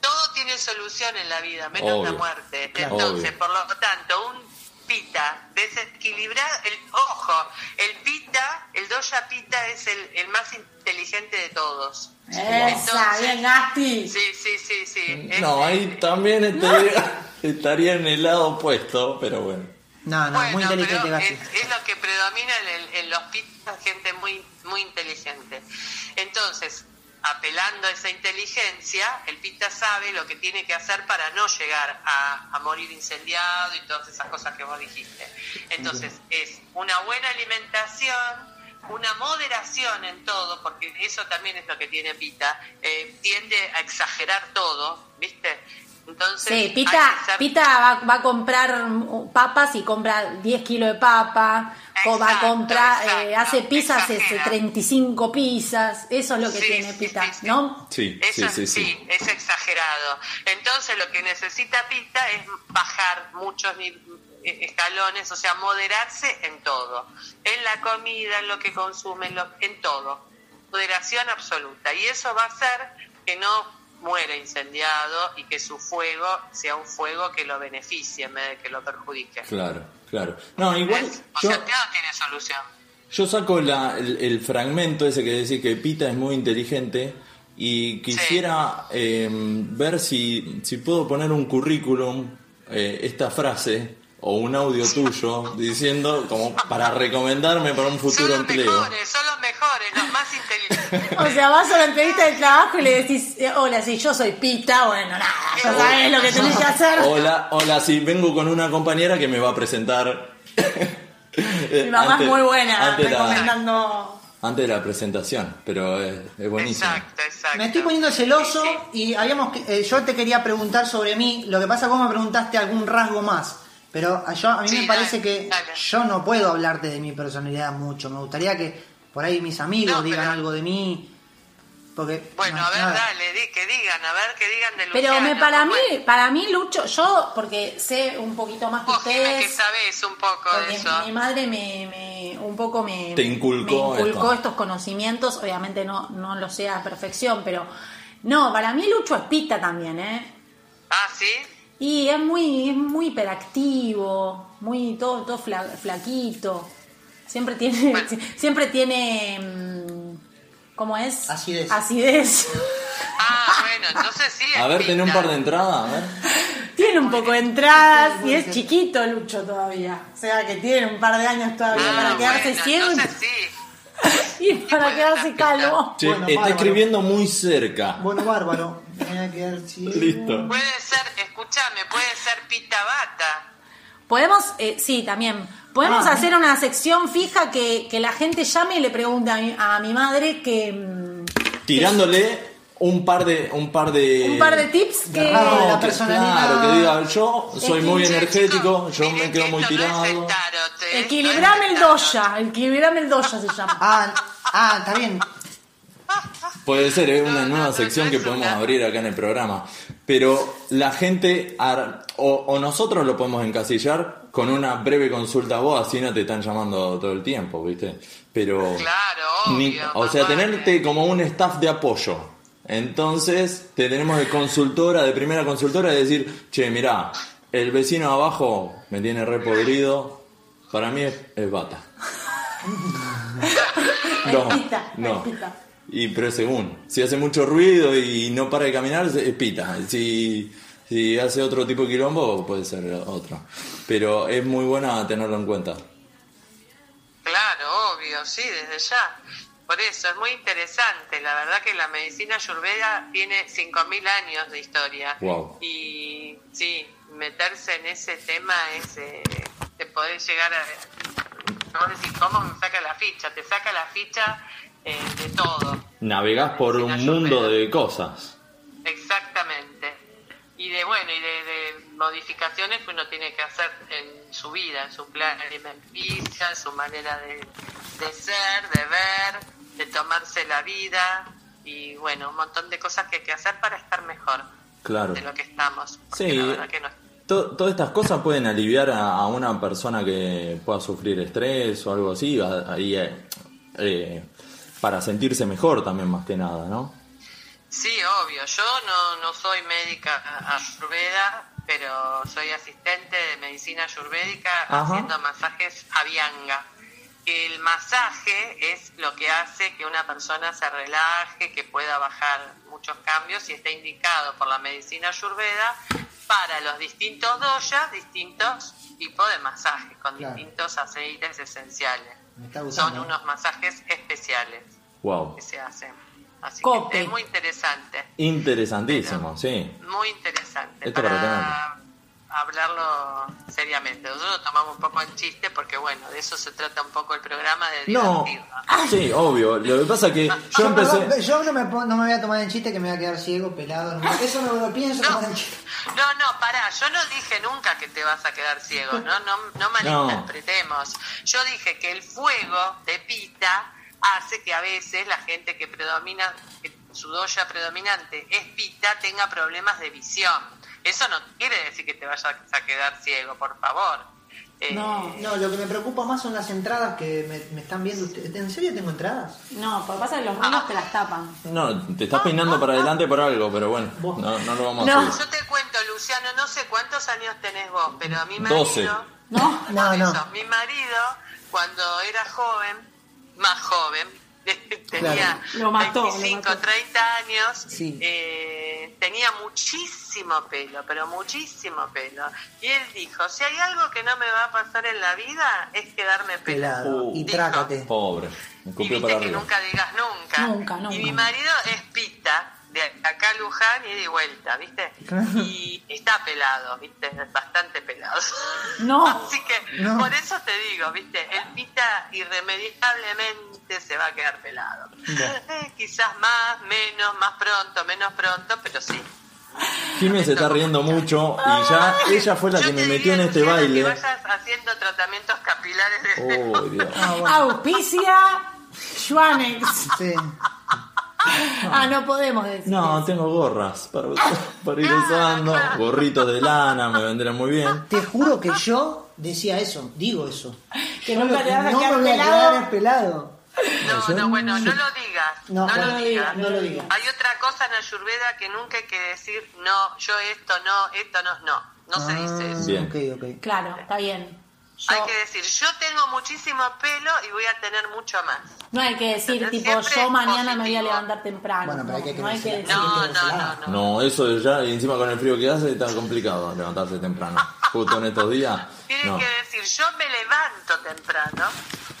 S11: Todo tiene solución en la vida, menos la
S1: Obvio.
S11: muerte.
S1: Claro.
S11: Entonces,
S1: Obvio.
S11: por lo tanto, un pita desequilibrado, el ojo, el pita, el doya pita es el, el más inteligente de todos.
S3: Esa,
S11: Entonces-
S3: bien, Gasti.
S11: Sí, sí, sí, sí. Es-
S1: No, ahí también estaría, estaría en el lado opuesto, pero bueno.
S2: no, no, muy
S11: Bueno,
S2: inteligente,
S11: pero
S2: Gasti.
S11: es, es lo que predomina en, el- en los pizzas, gente muy, muy inteligente. Entonces, apelando a esa inteligencia, el pita sabe lo que tiene que hacer para no llegar a, a morir incendiado y todas esas cosas que vos dijiste. Entonces, es una buena alimentación, una moderación en todo, porque eso también es lo que tiene pita, eh, tiende a exagerar todo, ¿viste? Entonces,
S3: Sí,
S11: hay
S3: Pita,
S11: que ser-
S3: Pita va, va a comprar mm, papas y compra 10 kilos de papa. o va a
S11: Exacto,
S3: comprar,
S11: exacto,
S3: eh, hace pizzas, este,
S11: exagera.
S3: 35 pizzas. Eso es lo que
S11: Sí,
S3: tiene
S11: sí,
S3: Pita,
S11: sí, sí.
S3: ¿no?
S1: Sí,
S11: Eso
S1: sí, sí,
S11: es-
S1: sí.
S11: es exagerado. Entonces lo que necesita Pita es bajar muchos ni- e- escalones, o sea, moderarse en todo, en la comida, en lo que consume, en, lo- en todo. Moderación absoluta. Y eso va a hacer que no muera incendiado y que su fuego sea un fuego que lo beneficie en vez de que lo perjudique.
S1: Claro, claro. No, igual
S11: ¿Ves? O
S1: yo,
S11: sea, todo tiene solución.
S1: yo saco la- el, el fragmento ese que decís que Pita es muy inteligente y quisiera eh, ver si, si puedo poner un currículum, eh, esta frase o un audio tuyo diciendo como para recomendarme para un futuro
S11: Son los
S1: empleo.
S11: mejores, son los mejores, los más inteligentes.
S3: O sea, vas a la entrevista de trabajo y le decís, eh, hola, si yo soy Pita, bueno, nada, ya sabes lo que tenés que hacer.
S1: Hola, hola, sí, vengo con una compañera que me va a presentar.
S3: Mi mamá
S1: Antes-
S3: es muy buena
S1: antes la-
S3: recomendando.
S1: Antes de la presentación, pero es, es buenísimo.
S2: Me estoy poniendo celoso y habíamos que- eh, yo te quería preguntar sobre mí. Lo que pasa es que vos me preguntaste algún rasgo más. Pero a, yo- a mí
S11: Sí,
S2: me parece
S11: dale,
S2: que
S11: dale.
S2: yo no puedo hablarte de mi personalidad mucho. Me gustaría que por ahí mis amigos
S11: No,
S2: digan
S11: pero-
S2: algo de mí. Porque,
S11: Bueno,
S2: no,
S11: a ver,
S2: nada.
S11: dale, di, que digan, a ver, que digan de Luciano.
S3: Pero me, para mí, para mí Lucho, yo porque sé un poquito
S11: Oh,
S3: más que ustedes.
S11: sabes un poco
S3: porque
S11: de eso.
S3: Mi madre me, me- un poco me,
S1: Te inculcó
S3: me inculcó
S1: esto.
S3: estos conocimientos, obviamente no, no lo sé a perfección, pero no, para mí Lucho es pita también, ¿eh?
S11: Ah, sí.
S3: Y es muy, es muy hiperactivo, muy todo, todo fla- flaquito. Siempre tiene, siempre tiene mm, ¿cómo es? Acidez. Acidez.
S11: Ah, bueno, entonces sí.
S1: A ver, tené un par de entradas, a ver.
S3: Tiene un poco de entradas y es chiquito Lucho todavía. O sea que tiene un par de años todavía para quedarse ciego. y para quedarse calvo.
S1: Che,
S2: Bueno,
S1: está
S2: bárbaro.
S1: escribiendo muy cerca.
S2: Bueno, bárbaro. Me voy a quedar ciego.
S1: Listo.
S11: Puede ser, escúchame, puede ser pita bata.
S3: Podemos, eh, sí, también. Podemos
S11: Ah.
S3: hacer una sección fija que, que la gente llame y le pregunte a mi, a mi madre que mm,
S1: Tirándole un par de. Un par de.
S3: un par Eh, de tips que
S1: No, que- Claro, que diga, yo soy muy energético, yo me quedo muy tirado.
S3: Equilibrame el doya, equilibrame el doya se llama.
S2: Ah, ah, está bien.
S1: Puede ser, es una nueva sección que podemos abrir acá en el programa. Pero la gente, ar- o, o nosotros lo podemos encasillar con una breve consulta a vos, así no te están llamando todo el tiempo, ¿viste? Pero.
S11: Claro,
S1: ni- O sea, tenerte como un staff de apoyo. Entonces, te tenemos de consultora, de primera consultora, y decir, che, mirá, el vecino de abajo me tiene re podrido, para mí es, es bata. No, no. Y pero según, si hace mucho ruido y no para de caminar, se- es pita. Si, si hace otro tipo de quilombo, puede ser otra. Pero es muy buena tenerlo en cuenta.
S11: Claro, obvio, sí, desde ya. Por eso es muy interesante. La verdad que la medicina ayurveda tiene 5.000 años de historia.
S1: Wow.
S11: Y sí, meterse en ese tema es eh, te podés llegar a no decir cómo me saca la ficha, te saca la ficha eh, de todo,
S1: Navegás por un mundo de cosas.
S11: exactamente. Y de bueno, y de, de modificaciones que uno tiene que hacer en su vida, en su plan alimenticio, en su manera de, de ser, de ver, de tomarse la vida y bueno, un montón de cosas que hay que hacer para estar mejor
S1: Claro.
S11: de lo que estamos. porque
S1: Sí.
S11: la verdad que no
S1: To- todas estas cosas pueden aliviar a, a una persona que pueda sufrir estrés o algo así, a- ahí, eh, eh, para sentirse mejor también más que nada, ¿no?
S11: Sí, obvio. Yo no, no soy médica ayurveda, pero soy asistente de medicina ayurvédica
S1: Ajá.
S11: haciendo masajes a Bianga. El masaje es lo que hace que una persona se relaje, que pueda bajar muchos cambios y está indicado por la medicina ayurveda para los distintos doyas, distintos tipos de masajes con
S2: Claro.
S11: distintos aceites esenciales.
S2: Me está
S11: Son
S2: gustando. ¿eh?
S11: unos masajes especiales
S1: Wow.
S11: que se hacen. Así
S1: Cope.
S11: que es muy interesante,
S1: Interesantísimo, sí.
S11: muy interesante.
S1: Esto para tenerlo.
S11: Hablarlo seriamente. Nosotros lo tomamos un poco en chiste porque, bueno, de eso se trata un poco el programa. De
S1: No, Ah, sí, obvio. Lo que pasa es que yo empecé...
S2: Ah, Perdón, yo no me, pon- no me voy a tomar en chiste que me voy a quedar ciego, pelado. no me- Eso no me lo pienso tomar en chiste.
S11: No, no, pará, yo no dije nunca que te vas a quedar ciego, no, no, no malinterpretemos. Yo dije que el fuego de pita hace que a veces la gente que predomina, que su doya predominante es pita, tenga problemas de visión. Eso no quiere decir que te vayas a quedar ciego, por favor. Eh,
S2: No, no, lo que me preocupa más son las entradas que me, me están viendo ustedes. ¿En serio tengo entradas?
S3: No, porque pasa que los ruidos te las tapan.
S1: No, te
S2: Ah,
S1: estás peinando para adelante por algo, pero bueno, no, no lo vamos a
S11: No,
S1: hacer.
S11: yo te cuento, Luciano, no sé cuántos años tenés vos, pero a mi marido,
S1: 12.
S3: No,
S2: no, no.
S11: mi marido, cuando era joven, más joven, Eh, tenía
S3: Claro. Lo mató, lo
S11: 25,
S3: mató.
S11: 30 años,
S2: Sí.
S11: eh, tenía muchísimo pelo, pero muchísimo pelo. Y él dijo, si hay algo que no me va a pasar en la vida, es quedarme pelado.
S2: Pelado. Y
S11: Dijo,
S2: trácate.
S1: Pobre, me cumplió para
S11: Uh. que
S1: arriba.
S11: nunca digas nunca.
S3: Nunca, nunca.
S11: Y mi marido es pita, de acá a Luján y de vuelta, ¿viste? Y está pelado, ¿viste? Bastante pelado.
S3: No.
S11: Así que
S3: No.
S11: por eso te digo, ¿viste? El pita irremediablemente se va a quedar pelado. Eh, quizás más, menos, más pronto, menos pronto, pero sí.
S1: Jimmy se está riendo mucho y ya ella fue la que me metió en este
S11: Que
S1: baile.
S11: vayas haciendo tratamientos capilares de
S3: Ah,
S1: Oh, Dios.
S3: Auspicia Juanex.
S2: Sí.
S3: Ah, no podemos decir.
S1: No, tengo gorras para, para
S11: Ah,
S1: ir usando, gorritos de lana, me vendrán muy bien.
S2: Te juro que yo decía eso, digo eso.
S3: Que
S2: no,
S3: nunca
S2: me-
S3: te vas a
S2: no me
S3: quedar
S2: voy a
S3: pelado.
S2: quedar pelado.
S11: No, no, bueno, no lo digas.
S2: No,
S11: No,
S2: bueno,
S11: lo digas.
S2: no lo digas.
S11: Hay otra cosa en Ayurveda que nunca hay que decir, no, yo esto no, esto no, no. No se dice eso.
S2: Ah, Ok, ok.
S3: Claro, está bien.
S11: Hay que decir, yo tengo muchísimo pelo y voy a tener mucho más.
S3: No hay que decir,
S11: Entonces,
S3: tipo,
S11: siempre
S3: yo mañana me voy a levantar temprano.
S2: Bueno, pero hay
S3: no,
S2: que
S3: no hay que
S2: decir-
S3: decir.
S11: No, no, no, no.
S1: No, eso ya, y encima con el frío que hace, está complicado levantarse temprano. Justo en estos días,
S11: Tienen
S1: no.
S11: que decir, yo me levanto temprano.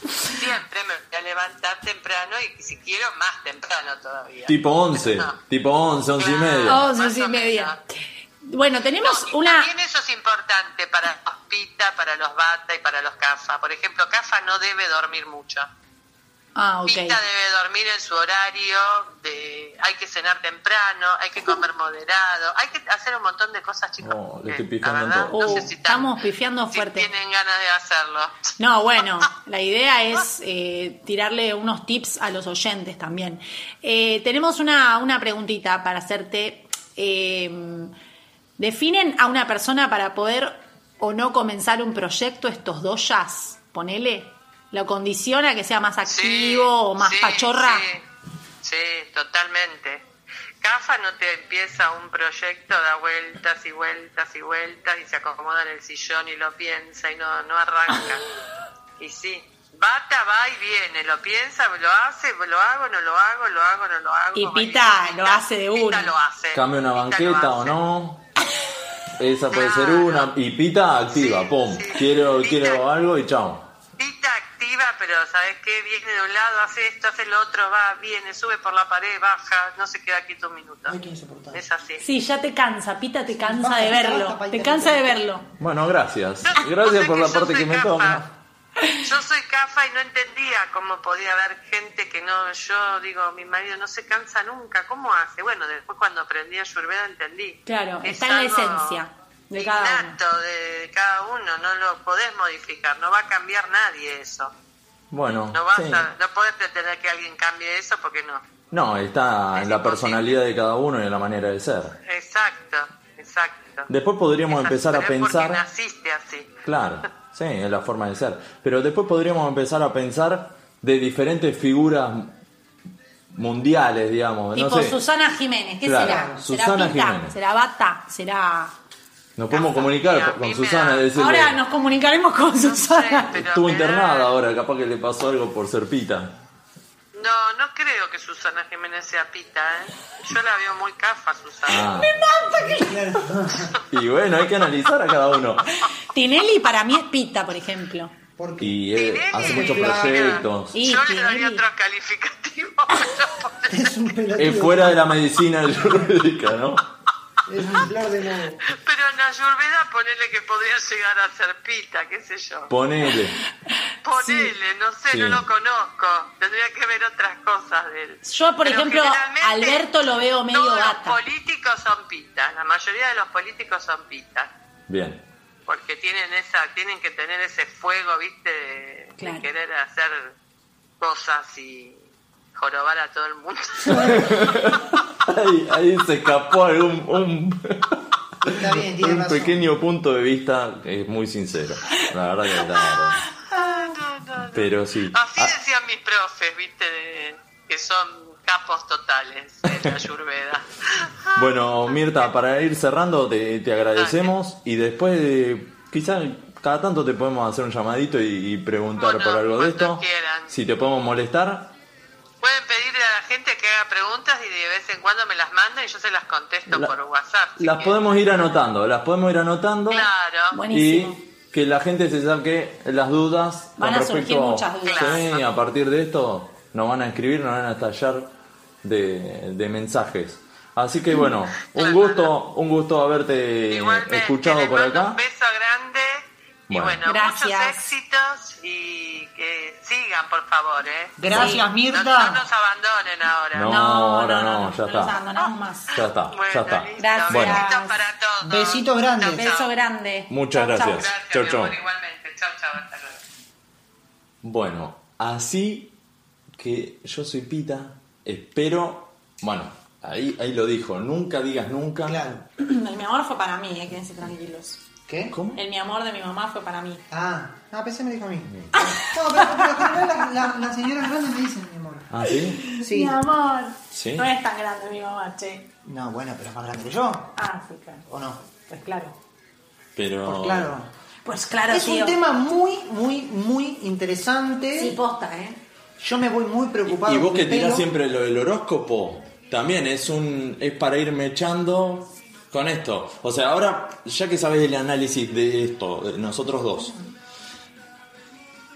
S11: Siempre me voy a levantar temprano y si quiero, más temprano todavía.
S1: Tipo 11,
S11: Ah.
S1: tipo 11, 11 y media.
S3: Oh, sí, sí, media. Bueno, tenemos una.
S11: También eso es importante para los pita, para los bata y para los cafa. Por ejemplo, cafa no debe dormir mucho.
S3: Ah, ok.
S11: Pita debe dormir en su horario, de, hay que cenar temprano, hay que comer moderado, hay que hacer un montón de cosas, chicos.
S1: Oh, le estoy
S11: que,
S1: picando
S11: Eh, la
S1: en
S11: verdad,
S1: todo.
S3: Oh,
S11: no sé si tan-
S3: estamos pifiando
S11: si
S3: fuerte.
S11: tienen ganas de hacerlo.
S3: No, bueno, la idea es eh, tirarle unos tips a los oyentes también. Eh, tenemos una, una preguntita para hacerte. Eh, ¿Definen a una persona para poder o no comenzar un proyecto estos dos jazz? Ponele. ¿Lo condiciona que sea más activo o más
S11: sí,
S3: pachorra?
S11: Sí, Sí, totalmente. Cafa no te empieza un proyecto, da vueltas y vueltas y vueltas y se acomoda en el sillón y lo piensa y no, no arranca. y sí, bata, va y viene, lo piensa, lo hace, lo hago, no lo hago, lo hago, no lo hago.
S3: Y
S11: va
S3: Pita lo hace de
S11: Pita
S3: una.
S11: lo hace.
S1: Cambia una
S11: Pita lo
S1: banqueta o
S11: hace.
S1: no. Esa puede ser una. Y pita activa, pum. Quiero, quiero algo y chao.
S11: Pita activa, pero ¿sabes qué? Viene de un lado, hace esto, hace lo otro, va, viene, sube por la pared, baja, no se queda quieto un minuto.
S2: Ay, qué insoportable.
S11: Es así.
S3: Sí, ya te cansa, Pita te cansa
S2: basta, ya
S3: de verlo.
S2: basta, Paita,
S3: Te
S2: que
S3: cansa
S2: te-
S3: de verlo.
S1: Bueno, gracias.
S11: O sea
S1: Gracias por
S11: que
S1: la
S11: yo
S1: parte
S11: soy
S1: que me
S11: cafa.
S1: toca.
S11: Yo soy cafa y no entendía cómo podía haber gente que no, yo digo, mi marido no se cansa nunca, ¿cómo hace? Bueno, después cuando aprendí a Ayurveda entendí.
S3: Claro,
S11: Es
S3: está en la
S11: algo
S3: esencia de cada uno.
S11: innato de cada uno, no lo podés modificar, no va a cambiar nadie eso.
S1: Bueno,
S11: No vas
S1: sí.
S11: a- no podés pretender que alguien cambie eso porque no.
S1: No, está en la personalidad de cada uno y en la manera de ser.
S11: Exacto, exacto.
S1: Después podríamos
S11: Es así,
S1: empezar a
S11: pero es porque
S1: pensar.
S11: naciste así.
S1: Claro, sí, es la forma de ser. Pero después podríamos empezar a pensar de diferentes figuras mundiales, digamos.
S3: Tipo
S1: no sé,
S3: Susana Jiménez, ¿qué
S1: Claro,
S3: será?
S1: Susana
S3: ¿Será Pita?
S1: Jiménez.
S3: ¿Será Bata? ¿Será...?
S1: nos podemos comunicar
S11: Mira, a
S1: con
S11: mí
S1: Susana
S11: me
S1: y
S11: da-
S1: decirle,
S3: Ahora nos comunicaremos con Susana.
S11: pero
S1: estuvo
S11: me da-
S1: internada ahora, capaz que le pasó algo por ser pita.
S11: No, no creo que Susana Jiménez sea pita, ¿eh? Yo la veo muy cafa, Susana.
S1: Ah,
S2: Claro.
S1: y bueno, hay que analizar a cada uno.
S3: Tinelli para mí es Pita, por ejemplo.
S2: ¿Por qué?
S1: Y él
S11: Tinelli,
S1: hace muchos
S11: claro.
S1: proyectos.
S3: Y
S11: Yo le
S3: Tinelli.
S11: daría otros calificativos.
S2: Es un
S1: Es
S2: pelotudo.
S1: fuera de la medicina jurídica, ¿no?
S2: Es un flor de nuevo.
S11: Pero en Ayurveda ponele que podría llegar a ser pita, qué sé yo.
S1: Ponele.
S11: Ponele, no sé,
S1: Sí.
S11: no lo conozco. Tendría que ver otras cosas de él.
S3: Yo, por
S11: Pero
S3: ejemplo,
S11: generalmente
S3: Alberto lo veo medio
S11: Todos los
S3: gata.
S11: políticos son pitas, la mayoría de los políticos son pitas.
S1: Bien.
S11: porque tienen esa tienen que tener ese fuego viste de, de
S3: Claro.
S11: querer hacer cosas y jorobar a todo el mundo
S1: Ahí, ahí se escapó algún un,
S2: Está bien, tiene
S1: un
S2: razón.
S1: pequeño punto de vista que es muy sincero. La verdad que la verdad. Pero sí.
S11: así
S1: Ah,
S11: decían mis profes viste de- que son capos totales en la Ayurveda
S1: bueno, Mirta, para ir cerrando, te, te agradecemos y después de, quizás cada tanto te podemos hacer un llamadito y, y preguntar
S11: Bueno,
S1: por algo de esto.
S11: cuando quieran.
S1: Si te podemos molestar,
S11: pueden pedirle a la gente que haga preguntas y de vez en cuando me las manda y yo se las contesto
S1: La-
S11: por WhatsApp si
S1: las
S11: quieren.
S1: podemos ir anotando, las podemos ir anotando.
S11: claro
S3: Buenísimo.
S1: Y que la gente se saque las dudas
S3: Van
S1: con
S3: a surgir
S1: respecto
S3: muchas dudas.
S1: Sí, a partir de esto nos van a escribir, nos van a estallar de, de mensajes. Así que bueno,
S3: Mm,
S1: un gusto, un gusto haberte
S11: Igualmente,
S1: escuchado
S11: les
S1: por
S11: mando
S1: acá.
S11: Un beso grande.
S1: Bueno.
S11: Y bueno, muchos
S3: Gracias.
S11: éxitos y que sigan, por favor. ¿eh?
S2: Gracias,
S11: Sí.
S2: Mirta.
S11: No, no nos abandonen ahora.
S1: No, ahora no, ya
S3: nos
S1: está.
S3: abandonamos más.
S1: Ya está,
S11: Bueno,
S1: ya está.
S11: listo.
S3: Gracias.
S1: Bueno,
S11: Besitos para todos.
S2: Besitos grandes.
S11: Chau, chau.
S3: Beso grande.
S1: Muchas
S3: Chau, chau.
S1: gracias.
S11: Gracias,
S1: Chau,
S11: mi
S1: chau.
S11: amor, igualmente. Chau, chau. Hasta luego.
S1: bueno, así que yo soy Pita, espero Bueno, ahí, ahí lo dijo, nunca digas nunca. Claro.
S3: El mi amor fue para mí, eh, quédense tranquilos.
S2: ¿Qué?
S3: El mi amor de mi mamá fue para mí.
S2: Ah, ah, pensé me dijo a mí. No, pero, pero por lo general las la, las señoras grandes me dicen mi amor.
S1: Ah, ¿sí?
S2: Sí.
S3: Mi amor.
S1: Sí.
S3: No es tan grande mi mamá, che.
S2: No, bueno, pero es más grande que yo,
S3: Ah, sí, claro.
S2: ¿o no?
S3: Pues claro.
S1: Pero.
S2: Claro.
S3: Pues claro,
S2: es
S3: tío.
S2: un tema muy, muy, muy interesante.
S3: Sí, posta, ¿eh?
S2: Yo me voy muy preocupado.
S1: Y vos
S2: por
S1: que
S2: mi
S1: tirás
S2: pelo.
S1: siempre lo del horóscopo, también es un es para ir mechando con esto. O sea, ahora ya que sabés el análisis de esto, de nosotros dos,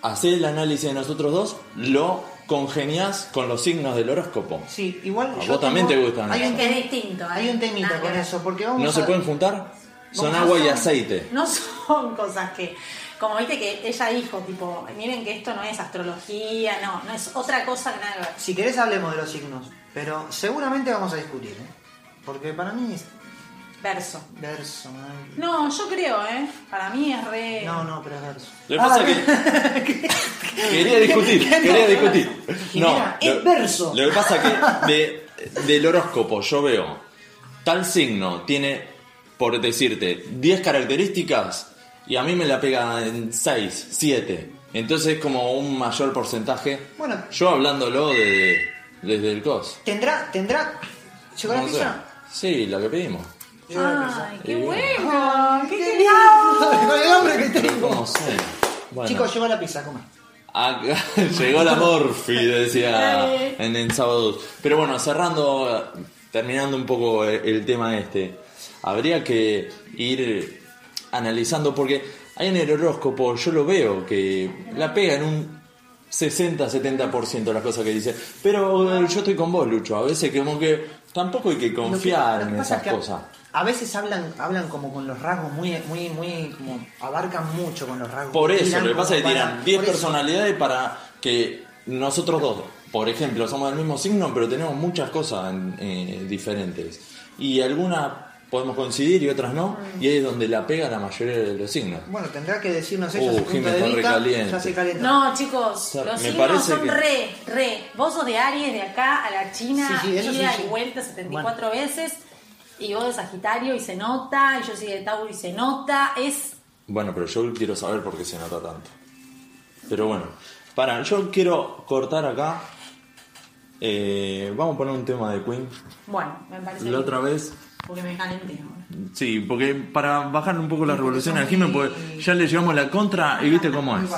S1: hacés el análisis de nosotros dos, lo congeniás con los signos del horóscopo.
S2: Sí, igual.
S1: A
S2: yo
S1: vos también
S2: tengo-
S1: te gustan
S2: Hay un,
S1: esas.
S3: Que es distinto. ¿eh?
S2: hay un temita
S3: Nada
S2: con
S3: que ver.
S2: eso, porque vamos
S1: ¿No se
S2: a-
S1: pueden juntar? Son
S3: Vamos a
S1: agua y
S3: hacer-
S1: aceite.
S3: No son cosas que, como viste que ella dijo, tipo, miren que esto no es astrología, no, no es otra cosa que nada que ver.
S2: Si querés hablemos de los signos, pero seguramente vamos a discutir, ¿eh? Porque para mí es
S3: Verso.
S2: verso. ¿eh?
S3: No, yo creo, ¿eh? Para mí es re...
S2: No, no, pero es verso.
S1: Lo que pasa es que Quería discutir,
S2: Que no,
S1: quería discutir. No,
S2: Jimena,
S1: lo-
S2: es verso.
S1: Lo que pasa que de- del horóscopo yo veo tal signo tiene, por decirte, 10 características y a mí me la pega en 6, 7. Entonces es como un mayor porcentaje.
S2: Bueno.
S1: Yo hablándolo de- desde el COS.
S2: ¿Tendrá, tendrá? ¿Llegó la
S1: No sé.
S2: pizza?
S1: Sí, lo que pedimos.
S2: Llegó la pizza.
S3: Ay, qué
S1: Y
S3: bueno, qué
S2: qué
S3: genial.
S2: Con el hambre que
S1: Pero
S2: tengo.
S1: como sé. Bueno,
S2: Chicos, llegó la pizza, come.
S1: Acá Ah, llegó la Morphy, decía
S3: Dale.
S1: en el sábado. Pero bueno, cerrando, terminando un poco el, el tema este, habría que ir analizando, porque ahí en el horóscopo yo lo veo que la pega en un 60-70% las cosas que dice. Pero eh, yo estoy con vos, Lucho. A veces como que tampoco hay que
S2: Lo que-
S1: confiar
S2: lo que
S1: en
S2: pasa
S1: esas
S2: es que a-
S1: cosas.
S2: A veces hablan, hablan como con los rasgos muy, muy, muy, como abarcan mucho con los rasgos.
S1: Por eso,
S2: Tiran
S1: lo que pasa es que
S2: como para-
S1: tiran 10
S2: por eso.
S1: personalidades para que nosotros dos, por ejemplo, somos del mismo signo, pero tenemos muchas cosas eh, diferentes. Y algunas podemos coincidir y otras no, y ahí es donde la pega la mayoría de los signos.
S2: Bueno, tendrá que decirnos ella
S1: Uh,
S2: su punto
S1: Jimmy
S2: de
S1: está
S2: vista.
S1: recaliente.
S2: Ya se calentó.
S3: No, chicos,
S1: sea,
S3: los
S1: me
S3: signos
S1: parece
S3: son
S1: que-
S3: re, re. Vos sos de Aries, de acá a la China,
S2: Sí, sí, eso sí,
S3: ida
S2: sí.
S3: y vuelta 74 veces. Y vos de Sagitario y se nota, y yo soy de Tauro y se nota. Es
S1: Bueno, pero yo quiero saber por qué se nota tanto. Pero bueno, para, yo quiero cortar acá. Eh, vamos a poner un tema de Queen.
S3: bueno, me parece.
S1: La
S3: bien,
S1: otra vez
S3: Porque me calenté. ahora.
S1: Sí, porque para bajar un poco las revoluciones al Jimen, porque ya le llevamos la contra y viste cómo es.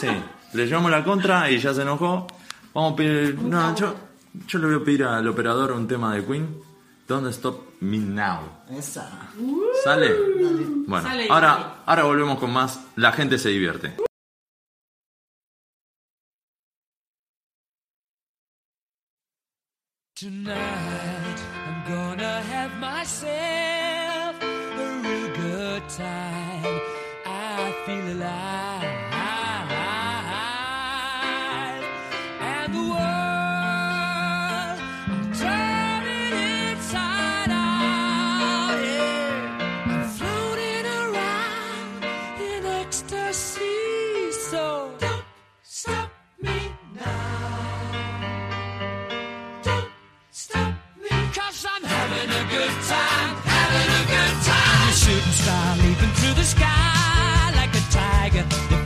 S1: Sí, le llevamos la contra y ya se enojó. Vamos a pedir. No, yo, yo le voy a pedir al operador un tema de Queen. Don't stop me now.
S2: Esa.
S1: ¿Sale? Bueno,
S3: Sale, sale.
S1: ahora, ahora volvemos con más. La gente se divierte.
S4: Tonight, I'm gonna have myself a real good time. I feel alive. And the world, I'm turning inside out. Yeah. I'm floating around in ecstasy. So don't stop me now. Don't stop me, cause I'm having a good time, having a good time. A shooting star leaping through the sky like a tiger. The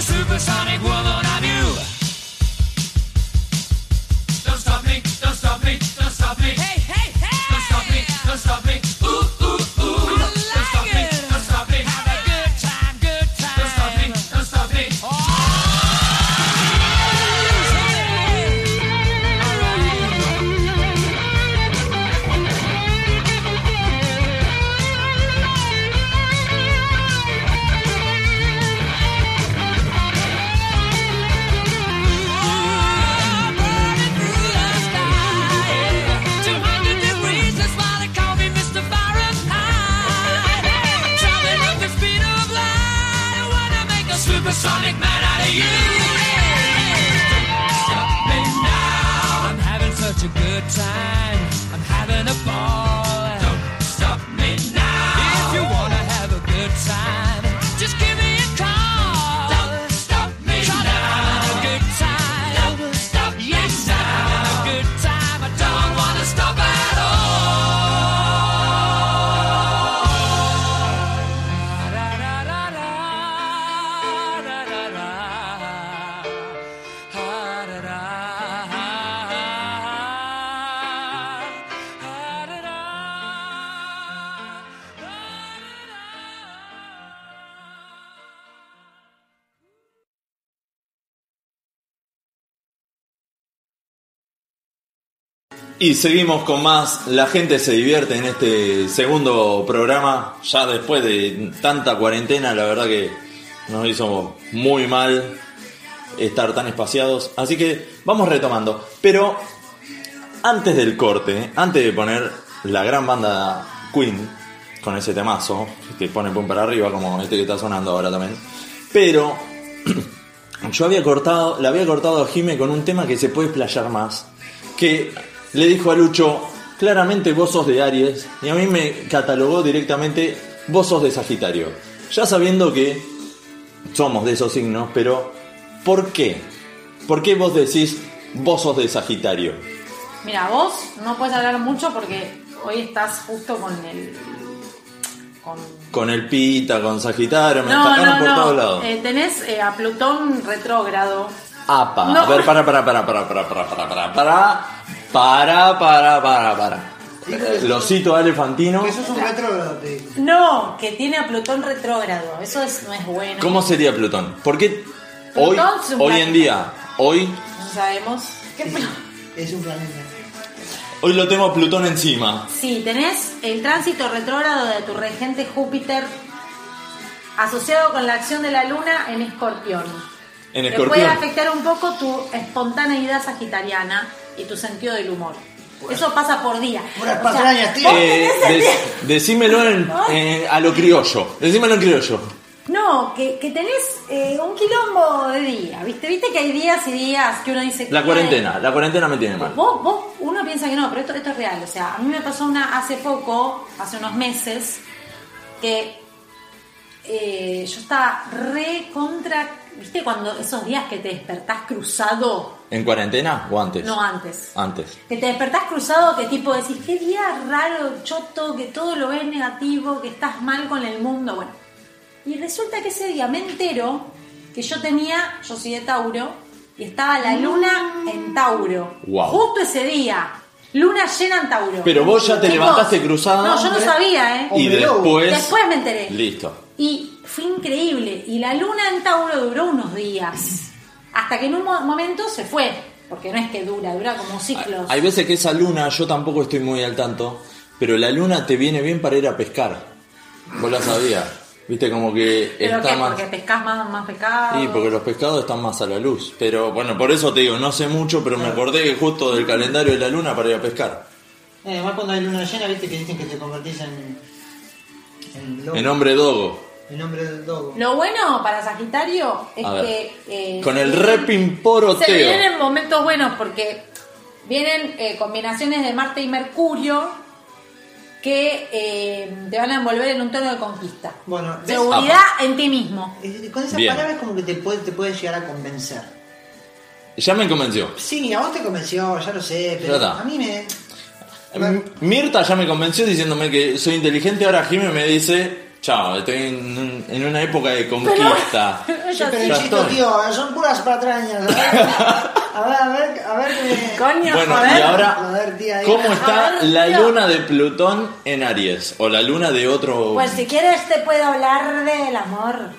S12: supersonic world on our view. Don't stop me, don't stop me, don't stop me. Hey, hey, hey! Don't stop me, don't stop me. Ooh, ooh, ooh. Don't stop me, don't stop me. Have a good time, good time. Don't stop me, don't stop me. Sonic man out of you. Stop me now. I'm having such a good time. I'm having a ball. Don't stop me now. If you wanna have a good time, just give me a call. Don't stop me Try now. To have a good time. Don't stop yes, me now. Have a good time. I don't wanna stop at all.
S1: Y seguimos con más. La gente se divierte en este segundo programa. Ya después de tanta cuarentena, la verdad que nos hizo muy mal estar tan espaciados. Así que vamos retomando. Pero antes del corte, ¿eh? antes de poner la gran banda Queen con ese temazo que pone pum para arriba, como este que está sonando ahora también. Pero yo había cortado, la había cortado a Jime con un tema que se puede explayar más. Que le dijo a Lucho, claramente vos sos de Aries, y a mí me catalogó directamente, vos sos de Sagitario. Ya sabiendo que somos de esos signos, pero ¿por qué? ¿Por qué vos decís, vos sos de Sagitario?
S3: Mira, vos no puedes hablar mucho porque hoy estás justo con el. Con...
S1: Con el pita, con Sagitario, me atacaron por todos lados.
S3: Eh, tenés eh, a Plutón retrógrado.
S1: Apa,
S3: No.
S1: a ver, para, para, para, para, para, para, para, para, para, para, para, para, para. Eh, Lo cito a Elefantino.
S2: Eso es un retrógrado, te digo.
S3: No, que tiene a Plutón retrógrado. Eso es, no es bueno.
S1: ¿Cómo sería Plutón? ¿Por qué hoy,
S3: Plutón es un
S1: hoy en
S3: planeta.
S1: día, hoy,
S3: No sabemos. ¿Qué Plutón?
S2: Es un planeta.
S1: hoy lo tengo a Plutón encima?
S3: Sí, tenés el tránsito retrógrado de tu regente Júpiter asociado con la acción de la luna en escorpión.
S1: En
S3: Te puede
S1: escorpión.
S3: afectar un poco tu espontaneidad sagitariana y tu sentido del humor. Eso pasa por día. O sea, vos
S1: Eh,
S3: tenés el-
S1: des- decímelo en- eh, a lo criollo. Decímelo en criollo.
S3: No, que, que tenés eh, un quilombo de día, ¿viste? ¿Viste que hay días y días que uno dice...
S1: La
S3: "Ay,
S1: cuarentena. La cuarentena me tiene mal.
S3: Vos, vos, uno piensa que no, pero esto, esto es real. O sea, a mí me pasó una hace poco, hace unos meses, que eh, yo estaba re contra. ¿Viste cuando esos días que te despertás cruzado?
S1: ¿En cuarentena o antes?
S3: No antes.
S1: Antes.
S3: Que te despertás cruzado, que tipo decís, qué día raro, choto, que todo lo ves negativo, que estás mal con el mundo. Bueno, y resulta que ese día me entero que yo tenía, yo soy de Tauro, y estaba la luna en Tauro.
S1: Guau.
S3: Justo ese día. Luna llena en Tauro.
S1: Pero vos ya te
S3: Chicos,
S1: levantaste cruzada.
S3: No, yo no
S1: Hombre.
S3: sabía, ¿eh?
S1: Y después-
S3: Después me enteré.
S1: Listo.
S3: Y fue increíble. Y la luna en Tauro duró unos días. Hasta que en un mo- momento se fue. Porque no es que dura, dura
S1: Ah,
S3: como ciclos.
S1: Hay veces que esa luna, yo tampoco estoy muy al tanto, pero la luna te viene bien para ir a pescar. Vos la sabías. Viste, como que
S3: ¿Pero
S1: está
S3: qué?
S1: más.
S3: Porque pescás más, más pescado.
S1: Sí, porque los pescados están más a la luz. Pero bueno, por eso te digo, no sé mucho, pero me acordé justo del calendario de la luna para ir a pescar.
S2: Eh, Además, cuando hay luna llena, viste que dicen que te convertís en. En, lobo,
S1: En hombre dogo.
S2: en hombre del dogo.
S3: Lo bueno para Sagitario es
S1: A ver.
S3: que. eh,
S1: Con
S3: se
S1: el
S3: vienen- Se
S1: repimporoteo.
S3: vienen momentos buenos porque vienen eh, combinaciones de Marte y Mercurio que eh, te van a envolver en un tono de conquista.
S2: Bueno, ¿ves?
S1: Ah,
S3: Seguridad en ti mismo.
S2: Eh, Con esas
S1: Bien.
S2: palabras, como que te puede, te puede llegar a convencer.
S1: Ya me convenció.
S2: Sí, a vos te convenció, ya lo sé,
S1: Ya
S2: pero
S1: está.
S2: a mí me.
S1: M- Mirta ya me convenció diciéndome que soy inteligente, ahora Jimmy me dice Chao, estoy en, en una época de conquista.
S2: Sí, pero el
S1: Ya
S2: chico,
S1: estoy.
S2: tío, son puras patrañas. A ver, a ver, a ver. qué-
S3: Coño,
S1: Bueno, joder. y ahora,
S2: Joder, tía, ahí-
S1: ¿Cómo
S3: A
S1: está
S3: ver,
S1: la
S3: tío.
S1: luna de Plutón en Aries? O la luna de otro...
S3: Pues si quieres te puedo hablar del amor.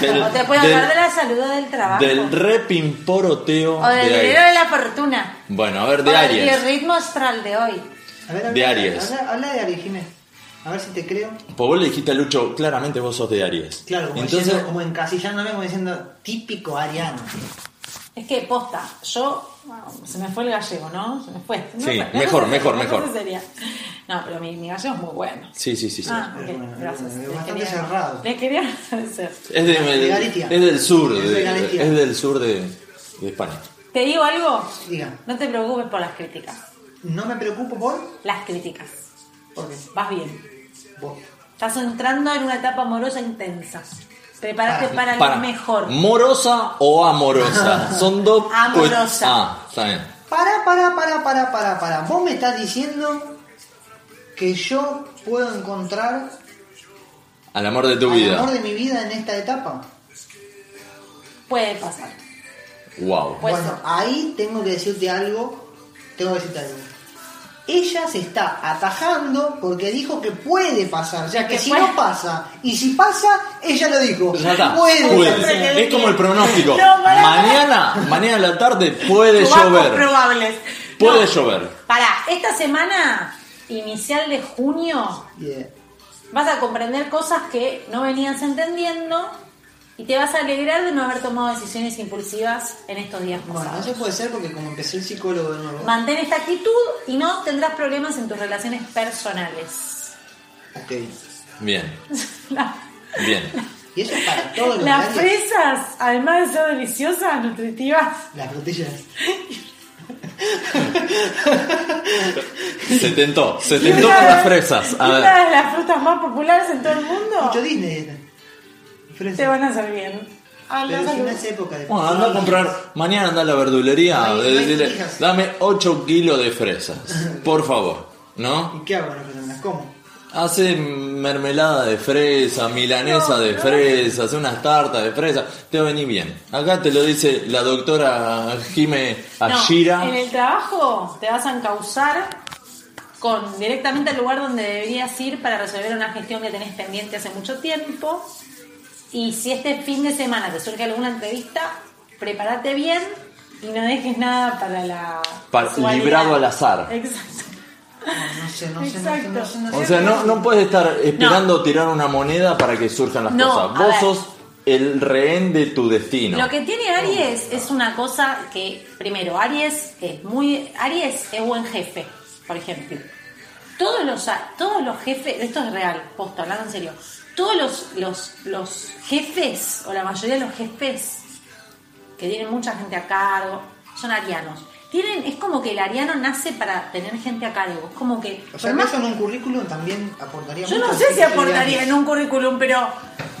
S1: del-
S3: o te puedo
S1: del-
S3: hablar de la salud o del trabajo.
S1: Del repimporoteo
S3: o del
S1: de Aries.
S3: dinero de la fortuna.
S1: Bueno, a ver, de
S3: o del
S1: Aries.
S3: ritmo astral de hoy.
S2: A ver, a ver,
S1: De Aries.
S2: Habla, habla de Aries, Jiménez. A ver si te creo.
S1: Pues vos le dijiste a Lucho, claramente vos sos de Aries.
S2: Claro, como,
S1: Entonces,
S2: diciendo, como encasillándome, como diciendo típico ariano.
S3: Es que posta, yo. wow, se me fue el gallego, ¿no? Se me fue. No,
S1: Sí,
S3: no, no
S1: mejor,
S3: sé,
S1: mejor,
S3: no sé
S1: mejor.
S3: si sería. No, pero mi, mi gallego es muy bueno.
S1: Sí, sí, sí, sí.
S3: Ah, ok, gracias. Le
S2: bastante
S3: quería-
S2: cerrado.
S3: Le quería agradecer.
S1: es, de-
S2: de
S1: de-
S2: Galicia.
S1: es del sur,
S2: Es de
S1: de-
S2: Galicia.
S1: es del sur de, de España.
S3: ¿Te digo algo?
S2: Diga.
S3: No te preocupes por las críticas.
S2: No me preocupo por.
S3: Las críticas.
S2: Porque
S3: Vas bien.
S2: vos.
S3: Estás entrando en una etapa amorosa intensa. Prepárate para,
S1: Para.
S3: lo mejor.
S1: ¿Morosa o amorosa? Son dos... cu-
S3: Amorosa.
S1: Ah, está bien.
S2: Para, para, para, para, para, para. Vos me estás diciendo que yo puedo encontrar
S1: Al amor de tu
S2: al
S1: vida.
S2: amor de mi vida en esta etapa.
S3: Puede pasar.
S1: Wow.
S3: Pues
S2: bueno, ahí tengo que decirte algo. Tengo que decirte algo. Ella se está atajando porque dijo que puede pasar, ya que,
S3: Que
S2: si
S3: puede.
S2: no pasa, y si pasa, ella lo dijo.
S1: Ya está.
S2: Puede,
S1: Puede.
S2: pasar.
S1: Es como el pronóstico.
S3: No, pará.
S1: mañana, mañana a la tarde puede
S3: Los bajos
S1: llover.
S3: probables.
S1: Puede
S3: No,
S1: llover.
S3: Pará, esta semana inicial de junio
S2: Yeah.
S3: vas a comprender cosas que no venías entendiendo y te vas a alegrar de no haber tomado decisiones impulsivas en estos días
S2: Bueno,
S3: pasados.
S2: eso puede ser porque como empecé el psicólogo de nuevo.
S3: Mantén esta actitud y no tendrás problemas en tus relaciones personales.
S2: Ok.
S1: Bien,
S3: La-
S1: bien.
S2: Y eso es para todos los
S3: Las
S2: horarios.
S3: fresas, además de ser deliciosas, nutritivas,
S2: Las frutillas.
S1: Se tentó, se
S3: Y
S1: tentó
S3: una
S1: con
S3: de-
S1: las fresas.
S3: y
S1: A
S3: una
S1: ver.
S3: de las frutas más populares en todo el mundo,
S2: Mucho Disney. era. Fresa.
S3: te van a hacer bien. Ah, A la
S2: Pero si
S3: salud.
S2: no es época de.
S1: Bueno, anda a comprar. Mañana anda a la verdulería.
S2: No hay-
S1: de-
S2: no hay
S1: dile,
S2: fijas.
S1: dame 8 kilos de fresas. Por favor. ¿No?
S2: ¿Y qué hago con las fresas? ¿Me las como?
S1: Hace mermelada de fresa, milanesa de fresa, hace unas tartas de fresa. Te va a venir bien. Acá te lo dice la doctora Jime
S3: No,
S1: Ashira.
S3: en el trabajo te vas a encauzar con directamente al lugar donde deberías ir para resolver una gestión que tenés pendiente hace mucho tiempo. Y si este fin de semana te surge alguna entrevista, prepárate bien y no dejes nada para la.
S1: Para-
S3: casualidad.
S1: librado al azar.
S3: Exacto.
S2: No sé, no sé, no sé,
S3: Exacto.
S2: no sé, no sé.
S1: O sea, no, no puedes estar esperando tirar una moneda para que surjan las
S3: No,
S1: cosas.
S3: a
S1: Vos
S3: ver.
S1: sos el rehén de tu destino.
S3: Lo que tiene Aries es una cosa que, primero, Aries es muy. Aries es buen jefe, por ejemplo. Todos los, a- todos los jefes, esto es real, posta, hablando en serio. Todos los, los, los jefes, o la mayoría de los jefes, que tienen mucha gente a cargo, son arianos. Tienen, es como que el ariano nace para tener gente a cargo. Es como que.
S2: O sea,
S3: por
S2: que
S3: más-
S2: eso en un currículum también aportaría
S3: yo
S2: mucho
S3: no
S2: al
S3: sé si
S2: currículum de
S3: aportaría
S2: Arias.
S3: en un currículum, pero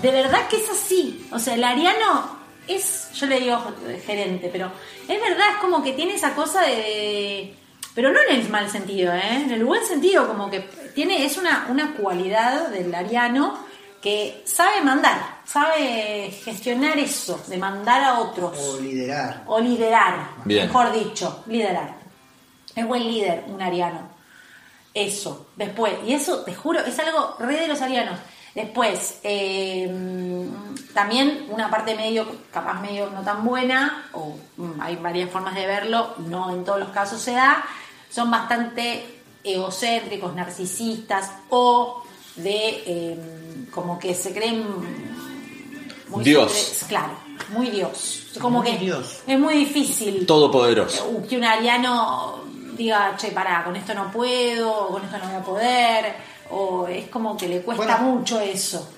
S3: de verdad que es así. O sea, el ariano es, yo le digo gerente, pero es verdad, es como que tiene esa cosa de... Pero no en el mal sentido, ¿eh? en el buen sentido, como que tiene es una, una cualidad del ariano que sabe mandar, sabe gestionar eso, de mandar a otros
S2: O liderar.
S3: o liderar,
S1: Bien.
S3: mejor dicho, liderar. Es buen líder, un ariano. Eso, después, y eso te juro, es algo re de los arianos. Después, eh, también una parte medio, capaz medio no tan buena, o mm, hay varias formas de verlo, no en todos los casos se da, son bastante egocéntricos, narcisistas o de eh, como que se creen
S1: Dios.
S3: sobre- claro, muy Dios. Como
S2: Muy
S3: que
S2: Dios.
S3: es muy difícil
S1: Todopoderoso.
S3: eh, que un ariano diga, che, pará, con esto no puedo, con esto no voy a poder, o es como que le cuesta
S2: Bueno.
S3: mucho eso.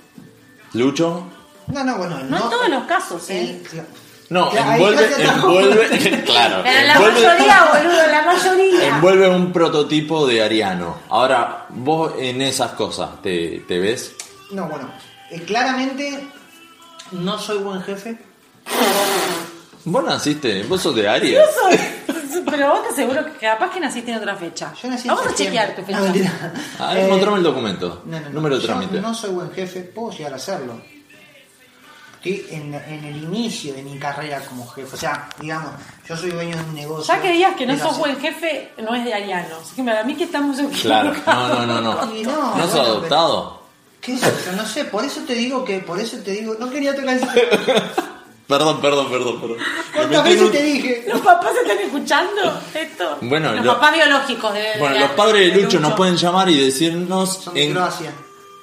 S1: Lucho.
S2: No, no, bueno.
S3: No en todos los casos, ¿eh?
S2: el-
S1: No,
S2: Ya, ahí
S1: envuelve,
S2: ya se acabó.
S1: envuelve, claro.
S3: Pero la
S1: envuelve-
S3: mayoría, boludo, la mayoría.
S1: Envuelve un prototipo de ariano. Ahora, vos en esas cosas, ¿te, te ves?
S2: No, bueno. eh, claramente no soy buen jefe.
S1: Vos naciste, vos sos de Aries.
S3: Soy- Pero vos te seguro que capaz que naciste en otra fecha. Vamos a
S2: septiembre.
S3: chequear tu fecha.
S2: No, mentira.
S1: Ah,
S2: Eh,
S1: encontrame el documento.
S2: No, no, no.
S1: Número de
S2: Yo
S1: trámite.
S2: No soy buen jefe, puedo llegar a hacerlo. Estoy en, en el inicio de mi carrera como jefe. O sea, digamos, yo soy dueño de un negocio.
S3: Ya que digas que no
S2: pero
S3: sos
S2: hace-
S3: buen jefe, no es de Ariano. Así que para mí que estamos
S1: Claro, no,
S3: equivocados.
S1: no, no.
S2: Y
S1: ¿No,
S2: no,
S1: ¿No sos
S2: bueno,
S1: adoptado?
S2: ¿Qué es eso? No sé, por eso te digo que, por eso te digo, no quería tocar eso.
S1: Perdón, perdón, perdón, perdón. Me
S2: ¿Cuántas
S1: metí en
S2: veces
S1: un-
S2: te dije?
S3: ¿Los papás están escuchando esto?
S1: Bueno,
S3: los
S1: lo-
S3: papás biológicos de.
S1: Bueno,
S3: de-
S1: los padres de Lucho nos pueden llamar y decirnos... en-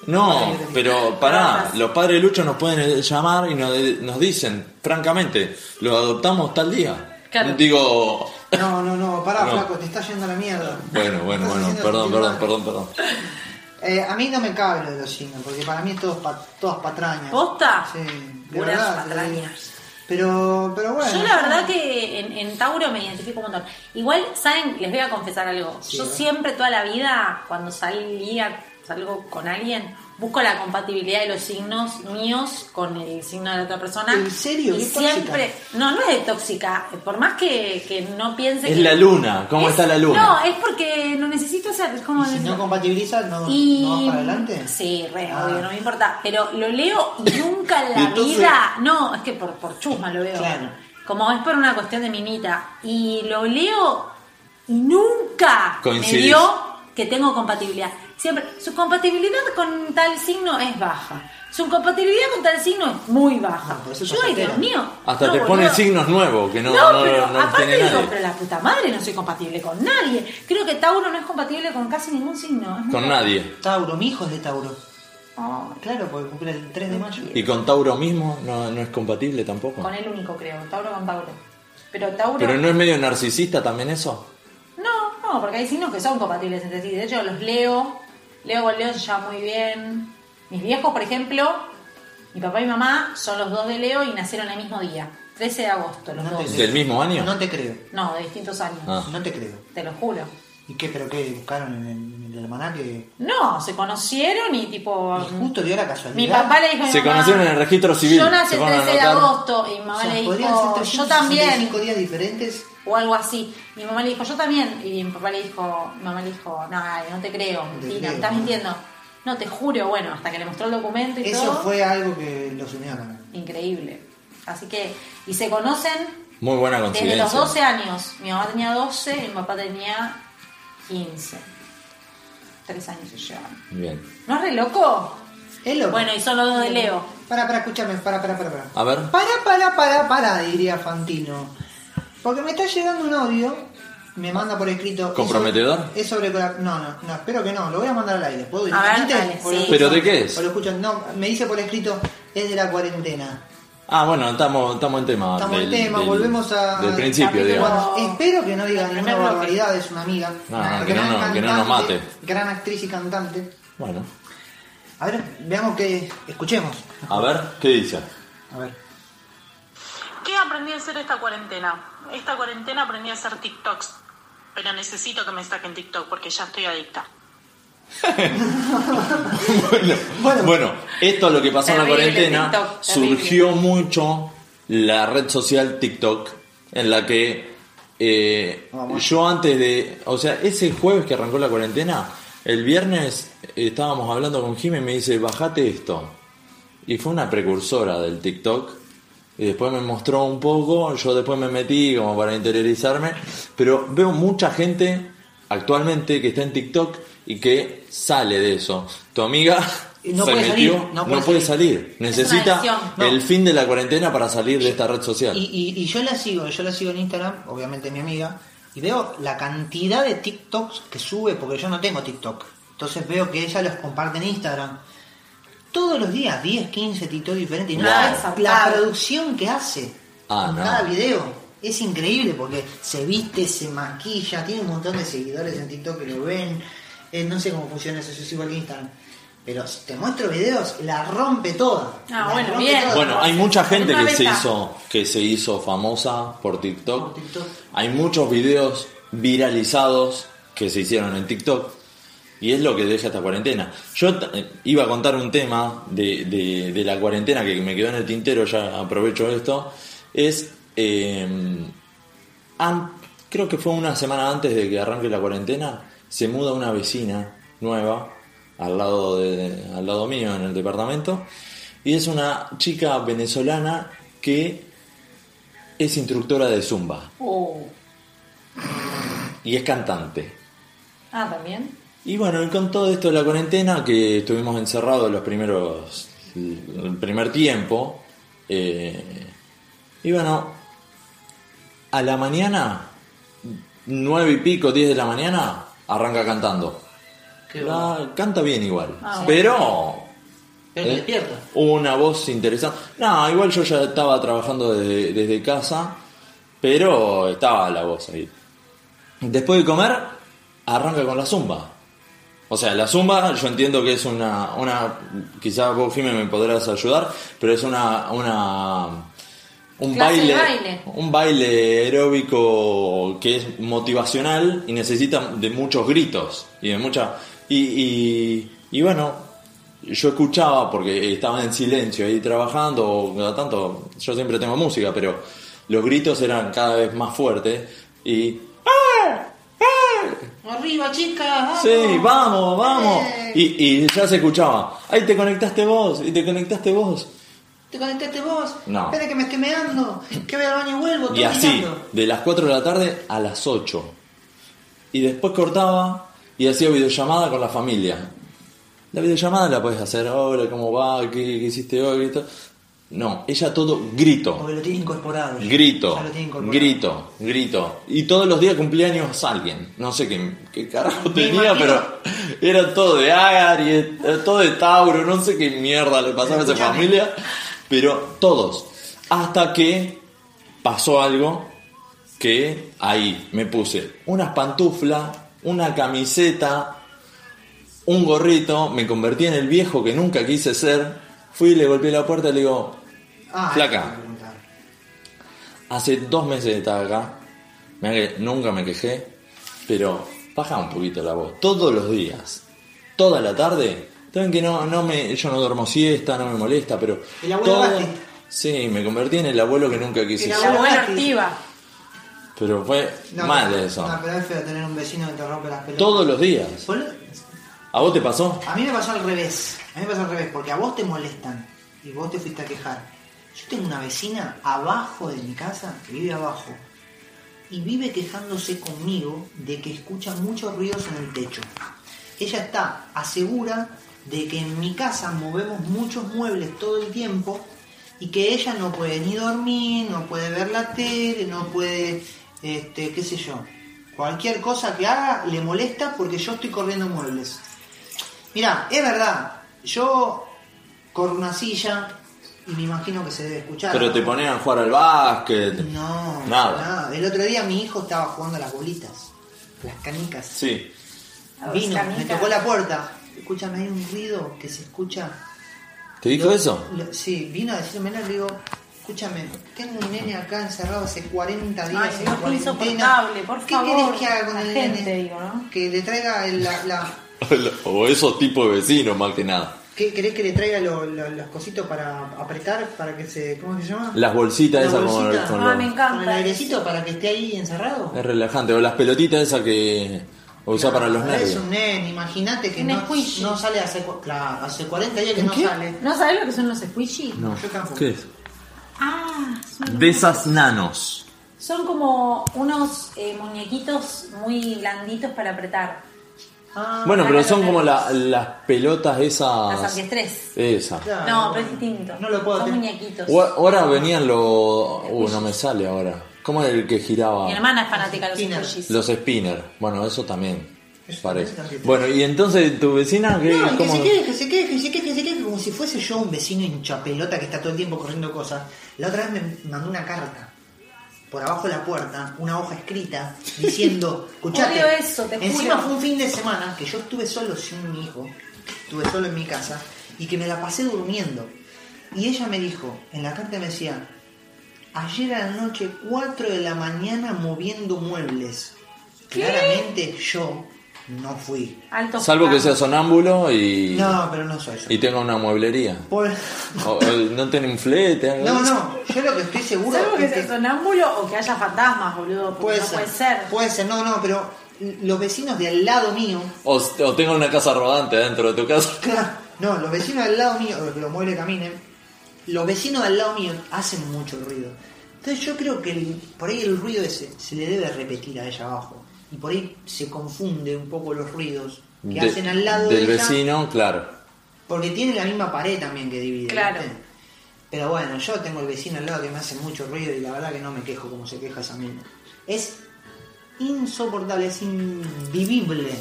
S1: No, pero pará, los padres de Lucho nos pueden eh, llamar y nos, nos dicen, francamente, los adoptamos tal día.
S2: Claro.
S1: Digo,
S2: No, no, no, pará,
S1: No.
S2: flaco, te está yendo a la mierda.
S1: bueno, bueno,
S2: Estás
S1: bueno,
S2: haciendo
S1: perdón,
S2: sentir
S1: perdón,
S2: mal.
S1: perdón, perdón.
S2: Eh, a mí no me cabe lo de los signos, porque para mí es todo pa- todas patrañas.
S3: ¿Posta?
S2: Sí, de
S3: Puras
S2: verdad. te
S3: patrañas.
S2: digo. Pero, pero bueno.
S3: Yo la verdad que en, en Tauro me identifico un montón. Igual, ¿saben? Les voy a confesar algo.
S2: Sí,
S3: Yo
S2: a ver.
S3: siempre, toda la vida, cuando salía, salgo con alguien, busco la compatibilidad de los signos míos con el signo de la otra persona.
S2: ¿En serio?
S3: Y
S2: ¿Qué tóxica?
S3: siempre... No, no es de tóxica. Por más que, que no piense
S1: Es
S3: que-
S1: la luna, ¿cómo está la luna?
S3: No, es porque no necesito hacer... es como...
S2: Si no compatibilizas, no,
S3: Y-
S2: no vas para adelante.
S3: Sí, re,
S2: Ah.
S3: obvio, no me importa. Pero lo leo y nunca en la
S2: Y entonces-
S3: vida. No, es que por, por chusma lo veo.
S2: Claro.
S3: Como es por una cuestión de minita. Y lo leo y nunca
S1: Coincidís.
S3: me dio que tengo compatibilidad. Siempre, su compatibilidad con tal signo es baja. Su compatibilidad con tal signo es muy baja. Yo, ay, Dios mío.
S1: Hasta
S3: no,
S1: te ponen
S3: boludo.
S1: signos nuevos que no,
S3: No,
S1: no, no,
S3: pero
S1: no
S3: aparte
S1: tiene
S3: digo,
S1: nadie.
S3: pero la puta madre no soy compatible con nadie. Creo que Tauro no es compatible con casi ningún signo. Es
S1: Con
S3: muy-
S1: nadie.
S2: Tauro, mi hijo es de Tauro. Claro, porque cumple el 3 de mayo.
S1: Y con Tauro mismo no, no es compatible tampoco.
S3: Con el único, creo. Tauro con Tauro. Pero Tauro.
S1: Pero no es medio narcisista también eso.
S3: No, no, porque hay signos que son compatibles entre sí. De hecho, los leo. Leo con Leo se lleva muy bien. Mis viejos, por ejemplo, mi papá y mi mamá son los dos de Leo y nacieron el mismo día. 13 de agosto, los dos.
S1: ¿Del mismo año?
S2: No te creo.
S3: No, de distintos años.
S1: Ah.
S2: No te creo.
S3: Te lo juro.
S2: ¿Y qué? ¿Pero qué? ¿Buscaron en el, en el almanaque?
S3: No, se conocieron y tipo.
S2: Justo dio la casualidad.
S3: Mi papá le dijo a mi
S1: Se
S3: mamá,
S1: conocieron en el registro civil.
S3: Yo nací
S1: se
S3: el
S1: van a
S3: 13 de
S1: anotar.
S3: agosto y mi mamá
S2: O sea,
S3: le
S2: podrían ser
S3: dijo, yo
S2: 365
S3: también.
S2: días diferentes?
S3: O algo así. Mi mamá le dijo, yo también. Y mi papá le dijo, mi mamá le dijo, no, dale, no te creo, mentira,
S2: creo,
S3: me estás
S2: no.
S3: mintiendo. No, te juro, bueno, hasta que le mostró el documento y
S2: Eso
S3: todo.
S2: fue algo que los unió también.
S3: Increíble. Así que, y se conocen
S1: Muy buena
S3: desde los
S1: coincidencia.
S3: 12 años. Mi mamá tenía 12 y mi papá tenía 15. Tres años se llevan.
S1: Bien.
S3: ¿No es re loco?
S2: Es loco.
S3: Bueno, y son los dos de Leo.
S2: Para, para, escúchame, para, para, para, para.
S1: A ver.
S2: Para, para, para, para, diría Fantino. Porque me está llegando un audio, me manda por escrito.
S1: ¿Comprometedor?
S2: Es sobre. cora- No, no, no, espero que no, lo voy a mandar al aire. ¿Puedo
S3: A ver,
S2: directamente?
S3: dale,
S2: ¿O lo
S3: sí.
S2: escuchan?
S1: ¿Pero de qué es?
S2: ¿O lo escuchan? No, me dice por escrito, es de la cuarentena.
S1: Ah, bueno, estamos, estamos en tema.
S2: Estamos en
S1: Ah, del-
S2: tema,
S1: del-
S2: volvemos a.
S1: Del principio, digamos.
S2: Bueno, espero que no diga ninguna
S3: bloque.
S2: barbaridad, es una amiga.
S1: No, no,
S2: Porque
S1: que no,
S2: gran
S1: no, que no nos
S2: cantante,
S1: mate.
S2: Gran actriz y cantante.
S1: Bueno.
S2: A ver, veamos que. Escuchemos.
S1: A ver, ¿qué dice?
S2: A ver.
S13: ¿Qué aprendí a hacer esta cuarentena? Esta cuarentena aprendí a hacer TikToks, pero necesito que me saquen TikTok porque ya estoy adicta.
S1: Bueno, esto es lo que pasó en la
S13: Terrible
S1: cuarentena.
S13: TikTok, terrible.
S1: surgió mucho la red social TikTok, en la que eh, yo antes de. O sea, ese jueves que arrancó la cuarentena, el viernes eh, estábamos hablando con Jimmy y me dice: Bajate esto. Y fue una precursora del TikTok. Y después me mostró un poco, yo después me metí como para interiorizarme, pero veo mucha gente actualmente que está en TikTok y que sale de eso. Tu amiga
S2: Y no
S1: se
S2: puede
S1: metió,
S2: salir,
S1: no
S2: no
S1: puede,
S2: puede
S1: salir.
S2: una
S1: Necesita
S2: adicción. No.
S1: el fin de la cuarentena para salir de esta red social.
S2: Y, y- y yo la sigo, yo la sigo en Instagram, obviamente mi amiga, y veo la cantidad de TikToks que sube, porque yo no tengo TikTok. Entonces veo que ella los comparte en Instagram. Todos los días, 10, 15 TikTok diferentes. Y no
S1: Wow.
S2: sabes la producción que hace
S1: ah,
S2: en
S1: no.
S2: cada video es increíble porque se viste, se maquilla, tiene un montón de seguidores en TikTok que lo ven. Eh, no sé cómo funciona eso, yo sigo en Instagram. Pero si te muestro videos, la rompe toda.
S3: Ah,
S2: La
S3: bueno,
S2: rompe
S3: bien.
S2: toda.
S1: Bueno, hay mucha gente
S2: Una
S1: que se
S2: beta.
S1: hizo que se hizo famosa por TikTok. Hay muchos videos viralizados que se hicieron en TikTok y es lo que deja esta cuarentena. Yo t- eh, iba a contar un tema de, de- de la cuarentena que me quedó en el tintero, ya aprovecho esto, es eh, em, an- creo que fue una semana antes de que arranque la cuarentena, se muda una vecina nueva al lado, de, al lado mío en el departamento. Y es una chica venezolana que es instructora de zumba
S3: Oh.
S1: y es cantante.
S3: Ah, también.
S1: Y bueno, y con todo esto de la cuarentena, que estuvimos encerrados los primeros. el primer tiempo. eh, y bueno, a la mañana, nueve y pico, 10 de la mañana, arranca cantando. La- canta bien igual.
S14: Ah, bueno.
S1: pero.
S14: Pero
S1: Eh,
S14: te despierta.
S1: Una voz interesante. No, igual yo ya estaba trabajando desde, desde casa, pero estaba la voz ahí. Después de comer, arranca con la zumba. O sea, la zumba yo entiendo que es una, una quizás vos Jimé me podrás ayudar, pero es una, una un
S3: Clase de
S1: baile,
S3: baile.
S1: un baile aeróbico que es motivacional y necesita de muchos gritos y de mucha y, y, y bueno, yo escuchaba porque estaba en silencio ahí trabajando, o cada tanto yo siempre tengo música, pero los gritos eran cada vez más fuertes y
S14: Arriba, chicas.
S1: Sí, vamos, vamos. Y, y ya se escuchaba. Ahí te conectaste vos, y te conectaste vos.
S2: ¿Te conectaste vos?
S1: No.
S2: Espera que me estoy meando. Que voy al baño y vuelvo.
S1: Y
S2: estoy
S1: así,
S2: mirando.
S1: de las 4 de la tarde a las 8. Y después cortaba y hacía videollamada con la familia. La videollamada la puedes hacer, hola, ¿cómo va? ¿Qué, qué hiciste hoy? ¿Qué esto? No, ella todo grito,
S2: Porque lo tiene incorporado. ya.
S1: grito,
S2: Ya lo tiene incorporado.
S1: grito, grito. Y todos los días cumpleaños alguien. No sé qué, qué carajo tenía, pero era todo de Agar, todo de Tauro, no sé qué mierda le pasaba a esa
S14: Escuchame.
S1: familia. Pero todos. Hasta que pasó algo que ahí me puse unas pantuflas, una camiseta, un gorrito, me convertí en el viejo que nunca quise ser. Fui, le golpeé la puerta y le digo,
S2: Ah,
S1: flaca, hace dos meses que estás acá, mirá que nunca me quejé, pero baja un poquito la voz. Todos los días, toda la tarde, saben que no, no me, yo no duermo siesta, no me molesta, pero
S2: El abuelo
S1: todo-
S2: Gatti.
S1: sí, me convertí en el abuelo que nunca quise
S2: El
S1: ser.
S3: La abuela
S2: sí.
S3: activa.
S1: Pero fue
S2: No,
S1: mal
S2: pero-
S1: eso.
S2: No, pero es feo tener un vecino que te rompe las pelotas.
S1: Todos los días.
S2: Boludo,
S1: ¿A vos te pasó?
S2: A mí me pasó al revés. A mí me pasó al revés, porque a vos te molestan y vos te fuiste a quejar. Yo tengo una vecina abajo de mi casa, que vive abajo, y vive quejándose conmigo de que escucha muchos ruidos en el techo. Ella está asegura de que en mi casa movemos muchos muebles todo el tiempo y que ella no puede ni dormir, no puede ver la tele, no puede, este, qué sé yo. Cualquier cosa que haga le molesta porque yo estoy corriendo muebles. Mirá, es verdad, yo corro una silla y me imagino que se debe escuchar.
S1: Pero te ponían a jugar al básquet.
S2: No,
S1: Nada.
S2: nada. El otro día mi hijo estaba jugando a las bolitas, las canicas.
S1: Sí.
S2: Vino,
S3: Las canicas.
S2: me tocó la puerta. Escúchame, hay un ruido que se escucha.
S1: ¿Te dijo eso?
S2: Lo- Sí, vino a decirme, le digo, escúchame, tengo un nene acá encerrado hace 40 días.
S3: Ay,
S2: en
S3: no, fue
S2: cuarentena.
S3: insoportable, por
S2: ¿Qué
S3: favor.
S2: querés que haga con
S3: La
S2: el
S3: gente,
S2: nene?
S3: digo, ¿no?
S2: Que le traiga el- la, la-
S1: o esos tipos de vecinos, más que nada.
S2: ¿Qué querés que le traiga lo- lo- los cositos para apretar, para que se... ¿Cómo se llama?
S1: Las bolsitas
S2: La
S1: esas como-
S2: bolsita.
S1: con
S3: Ah,
S1: los-
S2: Con el airecito para que esté ahí encerrado.
S1: Es relajante. O las pelotitas esas que usás para los
S2: Es
S1: nervios.
S2: un nene, imagínate que
S3: Un
S2: no, no sale hace, cu- claro, hace 40 días que no sale.
S3: ¿No sabes lo que son los squishy?
S1: No.
S2: Yo tampoco.
S1: ¿Qué es?
S3: Ah, son,
S1: De esas nanos.
S3: son como unos eh, muñequitos muy blanditos para apretar.
S2: Ah,
S1: Bueno, pero
S3: Para
S1: son
S3: los
S1: como
S3: nervios.
S1: la- las pelotas
S3: Las
S1: esas.
S3: antiestrés.
S1: Esa.
S3: No, pero es distinto. No lo puedo Son muñequitos.
S1: O- Ahora venían los. Uh, no me sale ahora. ¿Cómo era el que giraba?
S3: Mi hermana es fanática de los squishies.
S1: Los spinner. Bueno, eso también. Parece.
S2: también.
S1: Bueno, y entonces tu vecina, ¿qué,
S2: No, y que
S1: cómo-
S2: se queje, que se queje, que se queje, que se queje, como si fuese yo un vecino hincha pelota que está todo el tiempo corriendo cosas. La otra vez me mandó una carta por abajo de la puerta, una hoja escrita, diciendo, escuchate,
S3: Odio eso, te
S2: encima
S3: juro.
S2: fue un fin de semana que yo estuve solo sin mi hijo, estuve solo en mi casa y que me la pasé durmiendo. Y ella me dijo, en la carta me decía, ayer a la noche 4 de la mañana moviendo muebles. Claramente yo no fui.
S3: Alto
S1: Salvo que sea sonámbulo y.
S2: No, pero no soy yo.
S1: Y tenga una mueblería.
S2: Por-
S1: O- o no tiene un flete, algo
S2: No,
S1: así.
S2: no, yo lo que estoy seguro
S3: Salvo que
S2: es que-
S3: sea sonámbulo o que haya fantasmas, boludo. Porque
S2: Puede
S3: no
S2: ser.
S3: puede ser.
S2: Puede ser, no, no, pero los vecinos de al lado mío,
S1: O, o tenga una casa rodante dentro de tu casa.
S2: claro, no, los vecinos de al lado mío, que los muebles caminen, los vecinos de al lado mío hacen mucho ruido. Entonces yo creo que el- por ahí el ruido ese se le debe repetir a ella abajo. Y por ahí se confunde un poco los ruidos que
S1: De-
S2: hacen al lado
S1: del
S2: de ella,
S1: vecino, claro.
S2: Porque tiene la misma pared también que divide.
S3: Claro.
S2: ¿viste? Pero bueno, yo tengo el vecino al lado que me hace mucho ruido y la verdad que no me quejo como se queja esa mina. Es insoportable, es invivible.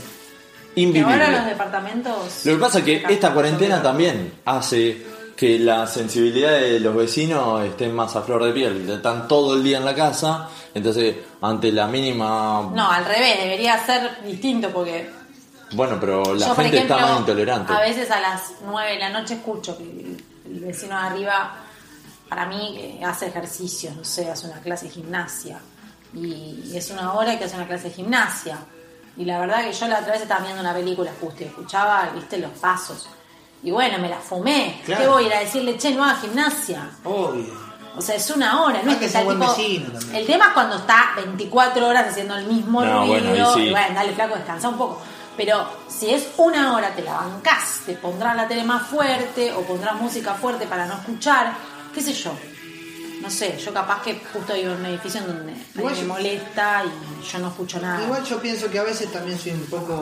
S3: Y ahora los
S1: Invivible.
S3: departamentos.
S1: Lo que pasa es que esta cuarentena también hace que la sensibilidad de los vecinos esté más a flor de piel. Están todo el día en la casa, entonces ante la mínima...
S3: No, al revés, debería ser distinto porque
S1: Bueno, pero la
S3: Yo, por
S1: gente está
S3: ejemplo,
S1: más intolerante.
S3: A veces a las 9 de la noche escucho que el, el vecino de arriba, para mí, que hace ejercicio, no sé, hace una clase de gimnasia. Y es una hora que hace una clase de gimnasia. Y la verdad que yo la otra vez estaba viendo una película justo y escuchaba, viste, los pasos. Y bueno, me la fumé.
S2: Claro.
S3: ¿Qué voy a ir a decirle, che, no haga gimnasia?
S2: Obvio.
S3: O sea, es una hora, ¿no?
S2: Hay
S3: es
S2: que
S3: está
S2: ser
S3: el
S2: buen
S3: tipo-
S2: vecino también.
S3: El tema es cuando está 24 horas haciendo el mismo
S1: No,
S3: ruido.
S1: bueno, ahí sí.
S3: y bueno, dale, flaco, descansa un poco. Pero si es una hora, te la bancás, te pondrás la tele más fuerte o pondrás música fuerte para no escuchar, qué sé yo. No sé, yo capaz que justo vivo en un edificio en donde
S2: Igual
S3: me
S2: yo-
S3: molesta y yo no escucho nada.
S2: Igual yo pienso que a veces también soy un poco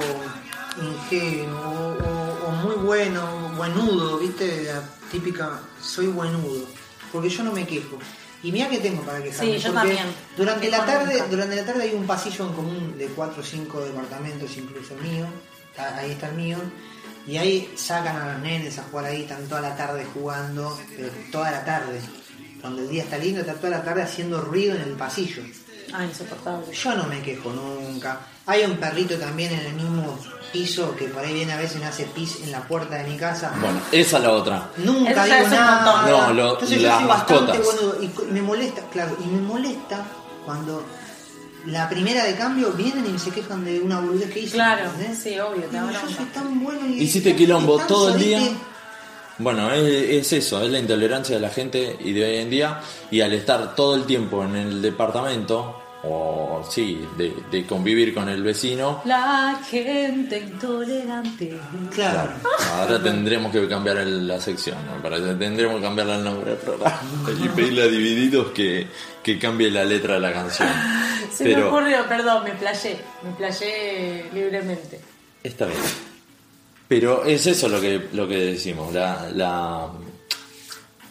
S2: ingenuo o, o- o muy bueno, buenudo, ¿viste? La típica, soy buenudo, porque yo no me quejo. Y mira que tengo para quejarme.
S3: Sí, yo
S2: porque
S3: también.
S2: Durante la
S3: Quejo
S2: tarde,
S3: nunca.
S2: durante la tarde hay un pasillo en común de cuatro o cinco departamentos, incluso el mío. Está- Ahí está el mío. Y ahí sacan a los nenes a jugar ahí, están toda la tarde jugando, pero toda la tarde. Cuando el día está lindo, están toda la tarde haciendo ruido en el pasillo.
S3: Ay, Ah, insoportable.
S2: Yo no me quejo nunca. Hay un perrito también en el mismo piso que por ahí viene a veces y me hace pis en la puerta de mi casa.
S1: Bueno, esa es la otra.
S2: Nunca
S3: Eso ya
S2: digo
S3: es un
S2: nada.
S1: montón. No, lo-
S2: Entonces yo
S1: las
S2: soy bastante
S1: mascotas.
S2: boludo. Y co- me molesta, claro, y me molesta cuando la primera de cambio vienen y se quejan de una boludez que hice.
S3: Claro,
S2: ¿entendés?
S3: sí, obvio, te da
S2: Digo, Yo
S3: bronca.
S2: soy tan bueno y.
S1: Hiciste quilombo
S2: y tan
S1: todo el día.
S2: sorete.
S1: Bueno, es, es eso, es la intolerancia de la gente y de hoy en día. Y al estar todo el tiempo en el departamento, o sí, de, de convivir con el vecino,
S3: La gente intolerante.
S2: Claro.
S1: ahora tendremos que cambiar el- la sección, me parece. Tendremos que cambiarle el nombre del programa. Y pedirle a Divididos que, que cambie la letra de la canción.
S3: Se me
S1: Pero-
S3: ocurrió, perdón, me playé. Me playé libremente.
S1: Esta vez. Pero es eso lo que, lo que decimos, la, la-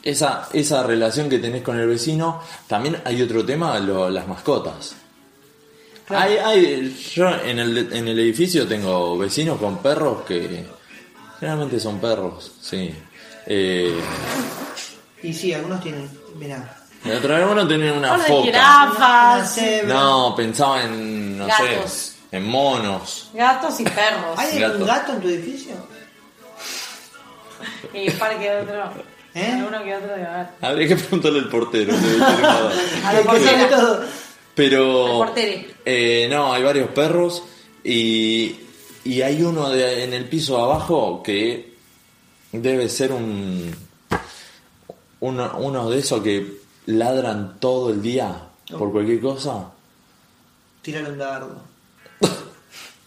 S1: esa, esa relación que tenés con el vecino. También hay otro tema, lo- las mascotas. Hay, hay- yo en el, en el edificio tengo vecinos con perros que generalmente son perros, sí. Eh,
S2: Y sí, algunos tienen. Mirá.
S1: la otra vez uno tenía una
S3: Hola,
S1: foca.
S3: jirafas.
S2: Una cebra.
S1: No, pensaba en, no
S3: Gatos.
S1: sé, en monos.
S3: Gatos y perros.
S2: ¿Hay
S1: Gato.
S2: algún gato en tu edificio?
S3: Y un par que otro.
S2: ¿Eh?
S3: Alguno que otro de haber.
S1: Habría que preguntarle al portero. debe tener más-
S3: A lo
S2: Que tiene
S3: portero.
S2: todo.
S3: Al
S1: Pero.
S3: portero.
S1: eh, no, hay varios perros. Y. Y hay uno de- en el piso de abajo que. Debe ser un. Uno, uno de esos que ladran todo el día por cualquier cosa.
S2: Tírale un dardo.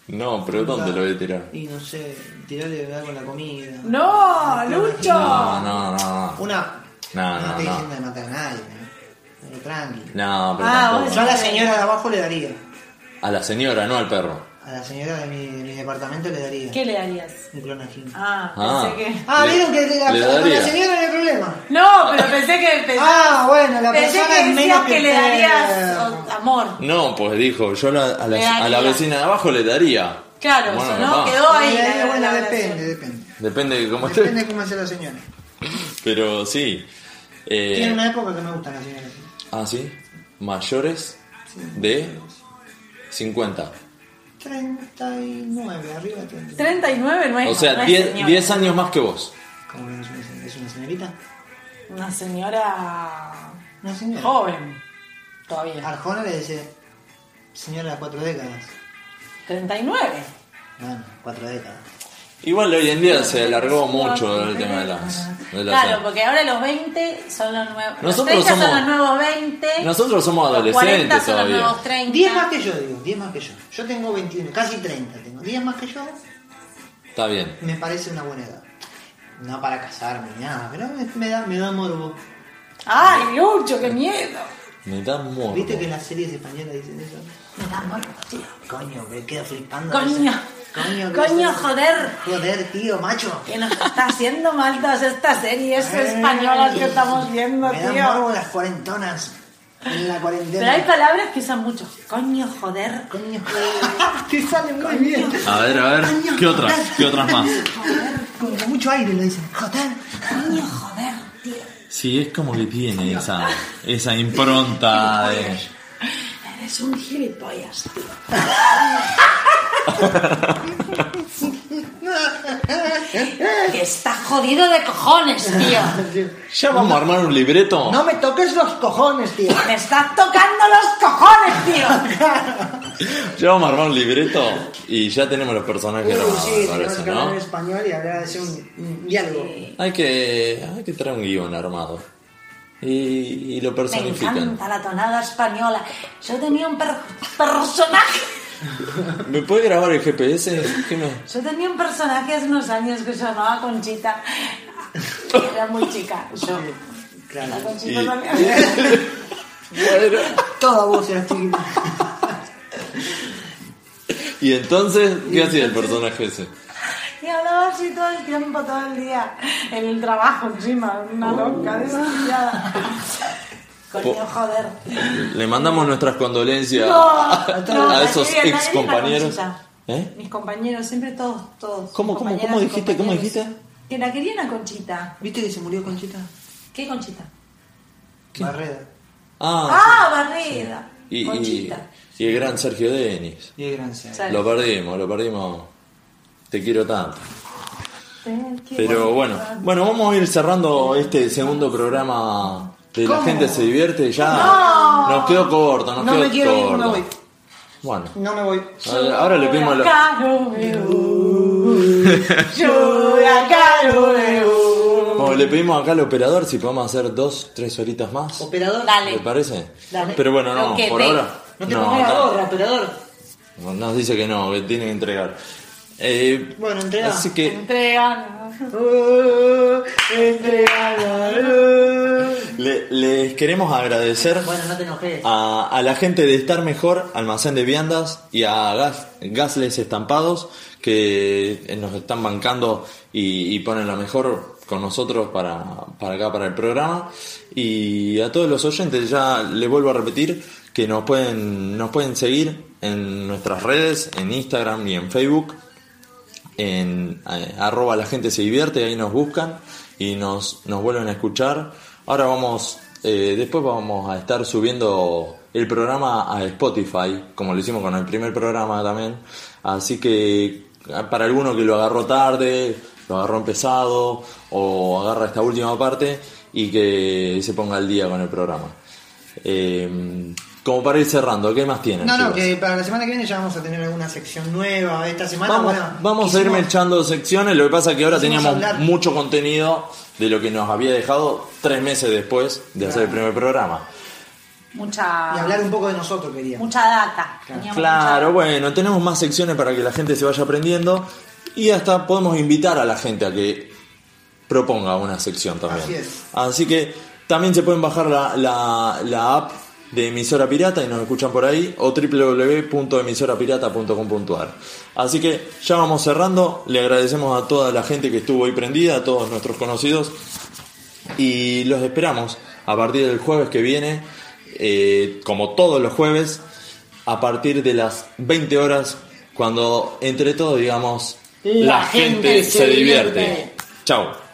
S1: No, pero ¿dónde lo voy a tirar?
S2: Y no sé, tirarle algo en la comida.
S3: ¡No! ¡Lucho!
S1: No, no, no. No,
S2: Una.
S1: no,
S2: No,
S1: no.
S2: estoy
S1: No,
S2: diciendo de matar a nadie, ¿no? Pero tranqui.
S1: No, pero
S3: Ah,
S1: tampoco.
S3: vos
S2: Yo a la señora de abajo le daría.
S1: A la señora, no al perro.
S2: A la señora de mi, de mi departamento le daría.
S3: ¿Qué le darías?
S2: Un clonajin.
S3: Ah,
S1: Ah.
S3: pensé que.
S2: Ah,
S1: Le-
S2: vieron que la,
S1: le
S2: con
S1: daría.
S2: la señora no hay problema.
S3: No, pero pensé que. Pensé,
S2: Ah, bueno, la
S3: pensé
S2: persona
S3: que
S2: es menos
S3: decías que, le
S2: usted.
S3: darías o- amor.
S1: No, pues dijo, yo la- a,
S3: Le
S1: la, a la
S3: daría.
S1: vecina de abajo le daría.
S3: Claro,
S1: Bueno,
S3: eso, ¿no?
S1: papá.
S3: Quedó ahí.
S2: Le
S3: la-
S2: daría,
S3: la
S2: bueno,
S3: relación.
S2: depende, depende.
S1: Depende de cómo esté.
S2: Depende de cómo sea la señora.
S1: Pero sí. eh,
S2: Tiene una época que me gustan las señoras.
S1: Ah, sí. Mayores de 50.
S2: 39, arriba de 39.
S3: 39 no es.
S1: O sea,
S3: no es
S1: 10
S3: señora.
S1: 10 años más que vos.
S2: ¿Cómo que no es una señora? ¿Es una señorita?
S3: Una señora.
S2: Una señora.
S3: joven. Todavía.
S2: Arjona le dice, señora de cuatro décadas.
S3: 39.
S2: Bueno, Ah, cuatro décadas.
S1: Igual hoy en día se alargó mucho el tema de las. de las-
S3: Claro, porque ahora los 20 son los nuevos. Los
S1: Nosotros
S3: 30 son
S1: somos-
S3: los nuevos 20.
S1: Nosotros somos
S3: ¿eh? los 40
S1: adolescentes
S3: son los
S1: todavía.
S3: nuevos 30.
S2: 10 más que yo, digo, 10 más que yo. Yo tengo 21, casi 30 tengo. 10 más que yo
S1: Está bien.
S2: me parece una buena edad. No para casarme ni nada, pero me- me da, me da morbo.
S3: ¡Ay, Lucho, qué miedo!
S1: Me da morbo.
S2: ¿Viste que las series españolas dicen eso?
S3: Me da morbo, tío.
S2: Coño, me quedo flipando.
S3: Coño.
S2: Coño, ¿qué
S3: Coño,
S2: pasa?
S3: joder.
S2: Joder, tío, macho.
S3: Que nos está haciendo mal todas estas series españolas que estamos viendo,
S2: Eh, Me
S3: tío.
S2: dan morbo las cuarentonas. En la cuarentena.
S3: Pero hay palabras que usan mucho. Coño, joder.
S2: Coño, joder. Te sale muy bien.
S1: A ver, a ver. ¿Qué otras? ¿Qué otras más?
S2: Con con mucho aire lo dicen. Joder.
S3: Coño, joder, tío.
S1: Sí, es como que tiene esa, esa impronta de.
S3: Eres un gilipollas, tío.
S2: Eh.
S3: que está jodido de cojones, tío.
S1: Ya vamos a armar un libreto.
S2: No me toques los cojones, tío.
S3: Me estás tocando los cojones, tío.
S1: Ya vamos a armar un libreto y ya tenemos los personajes
S2: Uy,
S1: armados, me
S2: sí, tenemos
S1: parece,
S2: que hablar en
S1: ¿no?
S2: español y hablar de hacer un, un diálogo.
S1: Hay que, hay que traer un guión armado. Y, y lo
S3: Me
S1: personifican.
S3: encanta la tonada española. Yo tenía un per- personaje.
S1: ¿Me, puede grabar el GPS? ¿Qué me-
S3: Yo tenía un personaje hace unos años que se llamaba Conchita. Era muy chica. Yo. La Conchita
S1: Y-
S3: también.
S2: Toda voz era chiquita.
S1: Y entonces, ¿qué hacía el personaje ese?
S3: Y hablaba así todo el tiempo, todo el día. En el trabajo encima.
S1: Oh.
S3: Una loca, desquiciada. Coño, joder.
S1: Le mandamos nuestras condolencias
S3: No, no,
S1: a esos
S3: nadie, nadie
S1: ex compañeros.
S3: la conchita.
S1: ¿Eh?
S3: Mis compañeros, siempre todos, todos.
S1: ¿Cómo, cómo,
S3: compañeras
S1: cómo
S3: y
S1: dijiste? ¿Cómo
S3: compañeros.
S1: dijiste?
S3: Que la querían a Conchita.
S2: ¿Viste que se murió Conchita?
S3: ¿Qué Conchita?
S2: Barreda.
S1: Ah,
S3: Ah, barrida.
S1: sí. y, y,
S3: Conchita.
S1: y el gran Sergio Denis.
S2: Y el gran Sergio.
S3: Sale.
S1: Lo perdimos, lo perdimos. Te quiero tanto. Pero bueno, bueno, vamos a ir cerrando este segundo programa de La
S2: ¿Cómo?
S1: gente se divierte. Ya
S2: No.
S1: nos quedó corto, nos
S2: No
S1: quedó
S2: me quiero ir,
S1: corto.
S2: no me voy.
S1: Bueno,
S2: No me voy.
S1: ahora, ahora le pedimos a los-
S3: Acá no me voy. Yo de acá no me voy.
S1: bueno, le pedimos acá al operador si podemos hacer dos, tres horitas más.
S2: Operador.
S1: ¿Le
S3: Dale.
S1: parece?
S2: Dale.
S1: Pero bueno, no,
S3: Ok,
S1: por
S3: ve.
S1: ahora.
S2: No te
S1: no,
S2: pongas la
S1: ta-
S2: gorra, operador.
S1: nos dice que no, que tiene que entregar. Eh,
S2: Bueno, entrega.
S1: Así que
S3: Entregan.
S2: Oh, entregalo.
S1: le- les queremos agradecer
S2: Bueno, no te enojes.
S1: a, a la gente de Estar Mejor, Almacén de Viandas y a Gas, Gasles Estampados que eh, nos están bancando y, y ponen lo mejor con nosotros para, para acá, para el programa. Y a todos los oyentes, ya les vuelvo a repetir que nos pueden, nos pueden seguir en nuestras redes, en Instagram y en Facebook, en eh, arroba la gente se divierte, ahí nos buscan y nos, nos vuelven a escuchar. Ahora vamos, eh, después vamos a estar subiendo el programa a Spotify, como lo hicimos con el primer programa también. Así que ah, para alguno que lo agarró tarde, lo agarró empezado o agarra esta última parte y que se ponga al día con el programa. Eh, como para ir cerrando, ¿qué más tienen?
S2: No, no,
S1: chicos?
S2: que para la semana que viene ya vamos a tener alguna sección nueva. Esta semana,
S1: Vamos,
S2: bueno,
S1: vamos a
S2: quisimos-
S1: irme echando secciones, lo que pasa es que ahora
S2: quisimos
S1: teníamos
S2: hablar.
S1: mucho contenido de lo que nos había dejado tres meses después de hacer el primer programa.
S3: Mucha.
S2: Y hablar un poco de nosotros, queríamos.
S3: Mucha data. Teníamos
S1: Claro, bueno, tenemos más secciones para que la gente se vaya aprendiendo y hasta podemos invitar a la gente a que proponga una sección también.
S2: Así es.
S1: Así que también se pueden bajar la, la- la app de emisora pirata y nos escuchan por ahí o www.emisorapirata.com.ar. Así que ya vamos cerrando, le agradecemos a toda la gente que estuvo ahí prendida, a todos nuestros conocidos y los esperamos a partir del jueves que viene, eh, como todos los jueves, a partir de las 20 horas, cuando entre todos digamos,
S3: La gente se divierte.
S1: Chao.